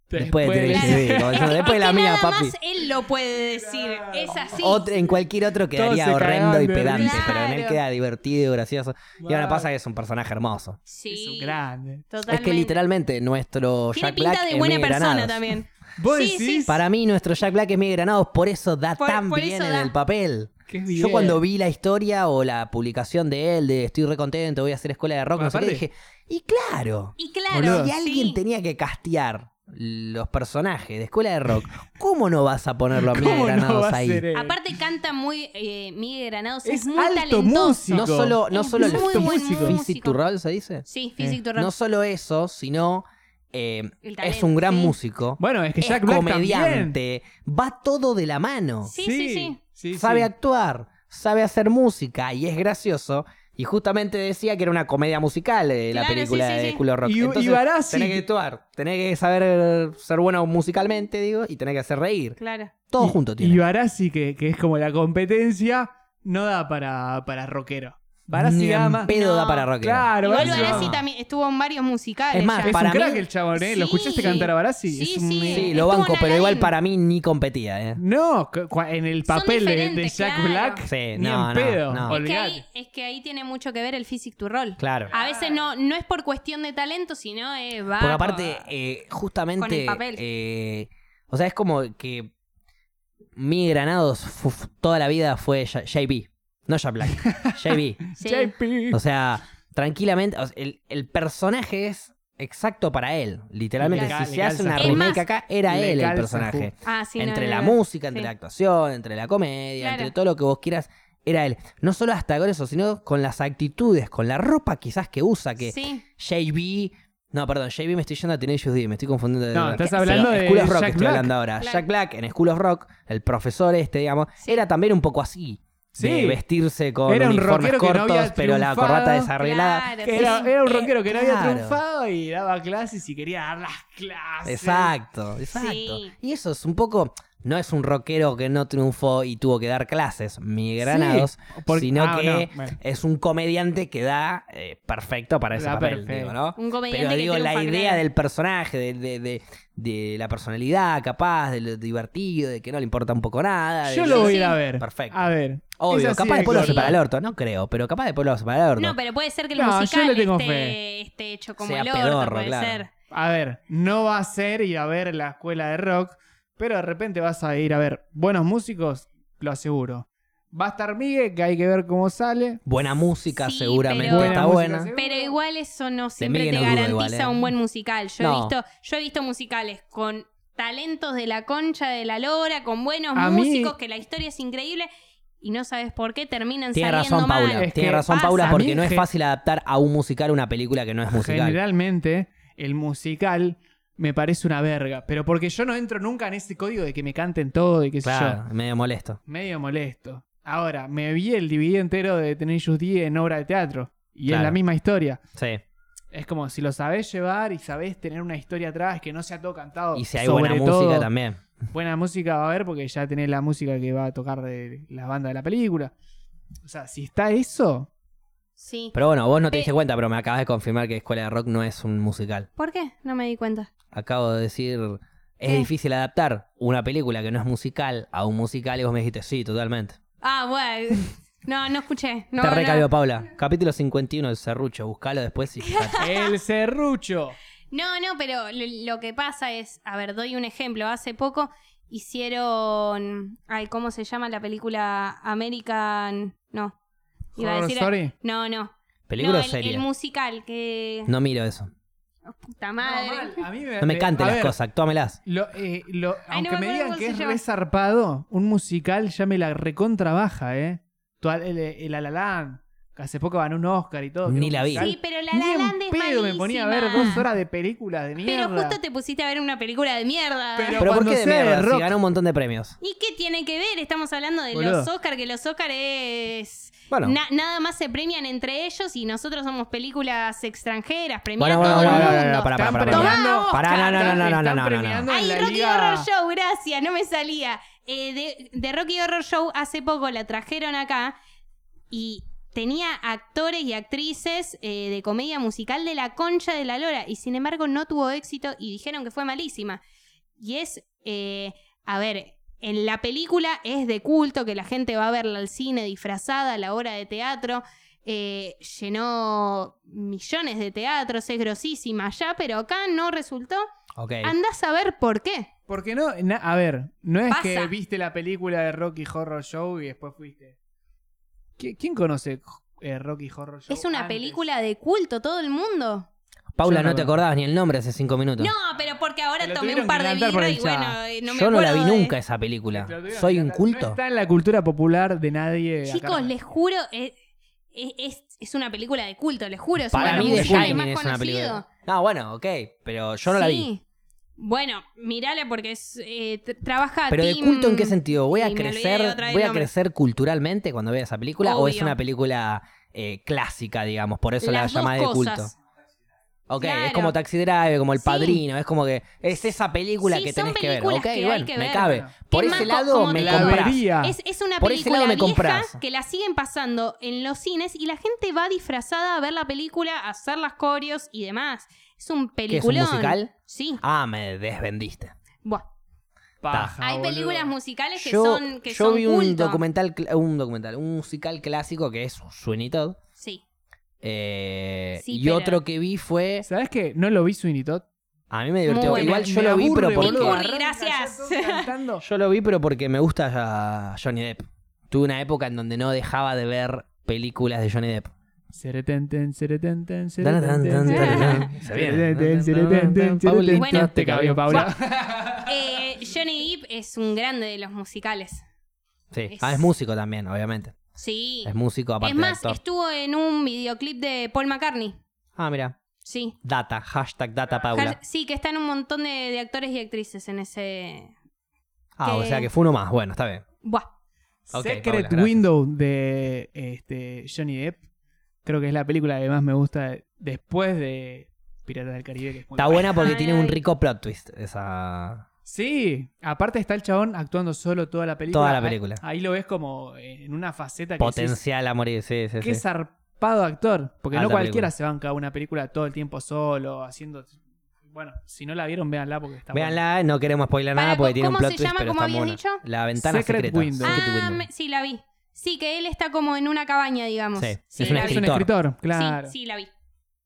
Speaker 1: Después de Teenage
Speaker 3: Claro.
Speaker 1: Dream, como diciendo, después de la
Speaker 3: Que
Speaker 1: mía,
Speaker 3: nada
Speaker 1: papi.
Speaker 3: más él lo puede decir. Es así.
Speaker 1: Otro- en cualquier otro quedaría
Speaker 2: Todos se
Speaker 1: horrendo y
Speaker 2: cagaban de
Speaker 1: pedante,
Speaker 3: risa.
Speaker 1: pero en él
Speaker 3: Claro.
Speaker 1: queda divertido, gracioso. Y ahora
Speaker 2: Wow.
Speaker 1: pasa que es un personaje hermoso.
Speaker 3: Sí.
Speaker 2: Es un grande.
Speaker 3: Totalmente.
Speaker 1: Es que literalmente nuestro
Speaker 3: Tiene
Speaker 1: Jack
Speaker 3: pinta
Speaker 1: Black
Speaker 3: de
Speaker 1: es
Speaker 3: buena
Speaker 1: Miguel
Speaker 3: persona
Speaker 1: Granados.
Speaker 3: también.
Speaker 2: ¿Vos
Speaker 3: Sí, sí,
Speaker 2: decís?
Speaker 1: Para mí, nuestro Jack Black es Miguel Granados, por eso da
Speaker 3: Por-
Speaker 1: tan
Speaker 3: por
Speaker 1: bien
Speaker 3: eso
Speaker 1: en
Speaker 3: da.
Speaker 1: el papel.
Speaker 2: Qué
Speaker 1: Yo
Speaker 2: bien.
Speaker 1: cuando vi la historia o la publicación de él, de estoy recontento, voy a hacer escuela de rock,
Speaker 2: Bueno,
Speaker 1: no sé qué,
Speaker 2: aparte-
Speaker 1: dije, y claro,
Speaker 3: Y claro,
Speaker 2: Boludo.
Speaker 1: si
Speaker 3: sí.
Speaker 1: alguien tenía que castear los personajes de escuela de rock, ¿cómo no vas a ponerlo a Miguel
Speaker 2: ¿Cómo no
Speaker 1: Granados
Speaker 2: va a
Speaker 1: ahí?
Speaker 2: ser él?
Speaker 3: Aparte canta muy eh, Miguel Granados, es,
Speaker 2: Eh. Es
Speaker 3: muy
Speaker 2: alto
Speaker 3: talentoso.
Speaker 2: músico.
Speaker 1: No solo, no
Speaker 3: Es
Speaker 1: solo el
Speaker 3: muy
Speaker 1: físico,
Speaker 3: buen
Speaker 1: físico
Speaker 3: músico.
Speaker 1: Turral, se dice.
Speaker 3: Sí, Physic to Rock.
Speaker 1: Eh, No solo eso, sino eh,
Speaker 3: El talento,
Speaker 1: es un gran
Speaker 3: sí.
Speaker 1: músico,
Speaker 2: Bueno, es que
Speaker 1: es
Speaker 2: Jack Black también.
Speaker 1: comediante, va todo de la mano.
Speaker 3: Sí, sí, sí.
Speaker 2: sí,
Speaker 1: sabe
Speaker 2: sí.
Speaker 1: actuar, sabe hacer música y es gracioso. Y justamente decía que era una comedia musical eh, la
Speaker 3: Claro,
Speaker 1: película
Speaker 3: sí, sí,
Speaker 1: de
Speaker 3: sí.
Speaker 1: Culo Rock.
Speaker 2: Y- y
Speaker 1: Entonces,
Speaker 2: Barassi-
Speaker 1: tenés que actuar, tenés que saber ser bueno musicalmente, digo, y tenés que hacer reír.
Speaker 3: Claro.
Speaker 1: Todo
Speaker 2: Y-
Speaker 1: junto
Speaker 2: Y
Speaker 1: tiene.
Speaker 2: Barassi, que, que es como la competencia, no da para, para rockero. Barassi
Speaker 1: Ni en
Speaker 2: Gama.
Speaker 1: pedo
Speaker 3: No.
Speaker 1: da para rockero.
Speaker 2: Claro,
Speaker 3: Igual
Speaker 2: Barassi
Speaker 3: Barassi
Speaker 2: Gama.
Speaker 3: también estuvo en varios musicales.
Speaker 1: Es más,
Speaker 2: Es
Speaker 3: ya.
Speaker 1: Para
Speaker 2: un crack
Speaker 1: mí-
Speaker 2: el chabón, ¿eh? ¿Lo
Speaker 3: Sí.
Speaker 2: escuchaste cantar a Barassi?
Speaker 3: Sí,
Speaker 2: es un-
Speaker 3: sí.
Speaker 1: Sí,
Speaker 3: Eh,
Speaker 1: lo
Speaker 3: estuvo
Speaker 1: banco,
Speaker 3: en
Speaker 1: pero igual
Speaker 3: Aladdin.
Speaker 1: para mí ni competía, ¿eh?
Speaker 2: No, cu- cua- en el papel de, de
Speaker 3: diferentes,
Speaker 2: Jack
Speaker 3: claro.
Speaker 2: Black.
Speaker 1: Sí,
Speaker 2: ni
Speaker 1: no,
Speaker 2: en
Speaker 1: no,
Speaker 2: pedo.
Speaker 1: no.
Speaker 3: Es que, ahí,
Speaker 2: Olvidate.
Speaker 3: es que ahí tiene mucho que ver el physic to roll.
Speaker 1: Claro.
Speaker 3: A veces no, no es por cuestión de talento, sino es va.
Speaker 1: Porque aparte, eh, justamente.
Speaker 3: ah, Con el papel.
Speaker 1: eh, o sea, es como que. Mi granados fu- toda la vida fue J- JB. No Jack Black. JB.
Speaker 3: Sí.
Speaker 2: JP.
Speaker 1: O sea, tranquilamente. o sea, el, el personaje es exacto para él. Literalmente,
Speaker 3: Claro.
Speaker 1: si
Speaker 2: Le
Speaker 1: se hace
Speaker 2: calza.
Speaker 1: una
Speaker 3: Es
Speaker 1: remake
Speaker 3: más,
Speaker 1: acá, era
Speaker 2: le
Speaker 1: él el
Speaker 2: calza
Speaker 1: personaje.
Speaker 2: justo.
Speaker 3: Ah, sí, no,
Speaker 1: entre
Speaker 3: no,
Speaker 1: la
Speaker 3: no.
Speaker 1: música, entre
Speaker 3: Sí.
Speaker 1: la actuación, entre la comedia,
Speaker 3: Claro.
Speaker 1: entre todo lo que vos quieras, era él. No solo hasta con eso, sino con las actitudes, con la ropa quizás que usa, que
Speaker 3: Sí.
Speaker 1: JB. No, perdón, JB me estoy yendo a Tenacious D, me estoy confundiendo. de
Speaker 2: No,
Speaker 1: verdad.
Speaker 2: estás
Speaker 1: Pero
Speaker 2: hablando de
Speaker 1: School of Rock
Speaker 2: Jack
Speaker 1: estoy
Speaker 2: Black.
Speaker 1: hablando ahora.
Speaker 3: Claro.
Speaker 1: Jack Black en School of Rock, el profesor este, digamos,
Speaker 3: Sí.
Speaker 1: era también un poco así. De
Speaker 2: Sí.
Speaker 1: vestirse con
Speaker 2: Era un
Speaker 1: uniformes
Speaker 2: rockero que no
Speaker 1: cortos,
Speaker 2: había
Speaker 1: pero la
Speaker 2: triunfado.
Speaker 1: corbata desarreglada.
Speaker 3: Claro,
Speaker 2: Que
Speaker 3: sí.
Speaker 2: era, era un rockero que no había
Speaker 1: Claro.
Speaker 2: triunfado y daba clases y quería dar las clases.
Speaker 1: Exacto, exacto.
Speaker 3: Sí.
Speaker 1: Y eso es un poco. No es un rockero que no triunfó y tuvo que dar clases, mi granados,
Speaker 2: Sí, porque-
Speaker 1: sino
Speaker 2: ah,
Speaker 1: que
Speaker 2: no, bueno.
Speaker 1: es un comediante que da eh, perfecto para ese
Speaker 2: Da
Speaker 1: papel, digo,
Speaker 2: perfecto.
Speaker 1: ¿no?
Speaker 3: Un comediante
Speaker 1: Pero
Speaker 3: que
Speaker 1: digo, la
Speaker 3: triunfa,
Speaker 1: idea
Speaker 3: claro.
Speaker 1: del personaje, de, de- de- de la personalidad capaz, de lo divertido, de que no le importa un poco nada. de-
Speaker 2: Yo lo
Speaker 3: Sí,
Speaker 2: voy a
Speaker 3: sí.
Speaker 2: ir a ver.
Speaker 1: Perfecto.
Speaker 2: A ver. Es
Speaker 1: Obvio,
Speaker 2: así
Speaker 1: capaz
Speaker 2: de
Speaker 1: después lo hace
Speaker 3: claro.
Speaker 1: para el orto, no creo, pero capaz después lo hace para el orto.
Speaker 3: No, pero puede ser que el
Speaker 2: No, yo
Speaker 3: musical
Speaker 2: le tengo
Speaker 3: esté,
Speaker 2: fe.
Speaker 3: esté hecho como
Speaker 1: Sea
Speaker 3: el orto,
Speaker 1: pedorro,
Speaker 3: puede
Speaker 1: claro.
Speaker 3: ser.
Speaker 2: A ver, no va a ser ir a ver la escuela de rock, pero de repente vas a ir a ver buenos músicos, lo aseguro. Va a estar Miguel, que hay que ver cómo sale.
Speaker 1: Buena música
Speaker 3: Sí,
Speaker 1: seguramente
Speaker 3: pero-
Speaker 1: está
Speaker 2: Buena música
Speaker 1: buena.
Speaker 2: seguro.
Speaker 3: Pero igual eso no siempre
Speaker 1: Miguel no
Speaker 3: te
Speaker 1: dudo
Speaker 3: garantiza
Speaker 1: igual, ¿eh?
Speaker 3: un buen musical. Yo,
Speaker 1: No.
Speaker 3: he visto, yo he visto musicales con talentos de la concha, de la lora, con buenos
Speaker 2: A mí-
Speaker 3: músicos, que la historia es increíble y no sabes por qué terminan
Speaker 1: Tiene
Speaker 3: saliendo
Speaker 1: razón
Speaker 3: mal.
Speaker 1: Paula,
Speaker 2: Es
Speaker 1: tiene
Speaker 2: que
Speaker 1: razón
Speaker 3: pasa.
Speaker 1: Paula
Speaker 3: A
Speaker 1: porque
Speaker 2: mí
Speaker 1: no es
Speaker 2: ge-
Speaker 1: fácil adaptar a un musical una película que no es musical.
Speaker 2: Generalmente, el musical me parece una verga, pero porque yo no entro nunca en ese código de que me canten todo y qué sé
Speaker 1: claro, medio molesto.
Speaker 2: yo. Medio molesto. Ahora, me vi el DVD entero de Tenacious D en obra de teatro. Y
Speaker 1: Claro.
Speaker 2: es la misma historia.
Speaker 1: Sí.
Speaker 2: Es como si lo sabés llevar y sabés tener una historia atrás que no sea todo cantado.
Speaker 1: Y si hay
Speaker 2: Oh, sobre
Speaker 1: buena
Speaker 2: todo,
Speaker 1: música también.
Speaker 2: Buena música va a haber porque ya tenés la música que va a tocar de la banda de la película. O sea, si está eso,
Speaker 3: Sí.
Speaker 1: Pero bueno, vos no te
Speaker 3: Pe-
Speaker 1: diste cuenta, pero me acabas de confirmar que Escuela de Rock no es un musical.
Speaker 3: ¿Por qué? No me di cuenta.
Speaker 1: Acabo de decir, es
Speaker 3: ¿Qué?
Speaker 1: difícil adaptar una película que no es musical a un musical y vos me dijiste, sí, totalmente.
Speaker 3: Ah, bueno. No, no escuché. No,
Speaker 1: te
Speaker 3: no.
Speaker 1: recabió, Paula. Capítulo 51 del Serrucho, buscalo después y fíjate.
Speaker 2: el serrucho.
Speaker 3: No, no, pero lo, lo que pasa es, a ver, doy un ejemplo. Hace poco hicieron, ay, ¿cómo se llama la película American? No. Iba a
Speaker 2: Horror
Speaker 3: decir,
Speaker 2: Story.
Speaker 3: no, no.
Speaker 1: ¿Película
Speaker 3: no,
Speaker 1: o
Speaker 3: el,
Speaker 1: serie?
Speaker 3: el musical que
Speaker 1: No miro eso.
Speaker 3: puta madre.
Speaker 2: No, mal. A mí me,
Speaker 1: No me
Speaker 2: me-
Speaker 1: cantes
Speaker 2: Eh, a
Speaker 1: las
Speaker 2: ver,
Speaker 1: cosas, actuámelas.
Speaker 2: lo- eh, lo-
Speaker 3: Ay, no
Speaker 2: aunque
Speaker 3: me
Speaker 2: me
Speaker 3: acuerdo
Speaker 2: digan
Speaker 3: cómo
Speaker 2: que
Speaker 3: se
Speaker 2: es
Speaker 3: llama.
Speaker 2: re zarpado, un musical ya me la recontra baja, ¿eh? Tu- el, el La La Land, que hace poco ganó un Oscar y todo. que
Speaker 1: Ni
Speaker 2: era
Speaker 1: la
Speaker 2: un
Speaker 1: vi.
Speaker 2: musical.
Speaker 3: Sí, pero la
Speaker 2: Ni
Speaker 3: la
Speaker 2: en
Speaker 3: Land es
Speaker 2: pedo me ponía a ver
Speaker 3: malísima.
Speaker 2: dos horas de películas de mierda.
Speaker 3: Pero justo te pusiste a ver una película de mierda.
Speaker 2: Pero-
Speaker 1: Pero ¿por
Speaker 2: cuando
Speaker 1: qué de
Speaker 2: sea de
Speaker 1: mierda? Si
Speaker 2: rock.
Speaker 1: ganó un montón de premios.
Speaker 3: ¿Y qué tiene que ver? Estamos hablando de los
Speaker 2: Boludo.
Speaker 3: Oscar, que los Oscar es
Speaker 1: Bueno.
Speaker 3: na- nada más se premian entre ellos y nosotros somos películas extranjeras,
Speaker 1: Bueno,
Speaker 3: premiadas
Speaker 1: bueno,
Speaker 3: todo
Speaker 1: bueno,
Speaker 3: el
Speaker 1: bueno,
Speaker 3: mundo.
Speaker 1: bueno, pará, pará,
Speaker 2: Están
Speaker 1: pará, pará.
Speaker 2: premiando-
Speaker 1: Pará, no, no, no, no,
Speaker 2: Están
Speaker 1: no, no, no, no.
Speaker 2: premiando en
Speaker 3: Ay,
Speaker 2: la
Speaker 3: Rocky
Speaker 2: liga-
Speaker 3: Horror Show, gracias, no me salía. Eh, de, de Rocky Horror Show hace poco la trajeron acá y tenía actores y actrices eh, de comedia musical de la concha de la lora y sin embargo no tuvo éxito y dijeron que fue malísima. Y es, eh, a ver, en la película es de culto que la gente va a verla al cine disfrazada, a la obra de teatro. eh, llenó millones de teatros, es grosísima allá, pero acá no resultó.
Speaker 1: Ok.
Speaker 3: Andás a ver por qué.
Speaker 2: Porque no, na- a ver, no es
Speaker 3: Pasa.
Speaker 2: que viste la película de Rocky Horror Show y después fuiste. ¿Qui- ¿Quién conoce eh, Rocky Horror Show?
Speaker 3: Es una
Speaker 2: antes?
Speaker 3: película de culto, todo el mundo.
Speaker 1: Paula,
Speaker 2: Yo no
Speaker 1: no te
Speaker 2: la-
Speaker 1: acordabas ni el nombre hace cinco minutos.
Speaker 3: No, pero porque ahora
Speaker 2: Te lo
Speaker 3: tomé un
Speaker 2: tuvieron
Speaker 3: par
Speaker 2: que
Speaker 3: de
Speaker 2: cantar por
Speaker 3: birra
Speaker 2: el
Speaker 3: y bueno,
Speaker 2: chat.
Speaker 3: eh, no me
Speaker 1: Yo no la vi
Speaker 3: acuerdo de-
Speaker 1: nunca esa película.
Speaker 2: Te lo digo,
Speaker 1: Soy
Speaker 2: no-
Speaker 1: un
Speaker 2: No
Speaker 1: culto.
Speaker 2: está en la cultura popular de nadie. acá.
Speaker 3: Chicos, les juro, eh, eh, es, es una película de culto, les juro. Es
Speaker 1: Para
Speaker 3: uno de
Speaker 1: mí,
Speaker 3: los
Speaker 1: The
Speaker 3: musicales
Speaker 1: Shining
Speaker 3: más
Speaker 1: es una película.
Speaker 3: conocidos.
Speaker 1: No, bueno, ok, pero yo no la vi.
Speaker 3: Sí. Bueno, mirala porque es, eh, t- trabaja
Speaker 1: Pero de
Speaker 3: Tim-
Speaker 1: culto en qué sentido? ¿Voy a
Speaker 3: y mm, me olvidé
Speaker 1: crecer,
Speaker 3: de otra vez
Speaker 1: voy
Speaker 3: el
Speaker 1: a
Speaker 3: nombre.
Speaker 1: crecer culturalmente cuando vea esa película o es
Speaker 3: Obvio.
Speaker 1: una película eh, clásica, digamos, por eso la
Speaker 3: Las dos
Speaker 1: llama de
Speaker 3: cosas.
Speaker 1: culto? Ok, es
Speaker 3: Claro.
Speaker 1: como Taxi Drive, como El
Speaker 3: Sí.
Speaker 1: Padrino, es como que es esa película
Speaker 3: Sí,
Speaker 1: que
Speaker 3: son
Speaker 1: tenés que ver.
Speaker 3: películas
Speaker 1: Ok,
Speaker 3: que hay
Speaker 1: bueno,
Speaker 3: que
Speaker 1: me
Speaker 3: ver.
Speaker 1: cabe. Por
Speaker 3: ¿Qué
Speaker 1: ese
Speaker 3: más
Speaker 1: lado
Speaker 3: cómo
Speaker 1: me
Speaker 3: te
Speaker 2: La
Speaker 3: compras.
Speaker 1: comprás.
Speaker 2: vería.
Speaker 3: Es, es una
Speaker 1: Ah, Por ese
Speaker 3: película
Speaker 1: lado me
Speaker 3: vieja
Speaker 1: compras.
Speaker 3: que la siguen pasando en los cines y la gente va disfrazada a ver la película, a hacer las coreos y demás. Es un peliculón.
Speaker 1: musical?
Speaker 3: Sí.
Speaker 1: Ah, me desvendiste.
Speaker 3: Buah.
Speaker 2: Paja,
Speaker 3: Hay
Speaker 2: boludo.
Speaker 3: películas musicales que
Speaker 1: yo
Speaker 3: son que
Speaker 1: yo
Speaker 3: son
Speaker 1: vi un
Speaker 3: culto.
Speaker 1: documental, cl- un documental, un musical clásico que es Sweeney Todd.
Speaker 3: Sí.
Speaker 1: eh,
Speaker 3: Sí,
Speaker 1: y
Speaker 3: pero-
Speaker 1: otro que vi fue.
Speaker 2: ¿Sabés qué? No lo vi Sweeney Todd.
Speaker 1: A mí me
Speaker 3: Muy
Speaker 1: divirtió.
Speaker 3: bueno.
Speaker 1: Igual
Speaker 2: Me-
Speaker 1: yo
Speaker 2: me
Speaker 1: lo vi, pero
Speaker 2: aburre,
Speaker 1: porque.
Speaker 3: Pink
Speaker 2: boludo.
Speaker 3: Curry,
Speaker 2: Arranca ya
Speaker 3: gracias.
Speaker 2: todo cantando.
Speaker 1: Yo lo vi, pero porque me gusta a Johnny Depp. Tuve una época en donde no dejaba de ver películas de Johnny Depp.
Speaker 2: Seretenten, seretenten,
Speaker 1: Tan, tan, tan, tan,
Speaker 2: seretenten.
Speaker 1: tan. Se viene.
Speaker 2: Seretenten, seretenten,
Speaker 1: Pauli,
Speaker 3: Bueno.
Speaker 2: seretenten. Te cabió, Paula.
Speaker 3: Eh, Johnny Depp es un grande de los musicales.
Speaker 1: Sí. Ah, es músico también, obviamente.
Speaker 3: Sí.
Speaker 1: Es músico aparte
Speaker 3: Es
Speaker 1: de
Speaker 3: más,
Speaker 1: actor.
Speaker 3: estuvo en un videoclip de Paul McCartney.
Speaker 1: Ah, mira.
Speaker 3: Sí.
Speaker 1: Data, hashtag data Paula.
Speaker 3: Sí, que están un montón de, de actores y actrices en ese.
Speaker 1: Ah, o
Speaker 3: que-
Speaker 1: sea que fue uno más. Bueno, está bien.
Speaker 3: Buah.
Speaker 1: Ok, Paula,
Speaker 2: Secret
Speaker 1: gracias.
Speaker 2: Window de este, Johnny Depp. Creo que es la película que más me gusta de- después de Piratas del Caribe. Que es muy
Speaker 1: Está buena porque
Speaker 3: Ay,
Speaker 1: tiene un
Speaker 3: ay.
Speaker 1: rico plot twist. Esa.
Speaker 2: Sí, aparte está el chabón actuando solo toda la película.
Speaker 1: Toda la
Speaker 2: Ahí-
Speaker 1: película.
Speaker 2: Ahí, lo ves como en una faceta que decís,
Speaker 1: Potencial a morir, sí, sí,
Speaker 2: qué
Speaker 1: sí.
Speaker 2: zarpado actor. Porque no
Speaker 1: Alta
Speaker 2: cualquiera
Speaker 1: película.
Speaker 2: se banca una película todo el tiempo solo, haciendo... Bueno, si no la vieron, véanla porque está buena.
Speaker 1: Véanla, no queremos spoiler
Speaker 3: Para,
Speaker 1: nada porque
Speaker 3: ¿cómo-
Speaker 1: tiene un
Speaker 3: cómo
Speaker 1: plot
Speaker 3: se
Speaker 1: twist,
Speaker 3: llama,
Speaker 1: pero
Speaker 3: cómo
Speaker 1: está
Speaker 3: habías
Speaker 1: bueno.
Speaker 3: dicho?
Speaker 1: La ventana
Speaker 2: Secret
Speaker 1: secreta.
Speaker 2: Window.
Speaker 1: Secret
Speaker 3: Ah,
Speaker 1: Window.
Speaker 3: me- sí, la vi. Sí, que él está como en una cabaña, digamos.
Speaker 1: Sí,
Speaker 3: Sí,
Speaker 1: es un
Speaker 3: la vi.
Speaker 2: Eh, Es un escritor, claro.
Speaker 3: Sí, sí, la vi.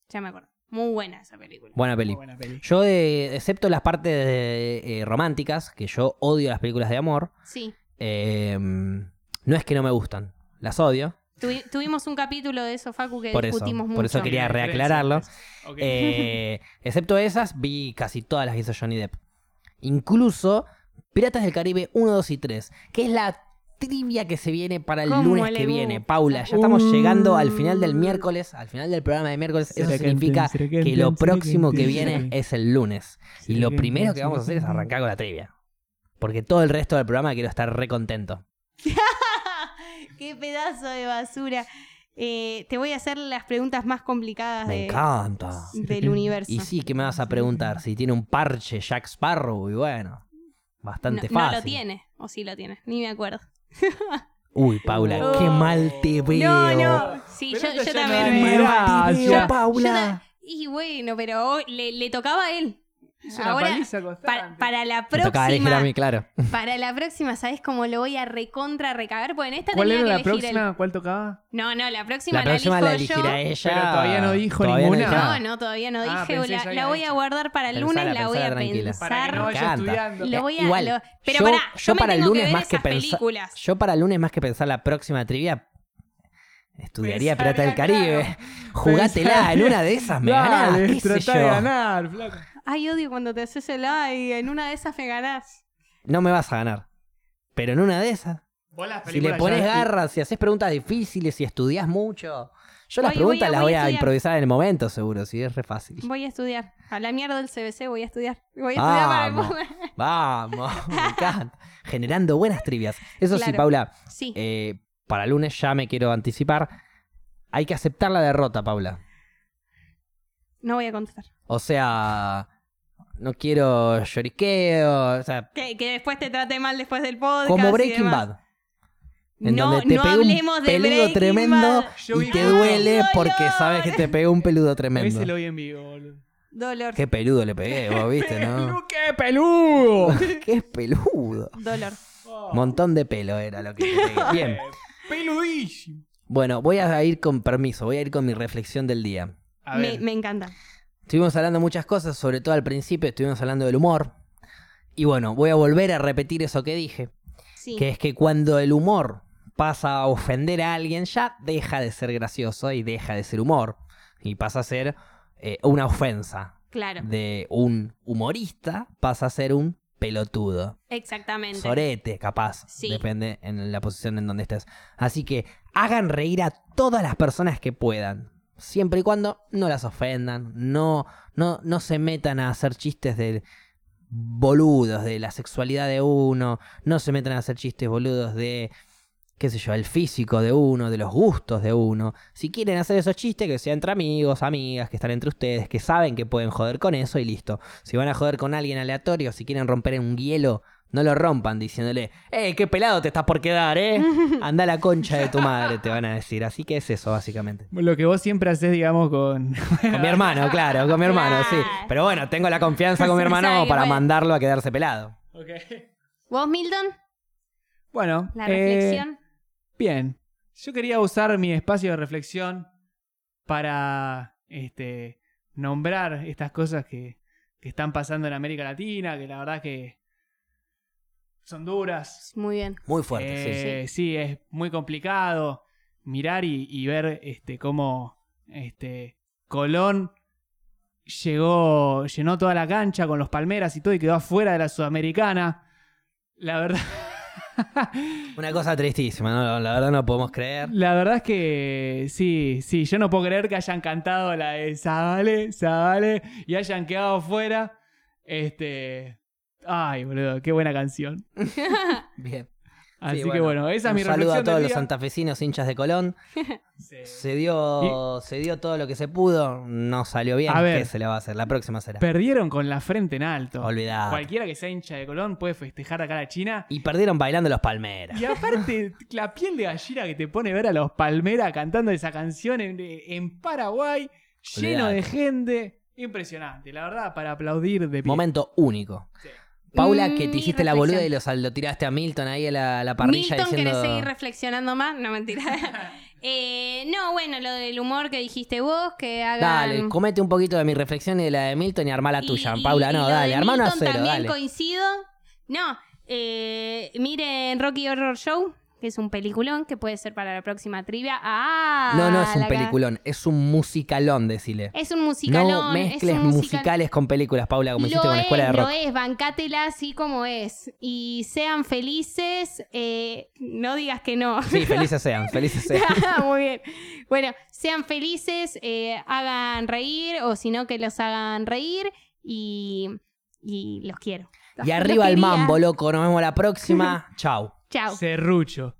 Speaker 3: Ya me acuerdo. Muy buena esa película.
Speaker 1: Buena
Speaker 2: Muy
Speaker 1: peli.
Speaker 2: buena peli.
Speaker 1: Yo, de- excepto las partes de- eh, románticas, que yo odio las películas de amor,
Speaker 3: Sí.
Speaker 1: eh, no es que no me gustan, las odio.
Speaker 3: Tuvi- tuvimos un capítulo de eso, Facu, que
Speaker 1: Por eso,
Speaker 3: discutimos mucho.
Speaker 1: por eso quería-
Speaker 2: Una diferencia,
Speaker 1: reaclararlo.
Speaker 2: pues. Ok.
Speaker 1: Eh, excepto esas, vi casi todas las que hizo Johnny Depp. Incluso Piratas del Caribe 1, 2 y 3, que es la trivia que se viene para el
Speaker 3: ¿Cómo
Speaker 1: lunes
Speaker 3: le
Speaker 1: que viene.
Speaker 3: gusta?
Speaker 1: Paula, ya estamos
Speaker 2: Uh.
Speaker 1: llegando al final del miércoles, al final del programa de miércoles. Eso significa que lo próximo que viene es el lunes. Y lo primero que vamos a hacer es arrancar con la trivia. Porque todo el resto del programa quiero estar re contento.
Speaker 3: Qué pedazo de basura. Eh, te voy a hacer las preguntas más complicadas
Speaker 1: Me
Speaker 3: de-
Speaker 1: encanta.
Speaker 3: del universo.
Speaker 1: Y sí, que me vas a preguntar? Si tiene un parche Jack Sparrow, y bueno,
Speaker 3: no,
Speaker 1: bastante
Speaker 3: no
Speaker 1: fácil.
Speaker 3: lo tiene, o sí lo tiene, ni me acuerdo.
Speaker 1: Uy, Paula,
Speaker 3: No.
Speaker 1: qué mal te veo.
Speaker 3: Oh. No, no. Sí, yo,
Speaker 2: Pero esto
Speaker 3: yo
Speaker 2: ya no
Speaker 3: también.
Speaker 2: es
Speaker 3: me-
Speaker 2: nuevo.
Speaker 1: Mal te veo,
Speaker 2: Gracias.
Speaker 1: Paula.
Speaker 3: Y bueno, pero hoy le, le tocaba a él.
Speaker 2: Es una
Speaker 3: Ahora,
Speaker 2: paliza
Speaker 3: Pa-
Speaker 2: constante.
Speaker 3: para la
Speaker 1: Me tocaba elegir a
Speaker 3: próxima,
Speaker 1: mí, claro.
Speaker 3: para la próxima, ¿sabes cómo lo voy a recontra recagar? Pues en esta
Speaker 2: ¿Cuál
Speaker 3: tenía
Speaker 2: era la
Speaker 3: que elegir él.
Speaker 2: próxima? ¿Cuál tocaba?
Speaker 3: No, no, la próxima
Speaker 1: La
Speaker 3: la,
Speaker 1: próxima la
Speaker 3: elijo
Speaker 1: elegirá
Speaker 3: yo.
Speaker 1: ella.
Speaker 2: Pero todavía no dijo
Speaker 1: Todavía
Speaker 2: ninguna.
Speaker 1: dijo
Speaker 3: No,
Speaker 1: nada.
Speaker 3: no, todavía no
Speaker 2: Ah,
Speaker 3: dije.
Speaker 2: pensé
Speaker 3: la
Speaker 2: que ya
Speaker 3: la
Speaker 2: había
Speaker 3: voy a
Speaker 2: dicho.
Speaker 3: guardar para el lunes,
Speaker 1: Pensala,
Speaker 3: la voy a
Speaker 1: pensala tranquila.
Speaker 3: pensar.
Speaker 2: Para que no vaya
Speaker 1: encanta.
Speaker 2: estudiando.
Speaker 3: Lo voy a.
Speaker 1: Igual,
Speaker 3: lo- pero
Speaker 1: yo-
Speaker 3: pará,
Speaker 1: yo
Speaker 3: yo, me
Speaker 1: para el
Speaker 3: tengo
Speaker 1: lunes
Speaker 3: que ver
Speaker 1: más que
Speaker 3: esas
Speaker 1: pensar-
Speaker 3: películas.
Speaker 1: Yo para el lunes más que pensar la próxima trivia estudiaría
Speaker 3: Pues,
Speaker 2: Pensaría,
Speaker 1: Pirata del Caribe.
Speaker 2: claro.
Speaker 1: Jugátela
Speaker 2: Pensaría.
Speaker 1: en una de esas, me ganás,
Speaker 2: Dale,
Speaker 1: qué sé
Speaker 2: tratá de
Speaker 1: yo.
Speaker 2: ganar, flaco.
Speaker 3: Ay, odio cuando te haces el ay, en una de esas me ganás.
Speaker 1: No me vas a ganar. Pero en una de esas,
Speaker 2: Vos las
Speaker 1: si le
Speaker 2: películas
Speaker 1: pones
Speaker 2: ya-
Speaker 1: garras, si haces preguntas difíciles, si estudias mucho. Yo las
Speaker 3: Voy- voy
Speaker 1: preguntas
Speaker 3: a-
Speaker 1: las
Speaker 3: voy
Speaker 1: voy
Speaker 3: a
Speaker 1: a
Speaker 3: estudiar.
Speaker 1: improvisar en el momento, seguro, si es re fácil.
Speaker 3: Voy a estudiar. A la mierda del CBC voy a estudiar. Voy a
Speaker 1: Vamos,
Speaker 3: estudiar para el
Speaker 1: vamos, me encanta. Generando buenas trivias. Eso sí,
Speaker 3: Claro.
Speaker 1: Paula,
Speaker 3: Sí.
Speaker 1: eh, para el lunes ya me quiero anticipar. Hay que aceptar la derrota, Paula.
Speaker 3: No voy a contestar.
Speaker 1: O sea, no quiero lloriqueo. O sea,
Speaker 3: Que, que después te trate mal después del podcast.
Speaker 1: como
Speaker 3: y
Speaker 1: Breaking
Speaker 3: demás.
Speaker 1: Bad. En
Speaker 3: No,
Speaker 1: donde te
Speaker 3: no
Speaker 1: pegó
Speaker 3: hablemos
Speaker 1: un
Speaker 3: de
Speaker 1: peludo
Speaker 3: Breaking
Speaker 1: tremendo
Speaker 3: Bad.
Speaker 2: Yo vi
Speaker 1: y te
Speaker 2: que-
Speaker 1: duele
Speaker 3: ¡Ay,
Speaker 1: porque
Speaker 3: dolor!
Speaker 1: sabes que te pegó un peludo
Speaker 2: Ese lo
Speaker 1: tremendo.
Speaker 2: vi en vivo, boludo.
Speaker 3: Dolor.
Speaker 1: Qué peludo le pegué, vos viste, ¿no? Oh,
Speaker 2: ¡Pelu, ¡Qué peludo!
Speaker 1: Qué peludo.
Speaker 3: Dolor.
Speaker 1: Montón de pelo era lo que te pegué. Bien.
Speaker 2: Peludísimo.
Speaker 1: Bueno, voy a ir con permiso, voy a ir con mi reflexión del día.
Speaker 2: A
Speaker 3: Me,
Speaker 2: ver,
Speaker 3: me encanta.
Speaker 1: Estuvimos hablando muchas cosas, sobre todo al principio estuvimos hablando del humor. Y bueno, voy a volver a repetir eso que dije,
Speaker 3: Sí.
Speaker 1: que es que cuando el humor pasa a ofender a alguien ya deja de ser gracioso y deja de ser humor y pasa a ser eh, una ofensa
Speaker 3: Claro.
Speaker 1: de un humorista pasa a ser un pelotudo.
Speaker 3: Exactamente.
Speaker 1: Sorete, capaz.
Speaker 3: Sí.
Speaker 1: Depende en la posición en donde estés. Así que hagan reír a todas las personas que puedan. Siempre y cuando no las ofendan. No, no, no se metan a hacer chistes de boludos de la sexualidad de uno. No se metan a hacer chistes boludos de qué sé yo, el físico de uno, de los gustos de uno. Si quieren hacer esos chistes, que sean entre amigos, amigas, que están entre ustedes, que saben que pueden joder con eso y listo. Si van a joder con alguien aleatorio, si quieren romper un hielo, no lo rompan diciéndole, ¡eh, qué pelado te estás por quedar, eh! Anda la concha de tu madre, te van a decir. Así que es eso, básicamente.
Speaker 2: Lo que vos siempre haces, digamos, con.
Speaker 1: Con mi hermano, claro, con mi hermano, sí. Pero bueno, tengo la confianza con mi hermano
Speaker 3: Sí,
Speaker 1: para
Speaker 3: bueno.
Speaker 1: mandarlo a quedarse pelado.
Speaker 3: ¿Vos, Milton?
Speaker 2: Bueno. eh,
Speaker 3: La reflexión.
Speaker 2: bien. Yo quería usar mi espacio de reflexión para este, nombrar estas cosas que, que están pasando en América Latina, que la verdad que son duras,
Speaker 3: Muy bien.
Speaker 1: Muy fuerte, sí.
Speaker 2: Eh, sí. es muy complicado mirar y, y ver este cómo este Colón llegó, llenó toda la cancha con los palmeras y todo y quedó afuera de la Sudamericana. La verdad, Eh.
Speaker 1: Una cosa tristísima, ¿no? la verdad no podemos creer.
Speaker 2: la verdad es que sí, sí, yo no puedo creer que hayan cantado la de Zabale, Zabale y hayan quedado fuera. Este, ay, boludo, qué buena canción.
Speaker 1: Bien.
Speaker 2: Así
Speaker 1: Sí,
Speaker 2: que bueno, esa es mi
Speaker 1: Un saludo
Speaker 2: reflexión
Speaker 1: a todos
Speaker 2: del
Speaker 1: los
Speaker 2: día.
Speaker 1: santafesinos hinchas de Colón.
Speaker 2: Sí.
Speaker 1: Se dio, se dio todo lo que se pudo, no salió bien.
Speaker 2: A ver.
Speaker 1: ¿Qué se le va a hacer? La próxima será.
Speaker 2: Perdieron con la frente en alto.
Speaker 1: Olvidado.
Speaker 2: Cualquiera que sea hincha de Colón puede festejar acá a la China.
Speaker 1: Y perdieron bailando los palmeras.
Speaker 2: Y aparte, la piel de gallina que te pone ver a los Palmera cantando esa canción en, en Paraguay, lleno
Speaker 1: Olvidate.
Speaker 2: de gente. Impresionante, la verdad, para aplaudir de pie.
Speaker 1: Momento único.
Speaker 2: Sí.
Speaker 1: Paula,
Speaker 3: Mm,
Speaker 1: que te
Speaker 3: mi
Speaker 1: hiciste la boluda y
Speaker 3: reflexión.
Speaker 1: lo, sal- lo tiraste a Milton ahí a la, la parrilla
Speaker 3: Milton, ¿querés
Speaker 1: diciendo.
Speaker 3: seguir reflexionando más? No, mentira. Eh, no, bueno, lo del humor que dijiste vos, que hagan...
Speaker 1: Dale, comete un poquito de mi reflexión y de la de Milton y armá la tuya.
Speaker 3: Y- y-
Speaker 1: Paula,
Speaker 3: y
Speaker 1: no,
Speaker 3: lo
Speaker 1: dale,
Speaker 3: de
Speaker 1: armá una a
Speaker 3: Milton
Speaker 1: cero,
Speaker 3: también
Speaker 1: dale.
Speaker 3: coincido. No, eh, miren Rocky Horror Show, que es un peliculón que puede ser para la próxima trivia. Ah,
Speaker 1: No, no es un
Speaker 3: la ca-
Speaker 1: peliculón, es un musicalón, decile.
Speaker 3: Es un musicalón.
Speaker 1: no mezcles
Speaker 3: es un musical-
Speaker 1: musicales con películas, Paula, como hiciste
Speaker 3: lo
Speaker 1: con la escuela
Speaker 3: es,
Speaker 1: de rock.
Speaker 3: Lo es, bancátela así como es. Y sean felices, eh, no digas que no.
Speaker 1: Sí, felices sean, felices sean.
Speaker 3: Muy bien. Bueno, sean felices, eh, hagan reír o si no que los hagan reír y, y los quiero.
Speaker 1: Y arriba el
Speaker 3: Los quería.
Speaker 1: mambo, loco. Nos vemos la próxima. Chau.
Speaker 3: Chao.
Speaker 2: Serrucho.